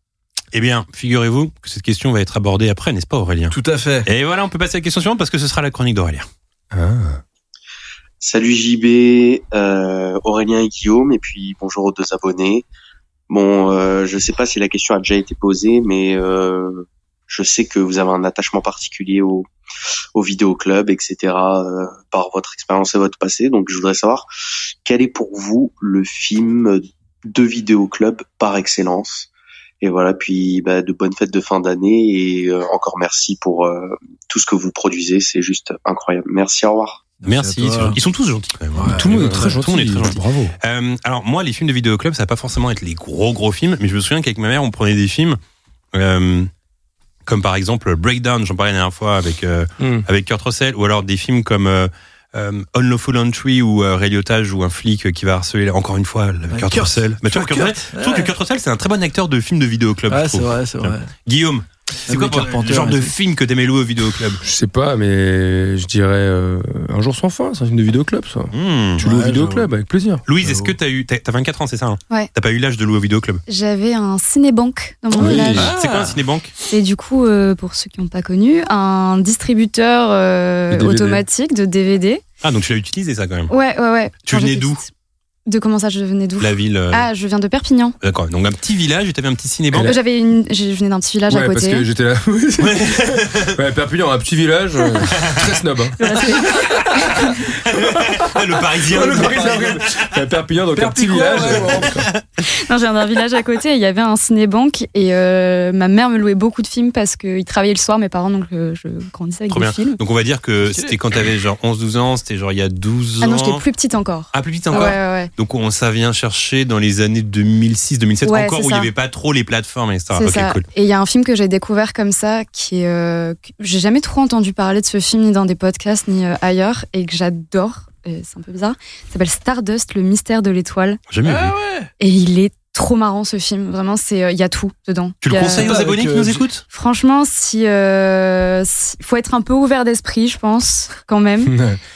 Eh bien, figurez-vous que cette question va être abordée après, n'est-ce pas Aurélien Tout à fait. Et voilà, on peut passer à la question suivante parce que ce sera la chronique d'Aurélien. Ah. Salut JB, euh, Aurélien et Guillaume, et puis bonjour aux deux abonnés. Bon, euh, je sais pas si la question a déjà été posée, mais euh, je sais que vous avez un attachement particulier au, au vidéoclub, etc., euh, par votre expérience et votre passé. Donc, je voudrais savoir quel est pour vous le film de vidéoclub par excellence. Et voilà, puis bah, de bonnes fêtes de fin d'année et euh, encore merci pour euh, tout ce que vous produisez, c'est juste incroyable. Merci, au revoir. Merci. à toi. Ils sont tous gentils quand même. Tout le monde est Ouais, très gentil. Tout le monde est très gentil. Bravo. Euh, alors moi, les films de vidéoclub, ça va pas forcément être les gros gros films, mais je me souviens qu'avec ma mère, on prenait des films euh, comme par exemple Breakdown, j'en parlais la dernière fois avec euh, Hmm. avec Kurt Russell, ou alors des films comme euh, euh, Unlawful Entry ou euh, Rayotage ou un flic qui va harceler encore une fois le Ouais, Kurt Kurt. Russell. Mais tu vois, Kurt, Kurt Russell- Kurt. je trouve que Ouais. Kurt Russell c'est un très bon acteur de film de vidéoclub. Ouais, je trouve. c'est vrai, c'est Tiens. vrai. Guillaume, c'est Ah quoi oui, pour Kurt toi le Russell, genre de ouais. film que t'aimais louer au vidéoclub Je sais pas, mais je dirais euh, Un jour sans fin, c'est un film de vidéoclub, ça. tu loues au Ouais, vidéoclub avec plaisir. Louise, est-ce que t'as eu t'as t'as 24 ans, c'est ça hein Ouais. T'as pas eu l'âge de louer au vidéoclub J'avais un cinébanque dans mon village. C'est quoi un cinébanque C'est du coup, euh, pour ceux qui n'ont pas connu, un distributeur euh, De DVD. automatique de DVD. Ah, donc tu l'as utilisé ça quand même Ouais, ouais, ouais. Tu Quand venais j'étais d'où petite. De comment ça, je venais d'où La ville. euh, Ah, je viens de Perpignan. D'accord, donc un petit village et t'avais un petit cinébanque. Euh, J'avais une... Je venais d'un petit village à Ouais, côté. parce que j'étais là. ouais, Perpignan, un petit village, euh, très snob. hein. le parisien. le parisien. Ouais, Perpignan, donc un petit village. Non, j'ai un village à côté et il y avait un cinébanque et euh, ma mère me louait beaucoup de films parce qu'ils travaillaient le soir, mes parents, donc euh, je grandissais avec Trop des bien. films. Donc on va dire que c'était quand t'avais genre 11-12 ans, c'était genre il y a 12 ans. Ah non, j'étais plus petite encore. Ah, plus petite encore Ouais, ouais, Donc on, ça vient chercher dans les années 2006-2007, Ouais, encore c'est où il ça. n'y avait pas trop les plateformes, etc. Ah, C'est Ok, ça. cool. Et il y a un film que j'ai découvert comme ça, qui est, euh, que j'ai jamais trop entendu parler de ce film ni dans des podcasts ni euh, ailleurs et que j'adore. et C'est un peu bizarre. Ça s'appelle Stardust, le mystère de l'étoile. Ah Eh. Jamais vu. Et il est trop marrant ce film. Vraiment, c'est euh, il y a tout dedans. Tu le Il y a- conseilles aux Avec, abonnés qui euh, nous du- écoutent Franchement, si, euh, si- faut être un peu ouvert d'esprit, je pense quand même,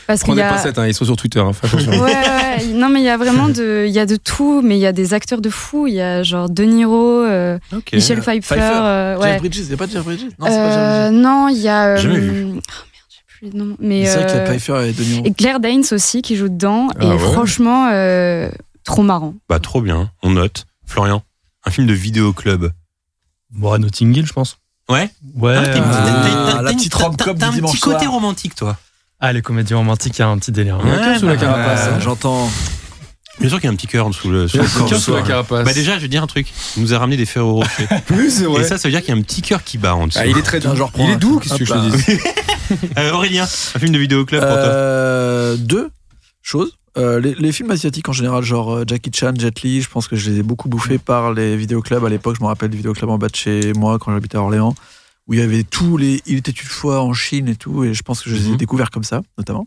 parce qu'il Prenez y a pas cette, hein, ils sont sur Twitter. hein, fais attention. Ouais, ouais, ouais. non mais il y a vraiment de, il y a de tout, mais il y a des acteurs de fou, il y a genre De Niro, euh, Michel Pfeiffer, euh, ouais. Jeff Bridges, il n'y a pas Jeff Bridges Non, c'est pas Jeff Bridges. Euh, non, il y a. euh, Jamais Oh merde, j'ai plus le nom. Mais C'est vrai qu'il y a euh, Pfeiffer et De Niro. Et Claire Danes aussi qui joue dedans. Ah et ouais. franchement, euh, trop marrant. Bah trop bien, on note. Florian, un film de vidéoclub. Bon, Notting Hill, je pense. Ouais Ouais. euh, Ah, t'es- t'es- t'es- t'es- la petite t'as- robe t'as- cop t'as du un dimanche petit côté soir. romantique, toi. Ah, les comédies romantiques, il y a un petit délire. Ouais, Ouais, sous la bah, carapace, hein, j'entends. Bien sûr qu'il y a un petit cœur en dessous le, sous Il y a le un petit corps. cœur le sous la soir. carapace. Bah déjà, je vais dire un truc. Il nous a ramené des ferro rochers. vrai. Et ça, ça veut dire qu'il y a un petit cœur qui bat en dessous. Ah, il est très doux. il est doux, qu'est-ce que je te dis Euh, Aurélien, un film de vidéoclub pour toi. Euh, deux choses. Euh, les, les films asiatiques en général, genre euh, Jackie Chan, Jet Li, je pense que je les ai beaucoup bouffés par les vidéoclubs. À l'époque, je me rappelle du vidéoclub en bas de chez moi quand j'habitais à Orléans, où il y avait tous les. Il était une fois en Chine et tout, et je pense que je les Mhm. ai découverts comme ça, notamment.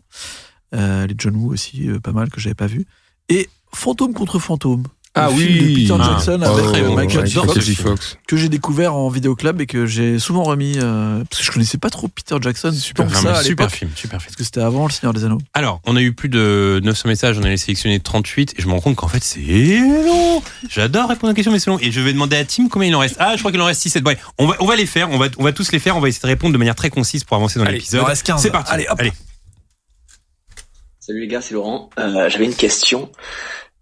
Euh, les John Woo aussi, euh, pas mal, que j'avais pas vu. Et Fantôme contre Fantôme. Ah le oui. film de Peter Ah, Jackson oh, avec très euh, bon, Michael Michael Fox, J. Fox. que j'ai découvert en vidéoclub et que j'ai souvent remis euh, parce que je connaissais pas trop Peter Jackson super Non, mais ça à super l'époque. film, super film. parce que c'était avant le Seigneur des Anneaux Alors, on a eu plus de 900 messages, on en a sélectionné 38, et je me rends compte qu'en fait, c'est long. J'adore répondre aux questions, mais c'est long. Et je vais demander à Tim combien il en reste. Ah, je crois qu'il en reste 6, 7. Ouais, on va, on va les faire, on va, on va tous les faire, on va essayer de répondre de manière très concise pour avancer dans Allez, l'épisode. il en reste 15. C'est parti. Allez, hop. Salut les gars, c'est Laurent. Euh, J'avais une question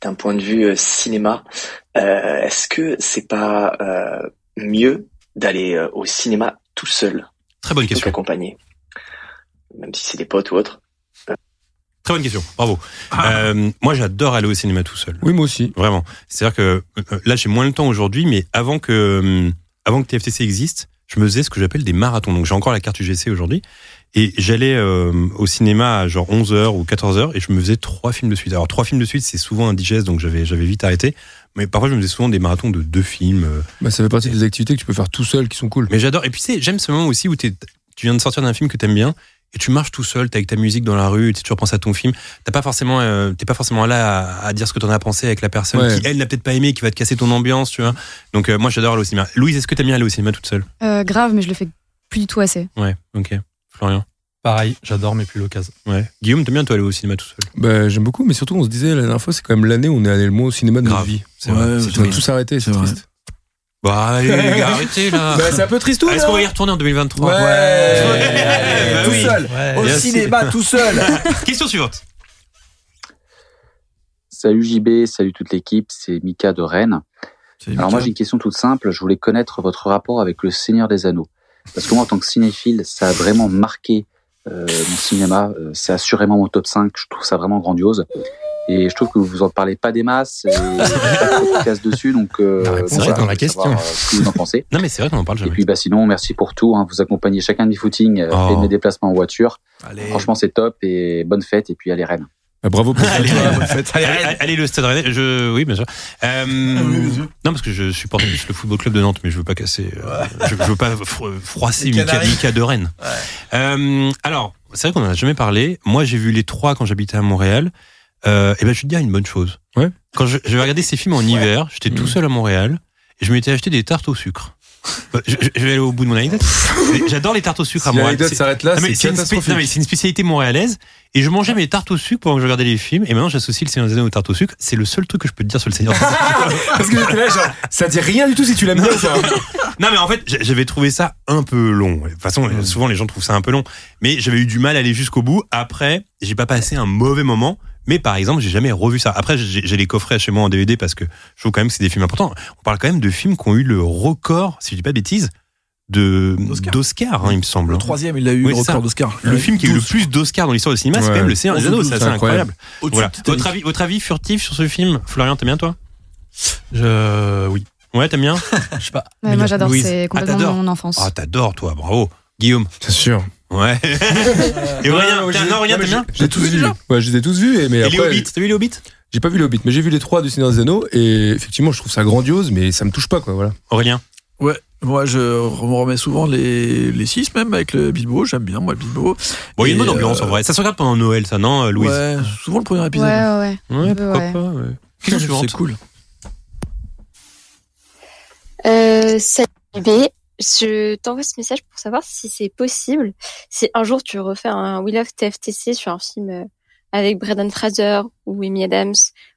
d'un point de vue euh, cinéma. Euh, Est-ce que c'est pas euh, mieux d'aller euh, au cinéma tout seul Très bonne question. Accompagné, même si c'est des potes ou autre. Très bonne question, bravo. Euh, moi, j'adore aller au cinéma tout seul. Ah. Oui, moi aussi. Vraiment. C'est-à-dire que euh, là, j'ai moins le temps aujourd'hui, mais avant que, euh, avant que TFTC existe, je me faisais ce que j'appelle des marathons. Donc, j'ai encore la carte UGC aujourd'hui. Et j'allais euh, au cinéma à genre 11h ou 14h et je me faisais trois films de suite. Alors, trois films de suite, c'est souvent indigeste, donc j'avais j'avais vite arrêté. Mais parfois, je me faisais souvent des marathons de deux films. euh, Bah, ça fait partie des activités que tu peux faire tout seul qui sont cool. mais j'adore. Et puis, tu sais, j'aime ce moment aussi où t'es- tu viens de sortir d'un film que t'aimes bien et tu marches tout seul, t'es avec ta musique dans la rue, tu sais, tu repenses à ton film. T'as pas forcément, euh, t'es pas forcément là à, à dire ce que t'en as pensé avec la personne Ouais. qui, elle, n'a peut-être pas aimé, qui va te casser ton ambiance, tu vois. Donc, euh, moi, j'adore aller au cinéma. Louise, est-ce que t'aimes bien aller au cinéma toute seule Euh, grave, mais je le fais plus du tout assez. Ouais, ok. Florian Pareil, j'adore, mais plus l'occasion. Ouais. Guillaume, t'aimes bien, toi, aller au cinéma tout seul Bah, j'aime beaucoup, mais surtout, on se disait la dernière fois, c'est quand même l'année où on est allé le moins au cinéma de Grave. notre vie. C'est vrai, Ouais, c'est on a triste. tous arrêté, c'est triste. Bah, allez, les gars, arrêtez là Bah, c'est un peu triste, Est-ce là. qu'on va y retourner en 2023 Ouais. Ouais. Bah tout oui. seul Ouais. au Bien sûr. cinéma tout seul Question suivante. Salut JB, salut toute l'équipe, c'est Mika de Rennes. Alors moi j'ai une question toute simple, je voulais connaître votre rapport avec le Seigneur des Anneaux. Parce que moi en tant que cinéphile, ça a vraiment marqué euh, mon cinéma, Euh, c'est assurément mon top 5, je trouve ça vraiment grandiose. Et je trouve que vous en parlez pas des masses, et pas de podcast dessus, donc euh, c'est vrai, dans la je voulais savoir, question. euh, ce que vous en pensez. Non mais c'est vrai qu'on en parle jamais. Oh. Et puis bah sinon, merci pour tout, hein. vous accompagnez chacun de mes footings euh, et de mes déplacements en voiture. Franchement c'est top, et bonne fête, et puis allez Rennes. bravo pour allez, allez, allez, allez, le Stade Rennais. Je, oui, bien sûr. Euh, Ah Non, parce que je supporte juste le football club de Nantes, mais je veux pas casser. euh, je, je veux pas fro- froisser Les Mika, Canaries. Mika de Rennes. Euh, alors, c'est vrai qu'on en a jamais parlé. Moi, j'ai vu les trois quand j'habitais à Montréal. Euh, et ben, je vais te dire une bonne chose. Ouais. Quand je, je regardais ces films en hiver, j'étais Mm. tout seul à Montréal et je m'étais acheté des tartes au sucre. Euh, je, je vais aller au bout de mon anecdote. Mais J'adore les tartes au sucre Si à Montréal. l'anecdote C'est- s'arrête là, Non, mais c'est une spé- catastrophique. non, mais c'est une spécialité montréalaise. Et je mangeais mes tartes au sucre pendant que je regardais les films. Et maintenant, j'associe le Seigneur des Anneaux aux tartes au sucre. C'est le seul truc que je peux te dire sur le Seigneur des Anneaux. Parce que j'étais là, genre, ça dit rien du tout si tu l'aimes bien ou pas. Non, mais en fait, j'- j'avais trouvé ça un peu long. De toute façon, souvent les gens trouvent ça un peu long. Mais j'avais eu du mal à aller jusqu'au bout. Après, j'ai pas passé un mauvais moment. Mais par exemple, j'ai jamais revu ça. Après, j'ai j'ai les coffrets chez moi en DVD parce que je trouve quand même que c'est des films importants. On parle quand même de films qui ont eu le record, si je dis pas de bêtises, de d'Oscar, hein, il me semble. Le troisième, il a eu Oui, le c'est ça. record d'Oscar. Le film qui a eu le plus d'Oscar dans l'histoire du cinéma, c'est Ouais. quand même Le Seigneur des Onze ou Anneaux. douze, Ça, c'est C'est incroyable. incroyable. Au-dessus Voilà. de Titanic. Votre avis, votre avis furtif sur ce film, Florian, t'aimes bien toi Je oui. Ouais, t'aimes bien Je sais pas. Ouais, moi, j'adore, Louise. c'est Ah, complètement t'adores mon enfance. Ah, t'adores, toi, bravo. Guillaume. Bien sûr. Ouais. Et Aurélien, t'as- non, Aurélien, t'aimes bien J'ai tous vu. Ouais, je les ai tous vus. Et, mais Et après, les Hobbits, t'as vu les Hobbits J'ai pas vu les Hobbits, mais j'ai vu les trois du Seigneur des Anneaux. Et effectivement, je trouve ça grandiose, mais ça me touche pas, quoi. Voilà. Aurélien Ouais, moi je me remets souvent les, les six même avec le Bilbo, j'aime bien moi le Bilbo. Bon, il y a une Et, bonne ambiance euh, en vrai. Ça se regarde pendant Noël, ça, non, euh, Louise Ouais, souvent le premier Ouais, épisode. ouais. Ouais, Un peu, pourquoi ouais. pas, ouais. Question suivante. C'est cool. Euh, salut B. Je t'envoie ce message pour savoir si c'est possible, si un jour tu refais un We Love TFTC sur un film euh, avec Brendan Fraser ou Amy Adams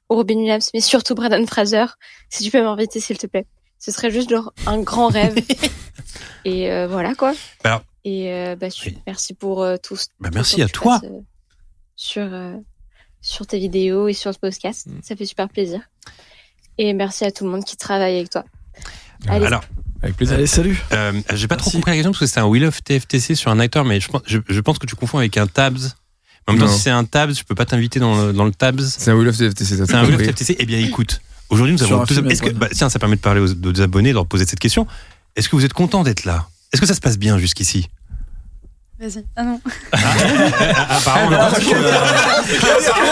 ou Robin Williams, mais surtout Brendan Fraser, si tu peux m'inviter s'il te plaît. Ce serait juste genre un grand rêve. Et euh, voilà quoi. Bah, Et euh, bah, je- merci pour euh, tout. ce- Bah, tout merci à le temps que tu toi. passes, euh, sur euh, sur tes vidéos et sur ce podcast, Mm. ça fait super plaisir. Et merci à tout le monde qui travaille avec toi. Allez, Alors. Avec plaisir. Allez, salut. Euh, J'ai pas trop compris la question parce que c'est un Will of TFTC sur un acteur, mais je pense, je, je pense que tu confonds avec un Tabs. En même temps, Non. si c'est un Tabs, je peux pas t'inviter dans le, dans le Tabs. C'est un Will of TFTC, t'as C'est un tout Will of compris. TFTC. Eh bien, écoute, aujourd'hui, nous Sur avons un deux. film, est-ce que- ouais. bah, tiens, ça permet de parler aux, aux abonnés, de leur poser cette question. Est-ce que vous êtes content d'être là Est-ce que ça se passe bien jusqu'ici Vas-y. Ah non. Apparemment, Ah, euh, Ah,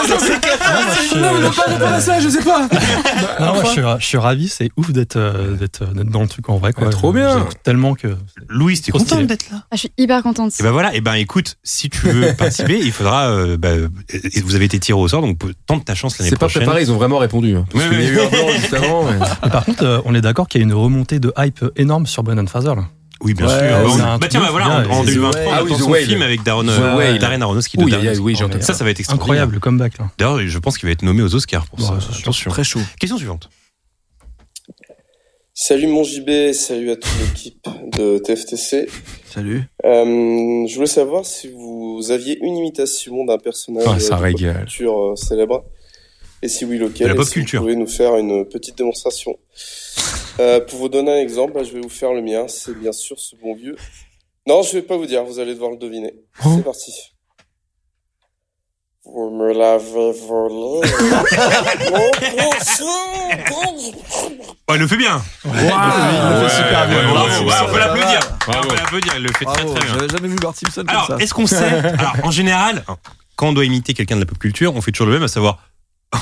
Non, mais non, pas répondre à ça, je sais pas. Non, moi, Enfin. je, suis, ra- je suis ravi, c'est ouf d'être euh, d'être d'être dans le truc en vrai. Quoi. Ouais, trop Je- bien. je les écoute Tellement que. Louis, t'es content d'être Ah, je suis hyper contente. Et ben voilà, et ben écoute, si tu veux participer, il faudra. euh, bah, euh, vous avez été tiré au sort, donc tente ta chance l'année C'est pas prochaine. préparé, ils ont vraiment répondu. hein. Parce Oui, qu'il y a oui. eu un blanc juste avant. mais- Mais par contre, euh, on est d'accord qu'il y a une remontée de hype énorme sur Brendan Fraser. Là. Oui, bien Ouais, sûr. Bah, on- c'est un bah truc tiens, de bah ouf, voilà, bien, en, en et c'est- 2023, on Ah oui, attend The son Whale. film avec Darren, The euh, Whale. Darren Aronofsky. de Oui, Darren oui, oui, j'ai Aronofsky. entendu ça. ça, ça va être extraordinaire. Incroyable, le comeback là. D'ailleurs, je pense qu'il va être nommé aux Oscars pour ça. Attention. Très chaud. Question suivante. Salut mon JB, salut à toute l'équipe de TFTC. Salut. Euh, je voulais savoir si vous aviez une imitation d'un personnage euh, Ah, ça de régale. pop culture euh, célèbre, et si oui, lequel De la et pop si culture. Vous pouvez nous faire une petite démonstration. Euh, pour vous donner un exemple, là, je vais vous faire le mien. C'est bien sûr ce bon vieux. Non, je vais pas vous dire. Vous allez devoir le deviner. C'est parti. Vous me l'avez volé. Mon cochon. Ouais, il le fait bien. Waouh. Il le fait Il le fait super bien. ouais, ouais, Bravo, ouais, ça on va. peut l'applaudir. Bravo. On peut l'applaudir. Il le fait très Bravo, très bien. j'avais jamais vu Bart Simpson comme Alors, ça. est-ce qu'on sait Alors, en général, quand on doit imiter quelqu'un de la pop culture, on fait toujours le même, à savoir.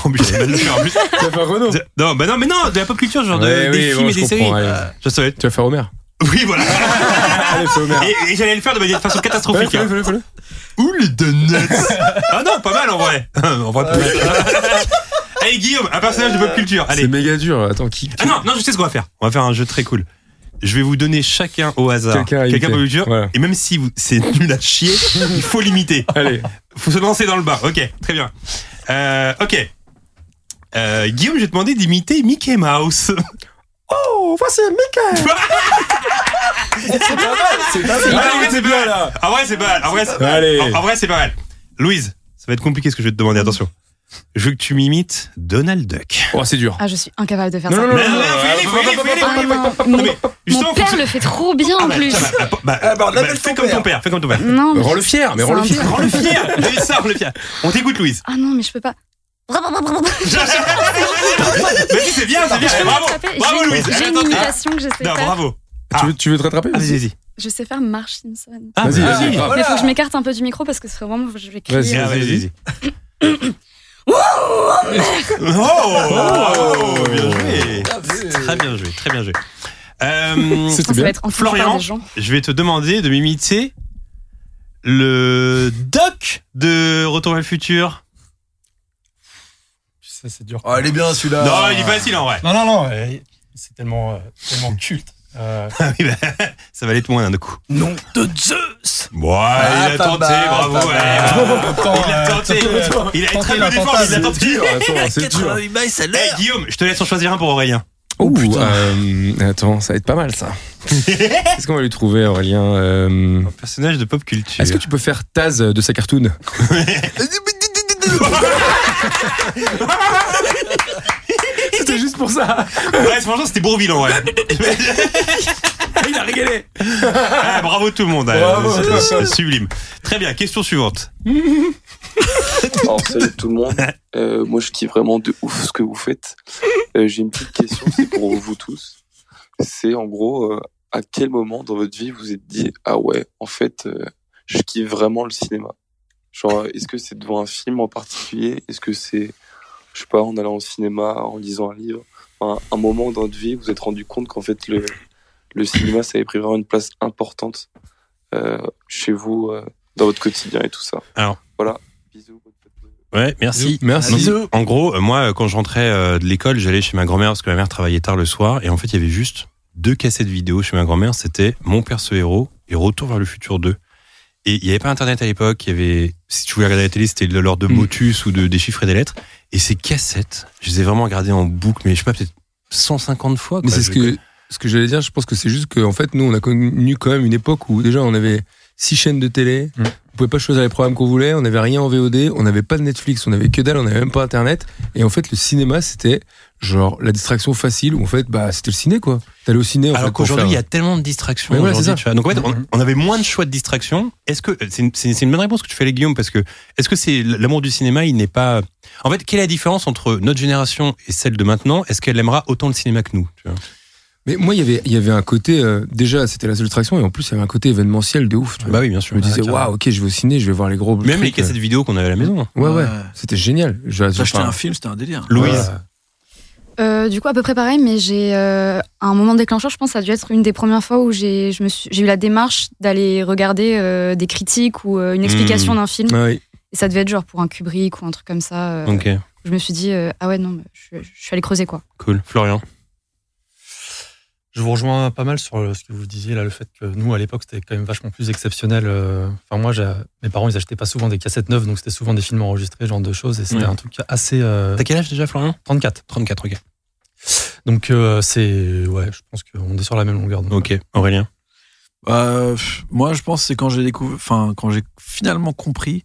Oh, mais j'avais mal le faire en plus. De- Non, bah non, mais non, de la pop culture, genre de- Ouais, des oui, films bon, et je des séries. Ah, comprends, ouais. Je savais. Tu vas faire Homer. Oui, voilà. Et, et j'allais le faire de manière- de façon catastrophique. Ouais, hein. fais-le, fais-le, Ou les donuts Ah non, pas mal en vrai. en vrai, plus. Allez, Guillaume, un personnage de pop culture. Allez. C'est méga dur. Attends, qui. Ah non, non, je sais ce qu'on va faire. On va faire un jeu très cool. Je vais vous donner chacun au hasard Quelqu'un à quelqu'un de imiter. pop culture. Voilà. Et même si vous- c'est nul à chier, il faut l'imiter. Allez. Faut se lancer dans le bas. Ok, très bien. Euh, ok. Euh, Guillaume, je vais te demander d'imiter Mickey Mouse. Oh, voici Mickey C'est pas mal, c'est pas mal. Ah, en vrai, c'est pas mal. En vrai, c'est pas mal. En vrai, c'est pas mal. Allez. En- en vrai, c'est pas mal. Louise, ça va être compliqué ce que je vais te demander. Attention. Je veux que tu m'imites Donald Duck. Oh, c'est dur. Ah, je suis incapable de faire Non, ça. non, non, non, non, non, fais-les, fais-les, fais-les. Ah, non, Non, mon- mais Mon père le fait trop bien en plus. Bah, bah, fais comme ton père, fais comme ton père. Non, mais- rends le fier, mais C'est rends le un fier. peu- Rends le fier, Dis ça, rends le fier. On t'écoute, Louise. Ah non, mais je peux pas. Mais si, c'est bien, Ah, c'est bien. Je peux Eh, Bravo, m'attraper. J'ai- bravo, Louise. J'ai une Attends, imitation que j'essaie de Non, faire. bravo. Tu, veux, tu veux te rattraper Vas-y, vas-y. Je sais faire Marge Simpson. Ah, Vas-y, bah, vas-y, Mais grave. faut que je m'écarte un peu du micro parce que ce serait vraiment. Je vais crier. Vas-y, euh, vas-y, vas-y. Oh, bien joué. Très bien joué, très bien joué. Euh, C'était Ça va bien. être entendu par Florian, les gens. je vais te demander de m'imiter le doc de Retour vers le futur. Ça, c'est dur. Ah, il est bien celui-là. Non, il est facile en vrai. Non, non, non. euh, C'est tellement, euh, tellement culte. Euh, Ah oui, bah, ça valait tout moins d'un coup. Nom de Zeus Ouais, il a pas tenté, mal, bravo. pas ouais, mal. ouais. Attends, il a euh, tenté. surtout, Il a tenter très la peu d'efforts, mais il a fantasme. tenté. c'est dur. 88 miles à l'heure. Eh, Guillaume, je te laisse en choisir un pour Aurélien. Oh, euh, attends, ça va être pas mal ça. Qu'est-ce qu'on va lui trouver, Aurélien Un personnage de pop culture. Est-ce que tu peux faire Taz de sa cartoon C'était juste pour ça. Ouais, franchement, c'était Bourville en vrai. Il a régalé. Ah, bravo tout le monde. euh, Bravo. c'est- c'est sublime. Très bien, question suivante. Oh. Alors, salut tout le monde. Euh, moi, je kiffe vraiment de ouf ce que vous faites. Euh, J'ai une petite question, c'est pour vous tous. C'est en gros, euh, à quel moment dans votre vie vous vous êtes dit Ah ouais, en fait, euh, je kiffe vraiment le cinéma Genre, est-ce que c'est devant un film en particulier Est-ce que c'est, je sais pas, en allant au cinéma, en lisant un livre Enfin, Un moment dans votre vie, vous vous êtes rendu compte qu'en fait, le, le cinéma, ça avait pris vraiment une place importante euh, chez vous, euh, dans votre quotidien et tout ça. Alors. Voilà. Ouais, merci. Merci. Donc, en gros, euh, moi, euh, quand je rentrais euh, de l'école, j'allais chez ma grand-mère parce que ma mère travaillait tard le soir. Et en fait, il y avait juste deux cassettes vidéo chez ma grand-mère. C'était Mon père ce héros et Retour vers le futur 2. Et il n'y avait pas Internet à l'époque. Il y avait, si tu voulais regarder la télé, c'était de l'ordre de Motus ou de, des chiffres et des lettres. Et ces cassettes, je les ai vraiment regardées en boucle, mais je sais pas, peut-être 150 fois. Mais quoi. c'est ce Je- que, ce que j'allais dire, je pense que c'est juste qu'en fait, nous, on a connu quand même une époque où déjà on avait six chaînes de télé, Mm. on pouvait pas choisir les programmes qu'on voulait, on n'avait rien en VOD, on n'avait pas de Netflix, on n'avait que dalle, on n'avait même pas Internet. Et en fait, le cinéma, c'était genre la distraction facile où en fait, bah, c'était le ciné quoi. T'allais au ciné en fait, Alors pour qu'aujourd'hui, faire- il y a tellement de distractions. Mais voilà, aujourd'hui, c'est ça. Mm. tu vois. Donc en fait, on, on avait moins de choix de distractions. Est-ce que euh, c'est une, c'est une- c'est une bonne réponse que tu fais, les Guillaume Parce que est-ce que c'est l'amour du cinéma Il n'est pas. En fait, quelle est la différence entre notre génération et celle de maintenant Est-ce qu'elle aimera autant le cinéma que nous tu vois Mais moi, il y avait, il y avait un côté, euh, déjà, c'était la seule traction, et en plus, il y avait un côté événementiel de ouf. Bah oui, bien sûr. Je me disais, Ah, carrément. waouh, ok, je vais au ciné, je vais voir les gros. Même trucs, euh. les cassettes vidéo qu'on avait à la maison. Ouais, ouais. Ouais. C'était génial. J'ai T'achetais un film, c'était un délire. Louise. Euh, du coup, à peu près pareil, mais j'ai euh, un moment déclencheur, je pense, ça a dû être une des premières fois où j'ai je me suis- j'ai eu la démarche d'aller regarder euh, des critiques ou euh, une explication Mmh. d'un film. Ah oui. Et ça devait être genre pour un Kubrick ou un truc comme ça. euh, Ok. où Je me suis dit, euh, ah ouais, non, mais je, je suis allé creuser quoi. Cool. Florian. Je vous rejoins pas mal sur le- ce que vous disiez là, le fait que nous à l'époque c'était quand même vachement plus exceptionnel. euh, Enfin moi, j'a- mes parents ils achetaient pas souvent des cassettes neuves, donc c'était souvent des films enregistrés, ce genre de choses, et c'était Ouais. un truc assez. euh, T'as quel âge déjà, Florian 34. 34, ok. Donc euh, c'est ouais, je pense qu'on est sur la même longueur. Ok, Aurélien. Euh, pff, moi, je pense que c'est quand j'ai découvert, enfin, quand j'ai finalement compris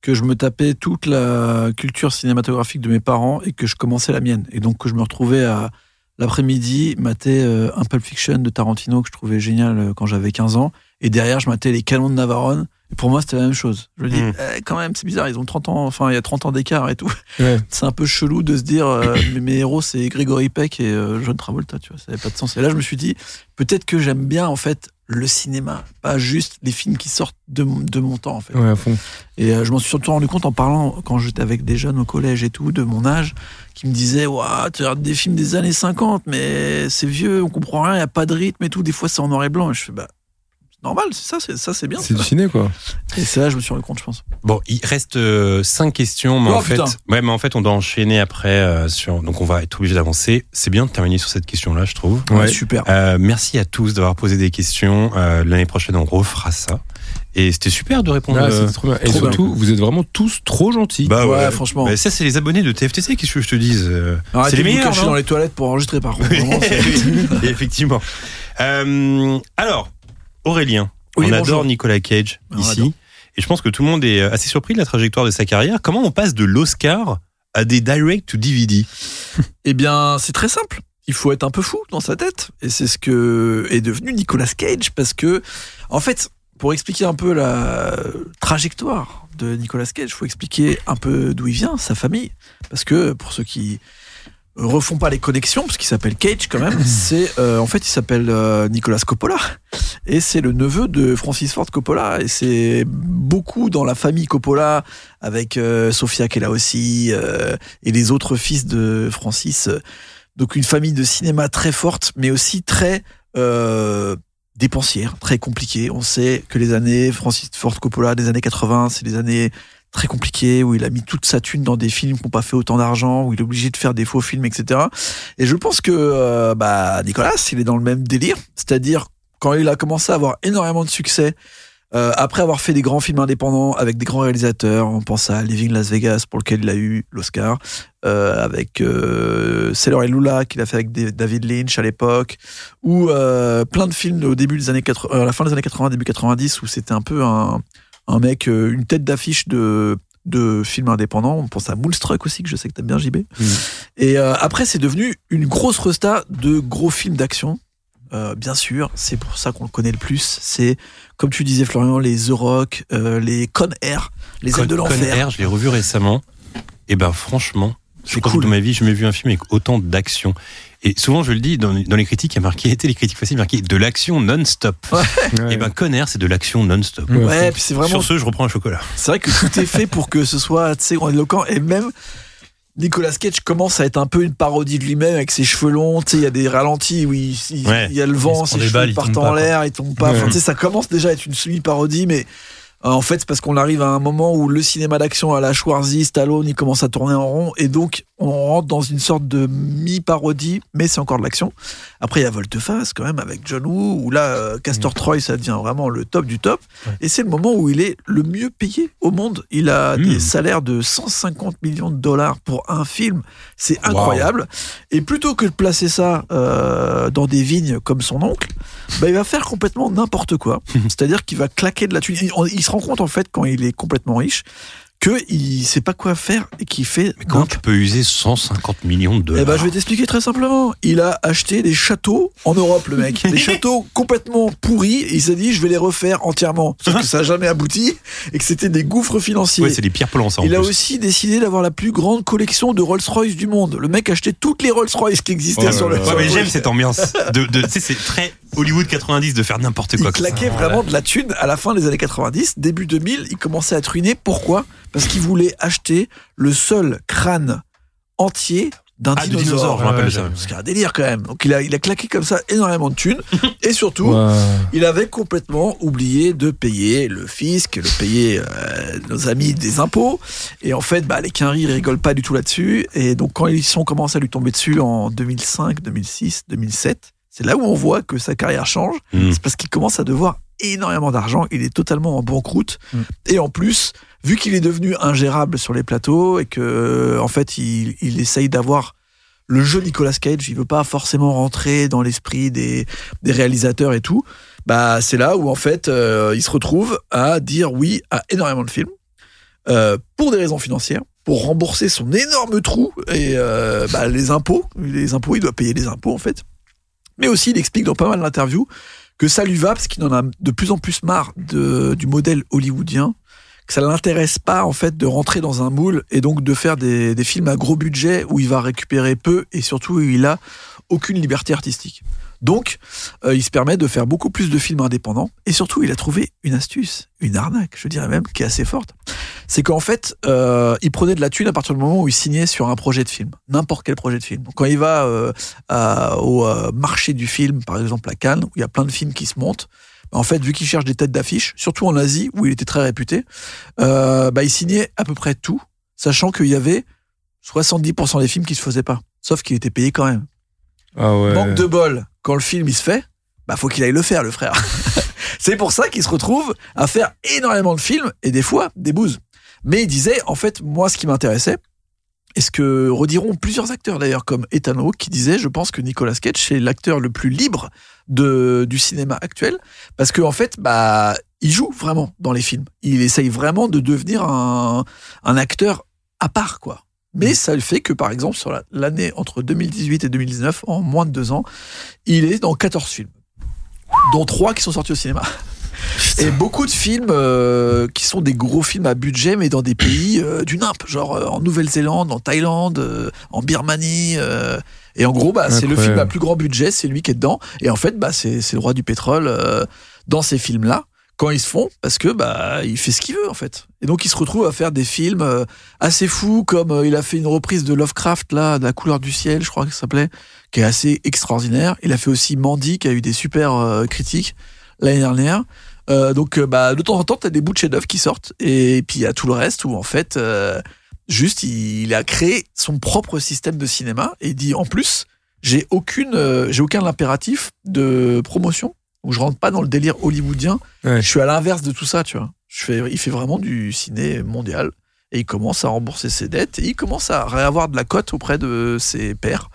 que je me tapais toute la culture cinématographique de mes parents et que je commençais la mienne. Et donc que je me retrouvais à l'après-midi, mater euh, un Pulp Fiction de Tarantino que je trouvais génial euh, quand j'avais 15 ans. Et derrière, je matais les canons de Navarone. Et pour moi, c'était la même chose. Je me dis, Mm. Eh, quand même, c'est bizarre, ils ont 30 ans, enfin, il y a 30 ans d'écart et tout. Ouais. C'est un peu chelou de se dire, euh, mes, mes héros, c'est Grégory Peck et euh, John Travolta, tu vois, ça n'avait pas de sens. Et là, je me suis dit, peut-être que j'aime bien, en fait, le cinéma, pas juste les films qui sortent de, mon- de mon temps, en fait. Ouais, à fond. Et euh, je m'en suis surtout rendu compte en parlant quand j'étais avec des jeunes au collège et tout, de mon âge, qui me disaient Waouh, tu regardes des films des années 50, mais c'est vieux, on comprend rien, il n'y a pas de rythme et tout. Des fois, c'est en noir et blanc. Et je fais Bah, c'est normal, c'est ça, c'est, ça, c'est bien. C'est ça. du ciné, quoi. Et c'est là que je me suis rendu compte, je pense. Bon, il reste 5 questions, mais Oh, en fait, putain. ouais, mais en fait, on doit enchaîner après. euh, sur, donc, on va être obligé d'avancer. C'est bien de terminer sur cette question-là, je trouve. Ouais, super. Euh, merci à tous d'avoir posé des questions. Euh, L'année prochaine, on refera ça. Et c'était super de répondre. Ah, euh, c'était trop bien. Et trop surtout, bien. vous êtes vraiment tous trop gentils. Bah Bah, ça, c'est les abonnés de TFTC, qu'est-ce que je te dise euh, Arrêtez C'est les de vous meilleurs. cacher non dans les toilettes pour enregistrer, par contre. Oui, Vraiment, c'est- oui, effectivement. Euh, alors, Aurélien, Oui, on bonjour. Ah, adore Nicolas Cage On ici. l'adore. Et je pense que tout le monde est euh, assez surpris de la trajectoire de sa carrière. Comment on passe de l'Oscar à des direct to DVD Eh bien, c'est très simple. Il faut être un peu fou dans sa tête. Et c'est ce que est devenu Nicolas Cage parce que, en fait, pour expliquer un peu la trajectoire de Nicolas Cage, il faut expliquer un peu d'où il vient, sa famille. Parce que, pour ceux qui euh, refont pas les connexions, parce qu'il s'appelle Cage quand même, c'est, euh, en fait, il s'appelle euh, Nicolas Coppola. Et c'est le neveu de Francis Ford Coppola. Et c'est beaucoup dans la famille Coppola, avec euh, Sofia qui est là aussi, euh, et les autres fils de Francis. Donc une famille de cinéma très forte, mais aussi très euh, dépensière, très compliquée. On sait que les années Francis Ford Coppola des années 80, c'est des années très compliquées où il a mis toute sa thune dans des films qui n'ont pas fait autant d'argent, où il est obligé de faire des faux films, etc. Et je pense que euh, bah, Nicolas, il est dans le même délire, c'est-à-dire quand il a commencé à avoir énormément de succès. Euh, après avoir fait des grands films indépendants avec des grands réalisateurs, on pense à Living Las Vegas pour lequel il a eu l'Oscar, euh, avec euh, Sailor et Lula qu'il a fait avec des- David Lynch à l'époque, ou euh, plein de films au début des années 80, euh, à la fin des années 80, début 90 où c'était un peu un, un mec, euh, une tête d'affiche de de films indépendants. On pense à Moonstruck aussi que je sais que t'aimes bien JB. Et euh, après c'est devenu une grosse resta de gros films d'action. Euh, bien sûr, c'est pour ça qu'on le connaît le plus. C'est, comme tu disais, Florian, les The Rock, euh, les Con Air, les ailes de Con- Con l'enfer. Air, je l'ai revu récemment. Et ben franchement, je crois que dans ma vie, je m'ai vu un film avec autant d'action. Et souvent, je le dis dans, dans les critiques, il y a marqué, étaient les critiques faciles, marqué de l'action non-stop. Et ben Con Air, c'est de l'action non-stop. Ouais, ouais, puis c'est vraiment- Sur ce, je reprends un chocolat. C'est vrai que tout est fait pour que ce soit assez éloquent et même Nicolas Cage commence à être un peu une parodie de lui-même avec ses cheveux longs. Tu sais, il y a des ralentis où il, il- Ouais. il y a le Il vent, ses se prend des cheveux balles, il partent tombe pas, en quoi. l'air, ils tombent pas. Enfin, Ouais. tu sais, ça commence déjà à être une semi-parodie, mais euh, en fait, c'est parce qu'on arrive à un moment où le cinéma d'action à la Schwarzy, Stallone, il commence à tourner en rond et donc on rentre dans une sorte de mi-parodie, mais c'est encore de l'action. Après, il y a Volteface quand même avec John Woo où là, euh, Castor Troy, ça devient vraiment le top du top. Et c'est le moment où il est le mieux payé au monde. Il a des salaires de 150 millions de dollars pour un film. C'est incroyable. Et plutôt que de placer ça euh, dans des vignes comme son oncle, bah, il va faire complètement n'importe quoi. C'est-à-dire qu'il va claquer de la thune. Il, il se rend compte en fait quand il est complètement riche que il sait pas quoi faire et qu'il fait Comment tu peux user 150 millions de eh dollars ben, je vais t'expliquer très simplement. Il a acheté des châteaux en Europe, le mec. Des châteaux complètement pourris. Et il s'est dit, je vais les refaire entièrement. Sauf que ça n'a jamais abouti et que c'était des gouffres financiers. Ouais, c'est des pierres plans, ça, en Il a plus. aussi décidé d'avoir la plus grande collection de Rolls-Royce du monde. Le mec achetait toutes les Rolls-Royce qui existaient Ouais, sur le. ouais, sur mais le- j'aime cette ambiance. De, de- tu sais, c'est très Hollywood 90 de faire n'importe quoi. Il claquait vraiment de la thune à la fin des années 90, début 2000, il commençait à truiner. Pourquoi Parce qu'il voulait acheter le seul crâne entier d'un Ah, de dinosaure. dinosaure, je me rappelle de ça. Ce qui est un délire quand même. Donc il a, il a claqué comme ça énormément de thunes. et surtout, Ouais. il avait complètement oublié de payer le fisc, le payer euh, nos amis des impôts. Et en fait, bah, les quinries rigolent pas du tout là-dessus. Et donc quand ils sont commencé à lui tomber dessus en 2005, 2006, 2007, c'est là où on voit que sa carrière change. C'est parce qu'il commence à devoir énormément d'argent. Il est totalement en banqueroute. Et en plus, vu qu'il est devenu ingérable sur les plateaux et que, euh, en fait, il, il essaye d'avoir le jeu Nicolas Cage, il veut pas forcément rentrer dans l'esprit des, des réalisateurs et tout. Bah, c'est là où, en fait, euh, il se retrouve à dire oui à énormément de films euh, pour des raisons financières, pour rembourser son énorme trou et euh, bah, les impôts. Les impôts, il doit payer les impôts, en fait. Mais aussi, il explique dans pas mal d'interviews que ça lui va parce qu'il en a de plus en plus marre de, du modèle hollywoodien, que ça l'intéresse pas en fait de rentrer dans un moule et donc de faire des, des films à gros budget où il va récupérer peu et surtout où il a aucune liberté artistique. Donc, euh, il se permet de faire beaucoup plus de films indépendants et surtout, il a trouvé une astuce, une arnaque, je dirais même, qui est assez forte. C'est qu'en fait, euh, il prenait de la thune à partir du moment où il signait sur un projet de film, n'importe quel projet de film. Donc, quand il va euh, à- au euh, marché du film, par exemple à Cannes, où il y a plein de films qui se montent, bah, en fait, vu qu'il cherche des têtes d'affiche, surtout en Asie, où il était très réputé, euh, bah, il signait à peu près tout, sachant qu'il y avait 70% des films qui se faisaient pas. Sauf qu'il était payé quand même. Manque de bol, quand le film il se fait, bah faut qu'il aille le faire, le frère. c'est pour ça qu'il se retrouve à faire énormément de films et des fois des bouses. Mais il disait, en fait, moi, ce qui m'intéressait, et ce que rediront plusieurs acteurs d'ailleurs, comme Ethan Hawke, qui disait, je pense que Nicolas Cage est l'acteur le plus libre de, du cinéma actuel, parce qu'en en fait, bah, il joue vraiment dans les films. Il essaye vraiment de devenir un, un acteur à part, quoi. Mais ça le fait que, par exemple, sur la- l'année entre 2018 et 2019, en moins de deux ans, il est dans 14 films, dont trois qui sont sortis au cinéma. Et beaucoup de films euh, qui sont des gros films à budget, mais dans des pays euh, du nimp, genre euh, en Nouvelle-Zélande, en Thaïlande, euh, en Birmanie. euh, et en gros, bah, c'est le Incroyable. film à plus grand budget, c'est lui qui est dedans. Et en fait, bah, c'est c'est le roi du pétrole euh, dans ces films-là quand ils se font parce que bah il fait ce qu'il veut en fait. Et donc il se retrouve à faire des films euh, assez fous comme euh, il a fait une reprise de Lovecraft là, de la couleur du ciel, je crois que ça s'appelait, qui est assez extraordinaire. Il a fait aussi Mandy qui a eu des super euh, critiques l'année dernière. donc bah de temps en temps t'as des bouts de chefs-d'œuvre qui sortent et, puis il y a tout le reste où en fait euh, juste il, il, a créé son propre système de cinéma et il dit en plus j'ai aucune euh, j'ai aucun impératif de promotion où je rentre pas dans le délire hollywoodien. Ouais. Je suis à l'inverse de tout ça, tu vois. Je fais, il fait vraiment du ciné mondial et il commence à rembourser ses dettes et il commence à réavoir de la cote auprès de ses pairs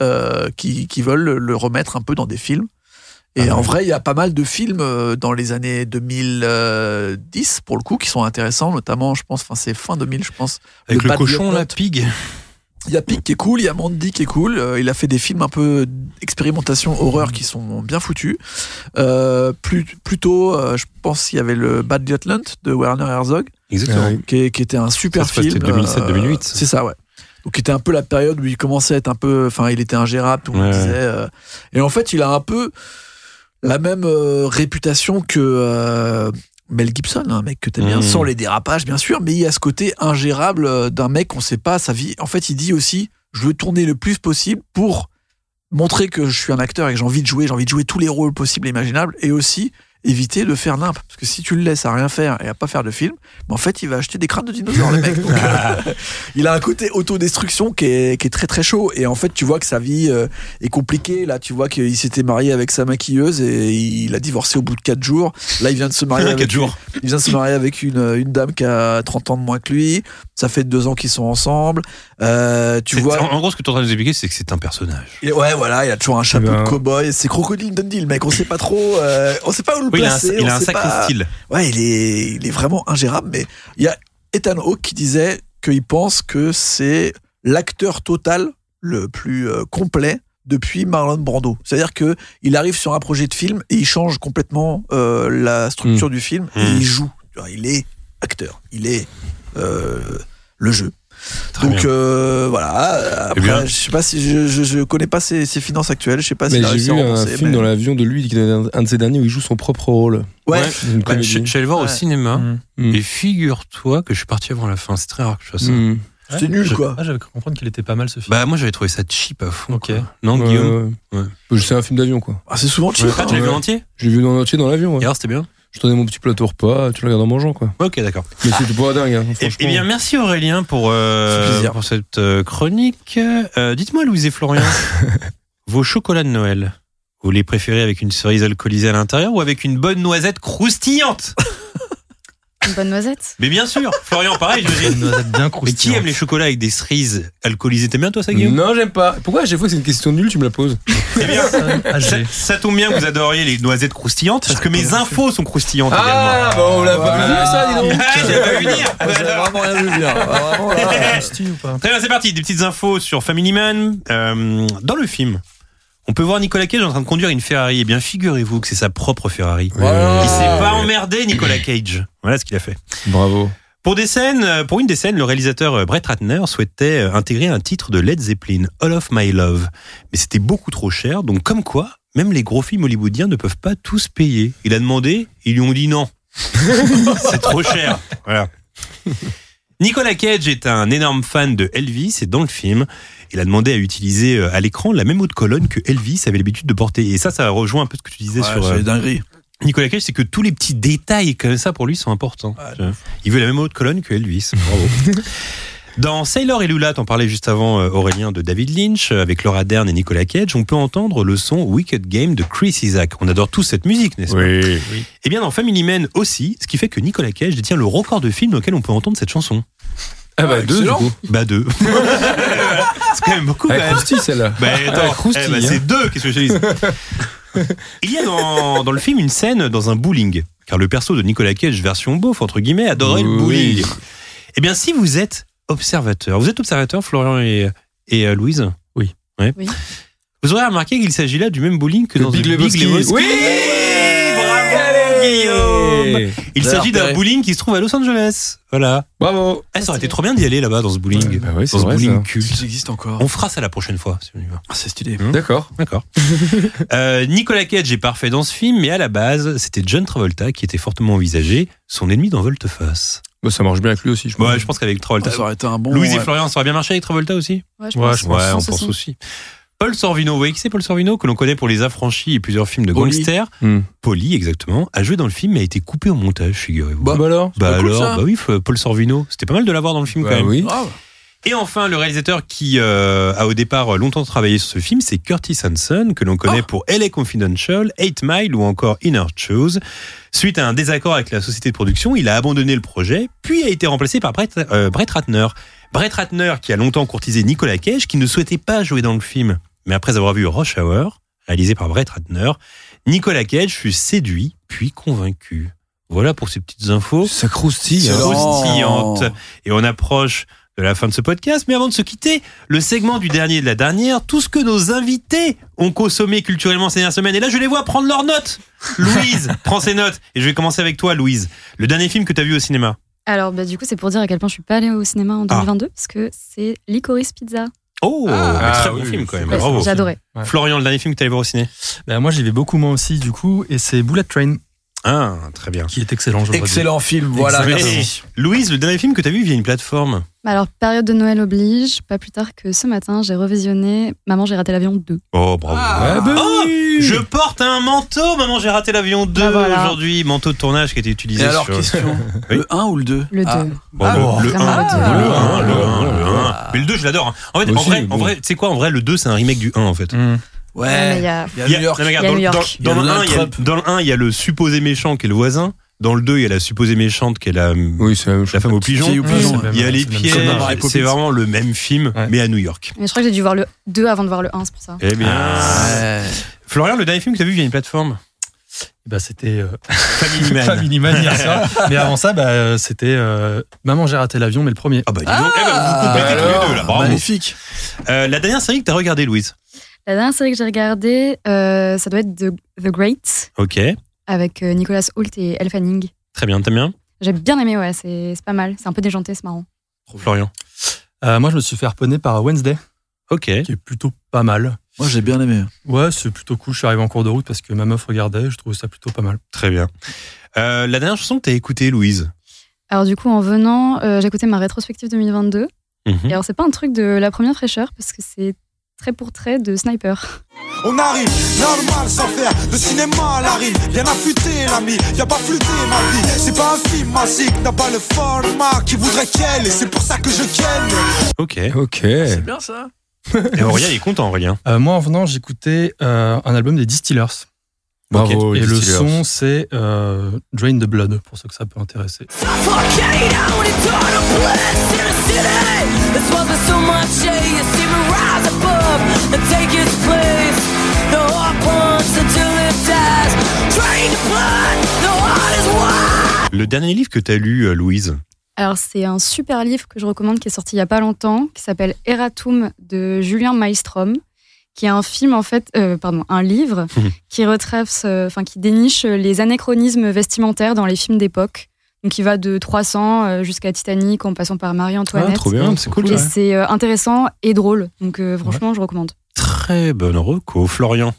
euh, qui, qui, veulent le remettre un peu dans des films. Et ah en ouais. vrai, il y a pas mal de films euh, dans les années 2010 pour le coup qui sont intéressants, notamment, je pense, enfin c'est fin 2000, je pense. Avec le, le cochon, la pig. Il y a Pig qui est cool, il y a Mandy qui est cool. Euh, il a fait des films un peu expérimentation horreur qui sont bien foutus. Euh, plus, plus tôt, euh, je pense qu'il y avait le Bad Lieutenant de Werner Herzog. euh, Exactement. Qui, qui était un super ça, film. euh, 2007-2008. C'est ça, ouais. Donc, était un peu la période où il commençait à être un peu. Enfin, il était ingérable, tout le ouais. monde disait. euh. et en fait, il a un peu la même euh, réputation que. euh, Mel Gibson, un mec que t'aimes bien, mmh. sans les dérapages bien sûr, mais il y a ce côté ingérable euh, d'un mec qu'on sait pas sa vie. En fait, il dit aussi, je veux tourner le plus possible pour montrer que je suis un acteur et que j'ai envie de jouer, j'ai envie de jouer tous les rôles possibles et imaginables, et aussi éviter de faire n'importe parce que si tu le laisses à rien faire et à pas faire de film, ben en fait, il va acheter des crânes de dinosaures, le mec. Donc, euh, il a un côté autodestruction qui est, qui est très très chaud, et en fait, tu vois que sa vie euh, est compliquée. Là, tu vois qu'il s'était marié avec sa maquilleuse et il a divorcé au bout de 4 jours. Là, il vient de se marier. avec, jours. Il vient de se marier avec une, une dame qui a 30 ans de moins que lui. Ça fait 2 ans qu'ils sont ensemble. Euh, tu vois. En, en, gros, ce que tu es en train de nous expliquer, c'est que c'est un personnage. Et ouais, voilà, il a toujours un chapeau Eh ben... de cow-boy. C'est Crocodile Dundee, le mec. On sait pas trop. euh, on sait pas où le oui, Placé, il a un, il a un sacré pas... style. Ouais, il est, il est vraiment ingérable. Mais il y a Ethan Hawke qui disait qu'il pense que c'est l'acteur total le plus euh, complet depuis Marlon Brando. C'est-à-dire que il arrive sur un projet de film et il change complètement euh, la structure Hmm. mmh. du film. Et mmh. il joue. Il est acteur. Il est euh, le jeu. Très Donc euh, voilà. Après, bien. je sais pas si je, je, je connais pas ses, ses, finances actuelles. Je sais pas. Mais si j'ai vu un penser, film mais... dans l'avion de lui, un de ses derniers où il joue son propre rôle. Ouais. Bah, je, je, suis allé voir ouais. au cinéma Mm. mmh. et figure-toi que je suis parti avant la fin. C'est très rare que je fasse ça. Mmh. C'était ouais, nul quoi. Ah, j'avais cru comprendre qu'il était pas mal ce film. Bah moi j'avais trouvé ça cheap à fond. Ok. Quoi. Non ouais, Guillaume. C'est un film d'avion quoi. Ah, c'est souvent cheap. tu l'as vu en entier J'ai vu en entier dans l'avion. Et alors c'était bien je te donne mon petit plateau repas, tu le regardes en mangeant, quoi. Ok, d'accord. Mais c'était ah. pas dingue, hein, franchement. Eh bien, merci Aurélien pour, euh, pour cette chronique. Euh, Dites-moi, Louise et Florian, vos chocolats de Noël, vous les préférez avec une cerise alcoolisée à l'intérieur ou avec une bonne noisette croustillante Une bonne noisette Mais bien sûr Florian, pareil, je Une noisette bien croustillante. Mais qui aime les chocolats avec des cerises alcoolisées T'aimes bien toi ça, Guillaume Non, j'aime pas. Pourquoi à chaque fois que c'est une question nulle, tu me la poses Eh bien, ça, ça, tombe bien que vous adoriez les noisettes croustillantes, parce que mes infos sont croustillantes ah, également. Ah, on l'a pas vu ça, dis donc ah, J'ai pas vu venir vraiment rien vu venir. Oh Vraiment, là, Très bien, c'est parti. Des petites infos sur Family Man. Euh, dans le film, on peut voir Nicolas Cage en train de conduire une Ferrari. Eh bien, figurez-vous que c'est sa propre Ferrari. Ouais. Il s'est pas emmerdé, Nicolas Cage. Voilà ce qu'il a fait. Bravo. Pour des scènes, euh, pour une des scènes, le réalisateur euh, Brett Ratner souhaitait euh, intégrer un titre de Led Zeppelin, All of My Love. Mais c'était beaucoup trop cher, donc comme quoi, même les gros films hollywoodiens ne peuvent pas tous payer. Il a demandé, ils lui ont dit non. c'est trop cher. Voilà. Nicolas Cage est un énorme fan de Elvis et dans le film, il a demandé à utiliser euh, à l'écran la même eau de colonne que Elvis avait l'habitude de porter. Et ça, ça rejoint un peu ce que tu disais ouais, sur. euh, C'est dinguerie. Nicolas Cage, c'est que tous les petits détails comme ça pour lui sont importants. Ouais. Il veut la même eau de colonne que Elvis. Bravo. Dans Sailor et Lula, t'en parlais juste avant euh, Aurélien de David Lynch, euh, avec Laura Dern et Nicolas Cage, on peut entendre le son Wicked Game de Chris Isaac. On adore tous cette musique, n'est-ce oui, pas Oui. Eh bien, dans Family Man aussi, ce qui fait que Nicolas Cage détient le record de films dans lequel on peut entendre cette chanson. Ah bah ah, deux, du coup. Bah deux. c'est quand même beaucoup. Elle croustille celle-là. Ah, Bah attends, eh hein. bah, c'est deux, qu'est-ce que je dis Il y a dans, dans, le film une scène dans un bowling, car le perso de Nicolas Cage version beauf entre guillemets adorait oui. le bowling. Eh bien, si vous êtes observateur, vous êtes observateur, Florian et, et euh, Louise. Oui. Ouais. oui. Vous aurez remarqué qu'il s'agit là du même bowling que le dans Big, le Lebowski. Big Lebowski. Oui. Ouais, bravo. Allez Guillaume Il Alors, s'agit d'un ouais. bowling qui se trouve à Los Angeles. Voilà. Bravo. Ah, ça aurait été trop bien d'y aller là-bas dans ce bowling. ouais, c'est dans ce vrai, bowling ça. culte. S'il existe encore. On fera ça la prochaine fois si on y va. Ah, c'est stylé. Hmm. D'accord. D'accord. Euh, Nicolas Cage est parfait dans ce film, mais à la base, c'était John Travolta qui était fortement envisagé, son ennemi dans Volteface. Bah, ça marche bien avec lui aussi, je pense. Ouais, je pense qu'avec Travolta. Ça aurait été un bon. Louise et ouais. Florian, ça aurait bien marché avec Travolta aussi Ouais, je pense. Ouais, on Sans pense souci. aussi. Paul Sorvino, vous voyez qui c'est Paul Sorvino Que l'on connaît pour Les Affranchis et plusieurs films de Poli. gangsters. Polly, exactement, a joué dans le film mais a été coupé au montage, figurez-vous. Bah, bah alors Bah C'est cool, alors, ça. bah oui, f- Paul Sorvino. C'était pas mal de l'avoir dans le film Bah quand même. oui. Et enfin, le réalisateur qui euh, a au départ longtemps travaillé sur ce film, c'est Curtis Hanson, que l'on connaît pour LA Confidential, 8 Mile ou encore Inner Shoes. Suite à un désaccord avec la société de production, il a abandonné le projet, puis a été remplacé par Brett, euh, Brett Ratner. Brett Ratner, qui a longtemps courtisé Nicolas Cage, qui ne souhaitait pas jouer dans le film. Mais après avoir vu Rush Hour, réalisé par Brett Ratner, Nicolas Cage fut séduit, puis convaincu. Voilà pour ces petites infos. Ça croustille, hein. Croustillante. Et on approche de la fin de ce podcast. Mais avant de se quitter, le segment du dernier et de la dernière, tout ce que nos invités ont consommé culturellement ces dernières semaines. Et là, je les vois prendre leurs notes. Louise, prends ses notes. Et je vais commencer avec toi, Louise. Le dernier film que tu as vu au cinéma. Alors, bah, du coup, c'est pour dire à quel point je suis pas allée au cinéma en 2022 parce que c'est Licorice Pizza. Ah. Oh, Ah. un très bon film quand même. Ouais, Bravo. j'ai adoré. Ouais. Florian, le dernier film que tu allé voir au ciné. Ben, moi, j'y vais beaucoup moins aussi, du coup, et c'est Bullet Train. Ah, très bien. Qui est excellent, je le redis. Excellent film, voilà, Exactement. merci. Louise, le dernier film que tu as vu via une plateforme. Bah alors, période de Noël oblige, pas plus tard que ce matin, j'ai revisionné Maman, j'ai raté l'avion 2. Oh, bravo. Ah. Eh ben Oh, je porte un manteau. Maman, j'ai raté l'avion 2 Ah, voilà. aujourd'hui. Manteau de tournage qui a été utilisé Et alors, sur- question, Oui. le 1 ou le 2 Le 2. Bon, Ah, le, bon. le 1, Ah, le 1, ouais. le 1, le 1. Ah. Mais le 2, je l'adore. hein. En fait, Moi en aussi, vrai, mais bon. en vrai, tu sais quoi, en vrai, le 2, c'est un remake du 1, en fait. Mm. Ouais, Ah, mais Eh, il y a- Il y a- New York. non, mais regarde, Il y a dans- dans- New York. dans le Il y a 1, il y a- Donald Dans le 1, il y a le supposé méchant qui est le voisin. Dans le 2, il y a la supposée méchante qui est la, la femme au pigeon. Qui est au pigeon, Il y a ouais. les C'est le même- pièges. comme dans Mary Poppins. C'est vraiment le même film, mais à New York. Mais je crois que j'ai dû voir le 2 avant de voir le 1, c'est pour ça. Eh bien. Ah. Florian, le dernier film que tu as vu via une plateforme bah, C'était euh, Family Man. Family Man hier soir. mais avant ça, bah, euh, c'était euh, Maman, j'ai raté l'avion, mais le premier. Ah bah, Vous complétez tous les deux, bah, là. Bravo. magnifique. Euh, la dernière série que tu as regardée, Louise. La dernière série que j'ai regardée, euh, ça doit être The, The Great, Ok, avec euh, Nicolas Hoult et Elle Fanning. très bien, t'aimes bien J'ai bien aimé, ouais, c'est c'est pas mal. C'est un peu déjanté, c'est marrant. Florian. Euh, moi, je me suis fait harponner par Wednesday. Ok. Qui est plutôt pas mal. Moi, j'ai bien aimé. Ouais, c'est plutôt cool. Je suis arrivé en cours de route parce que ma meuf regardait. Je trouvais ça plutôt pas mal. Très bien. Euh, la dernière chanson que tu as écoutée, Louise Alors, du coup, en venant, euh, j'ai écouté ma rétrospective 2022. Mhm. Et alors, c'est pas un truc de la première fraîcheur, parce que c'est très pour trait de Sniper. On arrive, normal sans faire de cinéma à la rive. Y'en a futé l'ami, y'a pas flûté ma vie. C'est pas un film magique, n'a pas le format qui voudrait qu'elle, et c'est pour ça que je ken. Ok. Ok. C'est bien ça. Et Aurélien il est content, Aurélien. Euh, moi, en venant, j'écoutais euh, un album des Distillers. Bravo, Ok. les Et le Distillers. son, c'est euh, Drain the Blood, pour ceux que ça peut intéresser. That's why there's so much hate. You see me rise above and take its place. The heart pumps until it dies. Drain the blood. The heart is wild. Le dernier livre que tu as lu, euh, Louise Alors, c'est un super livre que je recommande qui est sorti il y a pas longtemps, qui s'appelle Eratum de Julien Maelstrom, qui est un film, en fait, euh, pardon, un livre Mhm. qui retrace, euh, enfin, qui déniche les anachronismes vestimentaires dans les films d'époque. Donc, il va de 300 euh, jusqu'à Titanic en passant par Marie-Antoinette. Ah, trop bien, c'est cool, Et ouais. c'est euh, intéressant et drôle. Donc, euh, franchement, je recommande. Très bonne reco. Florian.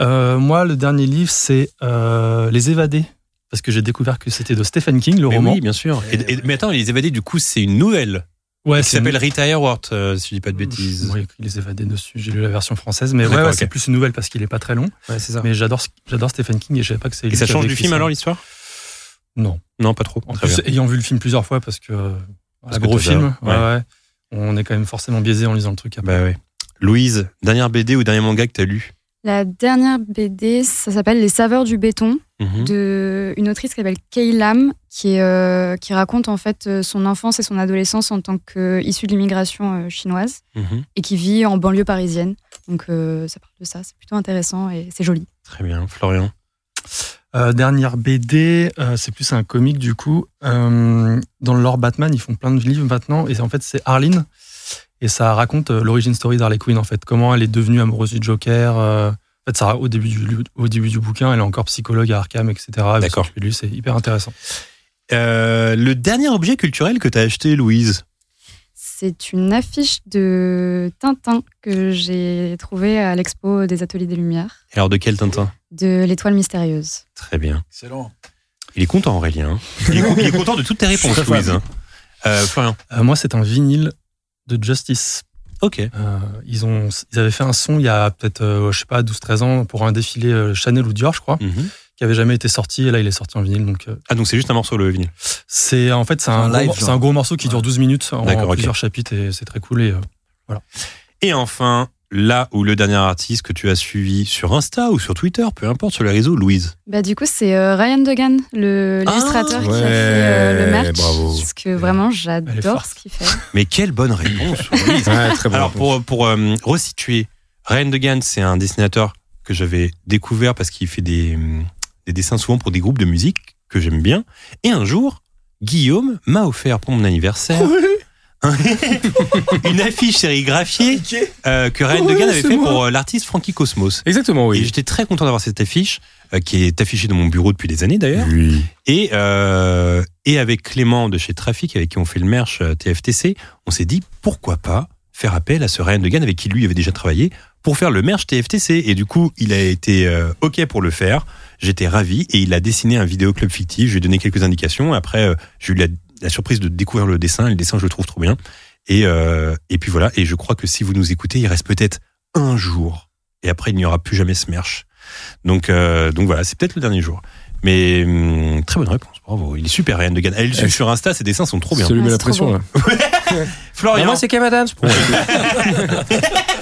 Euh, moi, le dernier livre, c'est euh, Les Évadés. Parce que j'ai découvert que c'était de Stephen King, le Mais roman. oui, bien sûr. Et- et- mais attends, Les Évadés, du coup, c'est une nouvelle. Ouais, qui c'est une- s'appelle Retire Worth, euh, si je dis pas de bêtises. Oui, Les Évadés dessus. J'ai lu la version française, mais ouais, D'accord, ouais, ok. c'est plus une nouvelle parce qu'il est pas très long. Ouais, c'est ça. Mais j'adore, ce- j'adore Stephen King et je savais pas que c'est. Et lui ça qui change avait du écrit film ça. alors, l'histoire Non. Non, pas trop. En Très plus, bien. ayant vu le film plusieurs fois, parce que euh, voilà, Parce que gros t'as film, ça, ouais, ouais. ouais, on est quand même forcément biaisé en lisant le truc. hein. Bah ouais. Louise, dernière BD ou dernier manga que tu as lu La dernière BD, ça s'appelle Les saveurs du béton, Mhm. de une autrice qui s'appelle Kay Lam, qui, est, euh, qui raconte en fait euh, son enfance et son adolescence en tant qu'issue de l'immigration euh, chinoise Mhm. et qui vit en banlieue parisienne. Donc euh, ça parle de ça, c'est plutôt intéressant et c'est joli. Très bien, Florian. Euh, dernière BD, euh, c'est plus un comique du coup. Euh, dans le lore Batman, ils font plein de livres maintenant, et en fait c'est Harleen, et ça raconte euh, l'origine story d'Harley Quinn en fait, comment elle est devenue amoureuse du Joker, euh, En fait, Sarah, au début, du, au début du bouquin, elle est encore psychologue à Arkham, etc. D'accord. C'est hyper intéressant. Euh, le dernier objet culturel que tu as acheté, Louise C'est une affiche de Tintin que j'ai trouvée à l'expo des Ateliers des Lumières, Alors, de quel Tintin de l'étoile mystérieuse. Très bien. Excellent. Il est content, Aurélien. hein. Il, est, con- il est content de toutes tes réponses, Je suis très Louise. fan. hein. Euh, Florian. Euh, moi, c'est un vinyle de Justice. Euh, Ok. ils, ont, ils avaient fait un son il y a peut-être, euh, je sais pas, 12-13 ans pour un défilé euh, Chanel ou Dior, je crois, qui avait jamais été sorti. Et là, il est sorti en vinyle. Donc, euh, Ah, donc c'est juste un morceau, le vinyle. c'est en fait, c'est C'est un un, gros live, mor- genre. c'est un gros morceau qui dure 12 minutes en D'accord, ok. plusieurs chapitres et c'est très cool. Et, euh, voilà. Et enfin, là où le dernier artiste que tu as suivi sur Insta ou sur Twitter, peu importe, sur les réseaux, Louise. Bah, du coup, c'est euh, Ryan Duggan, le- l'illustrateur qui a fait euh, Ah, ouais, le merch. bravo. Parce que vraiment, j'adore ce qu'il fait. Mais quelle bonne réponse, Louise. Alors, pour, pour euh, resituer, Ryan Degan, c'est un dessinateur que j'avais découvert parce qu'il fait des, hum, des dessins souvent pour des groupes de musique que j'aime bien. Et un jour, Guillaume m'a offert pour mon anniversaire un- une affiche sérigraphiée euh, que Ryan Ah, Ouais, Degan avait c'est fait moi. pour euh, l'artiste Frankie Cosmos. Exactement, oui. Et j'étais très content d'avoir cette affiche, euh, qui est affichée dans mon bureau depuis des années d'ailleurs. Et, euh, et avec Clément de chez Trafic, avec qui on fait le merch euh, TFTC, on s'est dit pourquoi pas faire appel à ce Ryan Degan avec qui lui avait déjà travaillé pour faire le merch TFTC. Et du coup, il a été euh, OK pour le faire. J'étais ravi et il a dessiné un vidéoclub fictif. Je lui ai donné quelques indications. Après, euh, j'ai eu la, la surprise de découvrir le dessin. Le dessin, je le trouve trop bien. Et, euh, et puis voilà. Et je crois que si vous nous écoutez, il reste peut-être un jour. Et après, il n'y aura plus jamais ce merch. Donc, euh, donc voilà, c'est peut-être le dernier jour. Mais hum, très bonne réponse, bravo. Il est super, Ryan Degan. Allez le suivre sur Insta, ses dessins sont trop bien. Ça lui met la pression, là. Bah, Florian. moi, c'est Kev Adams.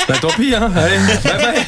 Bah, tant pis, hein. Allez, bye bye.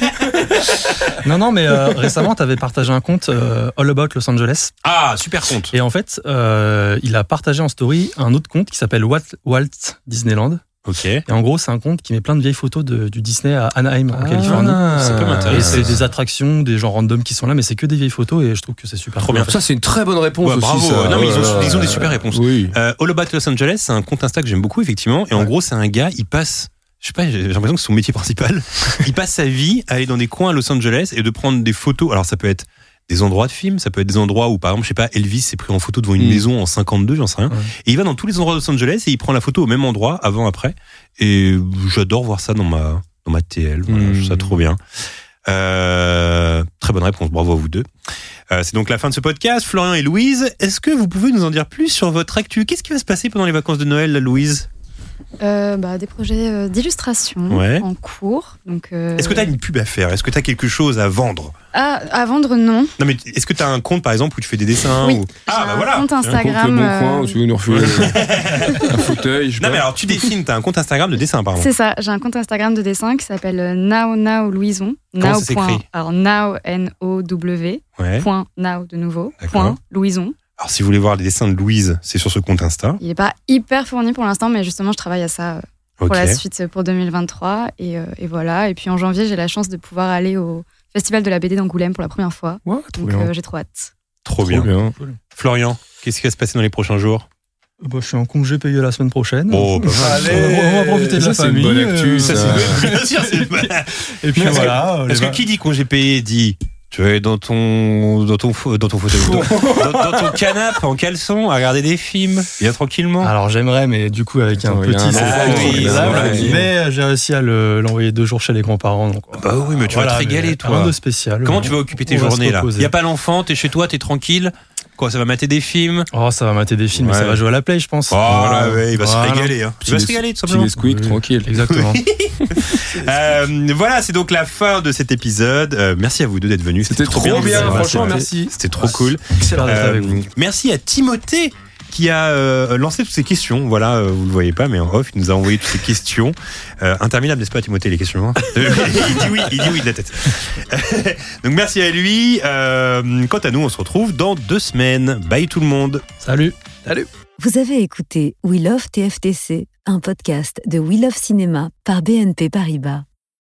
Non, non, mais euh, récemment, tu avais partagé un compte euh, All About Los Angeles. Ah, super compte. Et en fait, euh, il a partagé en story un autre compte qui s'appelle Walt, Walt Disneyland. Ok. Et en gros, c'est un compte qui met plein de vieilles photos de- du Disney à Anaheim, en Ah, Californie. ça peut m'intéresser, Et c'est ça. des attractions, des gens random qui sont là, mais c'est que des vieilles photos et je trouve que c'est super. Trop cool, bien. en fait. Ça, c'est une très bonne réponse Ouais, aussi. bravo. ça. Non, mais ils, ont, Ouais, ils ont des ouais. super réponses. Oui. Euh, All About Los Angeles, c'est un compte Insta que j'aime beaucoup, effectivement. Et en gros, c'est un gars, il passe, je sais pas, j'ai j'ai l'impression que c'est son métier principal. il passe sa vie à aller dans des coins à Los Angeles et de prendre des photos. Alors, ça peut être des endroits de films, ça peut être des endroits où, par exemple, je sais pas, Elvis s'est pris en photo devant une Mm. maison en 52, j'en sais rien. Et il va dans tous les endroits de Los Angeles et il prend la photo au même endroit, avant, après. Et j'adore voir ça dans ma, dans ma TL. Voilà, Je trouve Mm. ça trop bien. Euh, très bonne réponse, bravo à vous deux. Euh, c'est donc la fin de ce podcast. Florian et Louise, est-ce que vous pouvez nous en dire plus sur votre actu Qu'est-ce qui va se passer pendant les vacances de Noël, là, Louise Euh, bah, des projets euh, d'illustration Ouais. en cours. Donc, euh, Est-ce que tu as une pub à faire Est-ce que tu as quelque chose à vendre ah, à vendre, non. Non, mais est-ce que tu as un compte, par exemple, où tu fais des dessins Oui. ou... Bah, J'ai un compte Instagram, Un compte Le Bon euh, Coin, où tu veux nous refaire un fauteuil, je Non, mais alors tu dessines, tu as un compte Instagram de dessin, pardon. C'est ça, j'ai un compte Instagram de dessin qui s'appelle euh, Now Now Louison. Comment now. ça point- s'écrit alors Now N O W. Ouais. Point Now de nouveau. D'accord. Point Louison. Alors, si vous voulez voir les dessins de Louise, c'est sur ce compte Insta. Il n'est pas hyper fourni pour l'instant, mais justement, je travaille à ça euh, pour Ok. la suite euh, pour 2023 et, euh, et voilà. Et puis en janvier, j'ai la chance de pouvoir aller au festival de la BD d'Angoulême pour la première fois. Donc bien. euh, j'ai trop hâte. Trop, bien. Florian, qu'est-ce qui va se passer dans les prochains jours Bah, je suis en congé payé la semaine prochaine. Oh, pas mal. On va- on va profiter de Ça, la c'est une famille. euh, bonne actu, ça. Bien sûr, c'est Et puis Parce que- voilà. euh, parce les que qui dit congé payé dit tu es dans ton dans ton fau- dans ton fauteuil, dans, dans- dans ton canapé en caleçon à regarder des films bien tranquillement. Ah Alors j'aimerais, mais du coup avec un Attends, il y a petit, un c'est enfant pas qui trop est là, faisable, ouais. Mais euh, j'ai réussi à le- l'envoyer deux jours chez les grands-parents. donc, Bah oui, mais tu voilà, vas te régaler, toi. Rien de spécial. Comment On- tu vas occuper tes on va se journées là reposer. Il y a pas l'enfant, t'es chez toi, t'es tranquille. Quoi, ça va mater des films Oh, ça va mater des films, Ouais. mais ça va jouer à la play, je pense. Oh là, ouais, il va se régaler, hein. Il va se régaler, tout simplement. Petit Nesquik, tranquille. Exactement. Euh, voilà, c'est donc la fin de cet épisode. Euh, merci à vous deux d'être venus. C'était trop, trop bien, C'était- franchement, merci. C'était trop cool. Euh, Excellent d'être avec vous. Merci à Timothée qui a euh, lancé toutes ces questions. Voilà, euh, vous le voyez pas, mais en off, il nous a envoyé toutes ces questions. Euh, interminable, n'est-ce pas, Timothée, les questions hein Il dit oui, il dit oui de la tête. donc merci à lui. Euh, quant à nous, on se retrouve dans deux semaines. Bye tout le monde. Salut. Salut. Vous avez écouté We Love TFTC, un podcast de We Love Cinéma par BNP Paribas.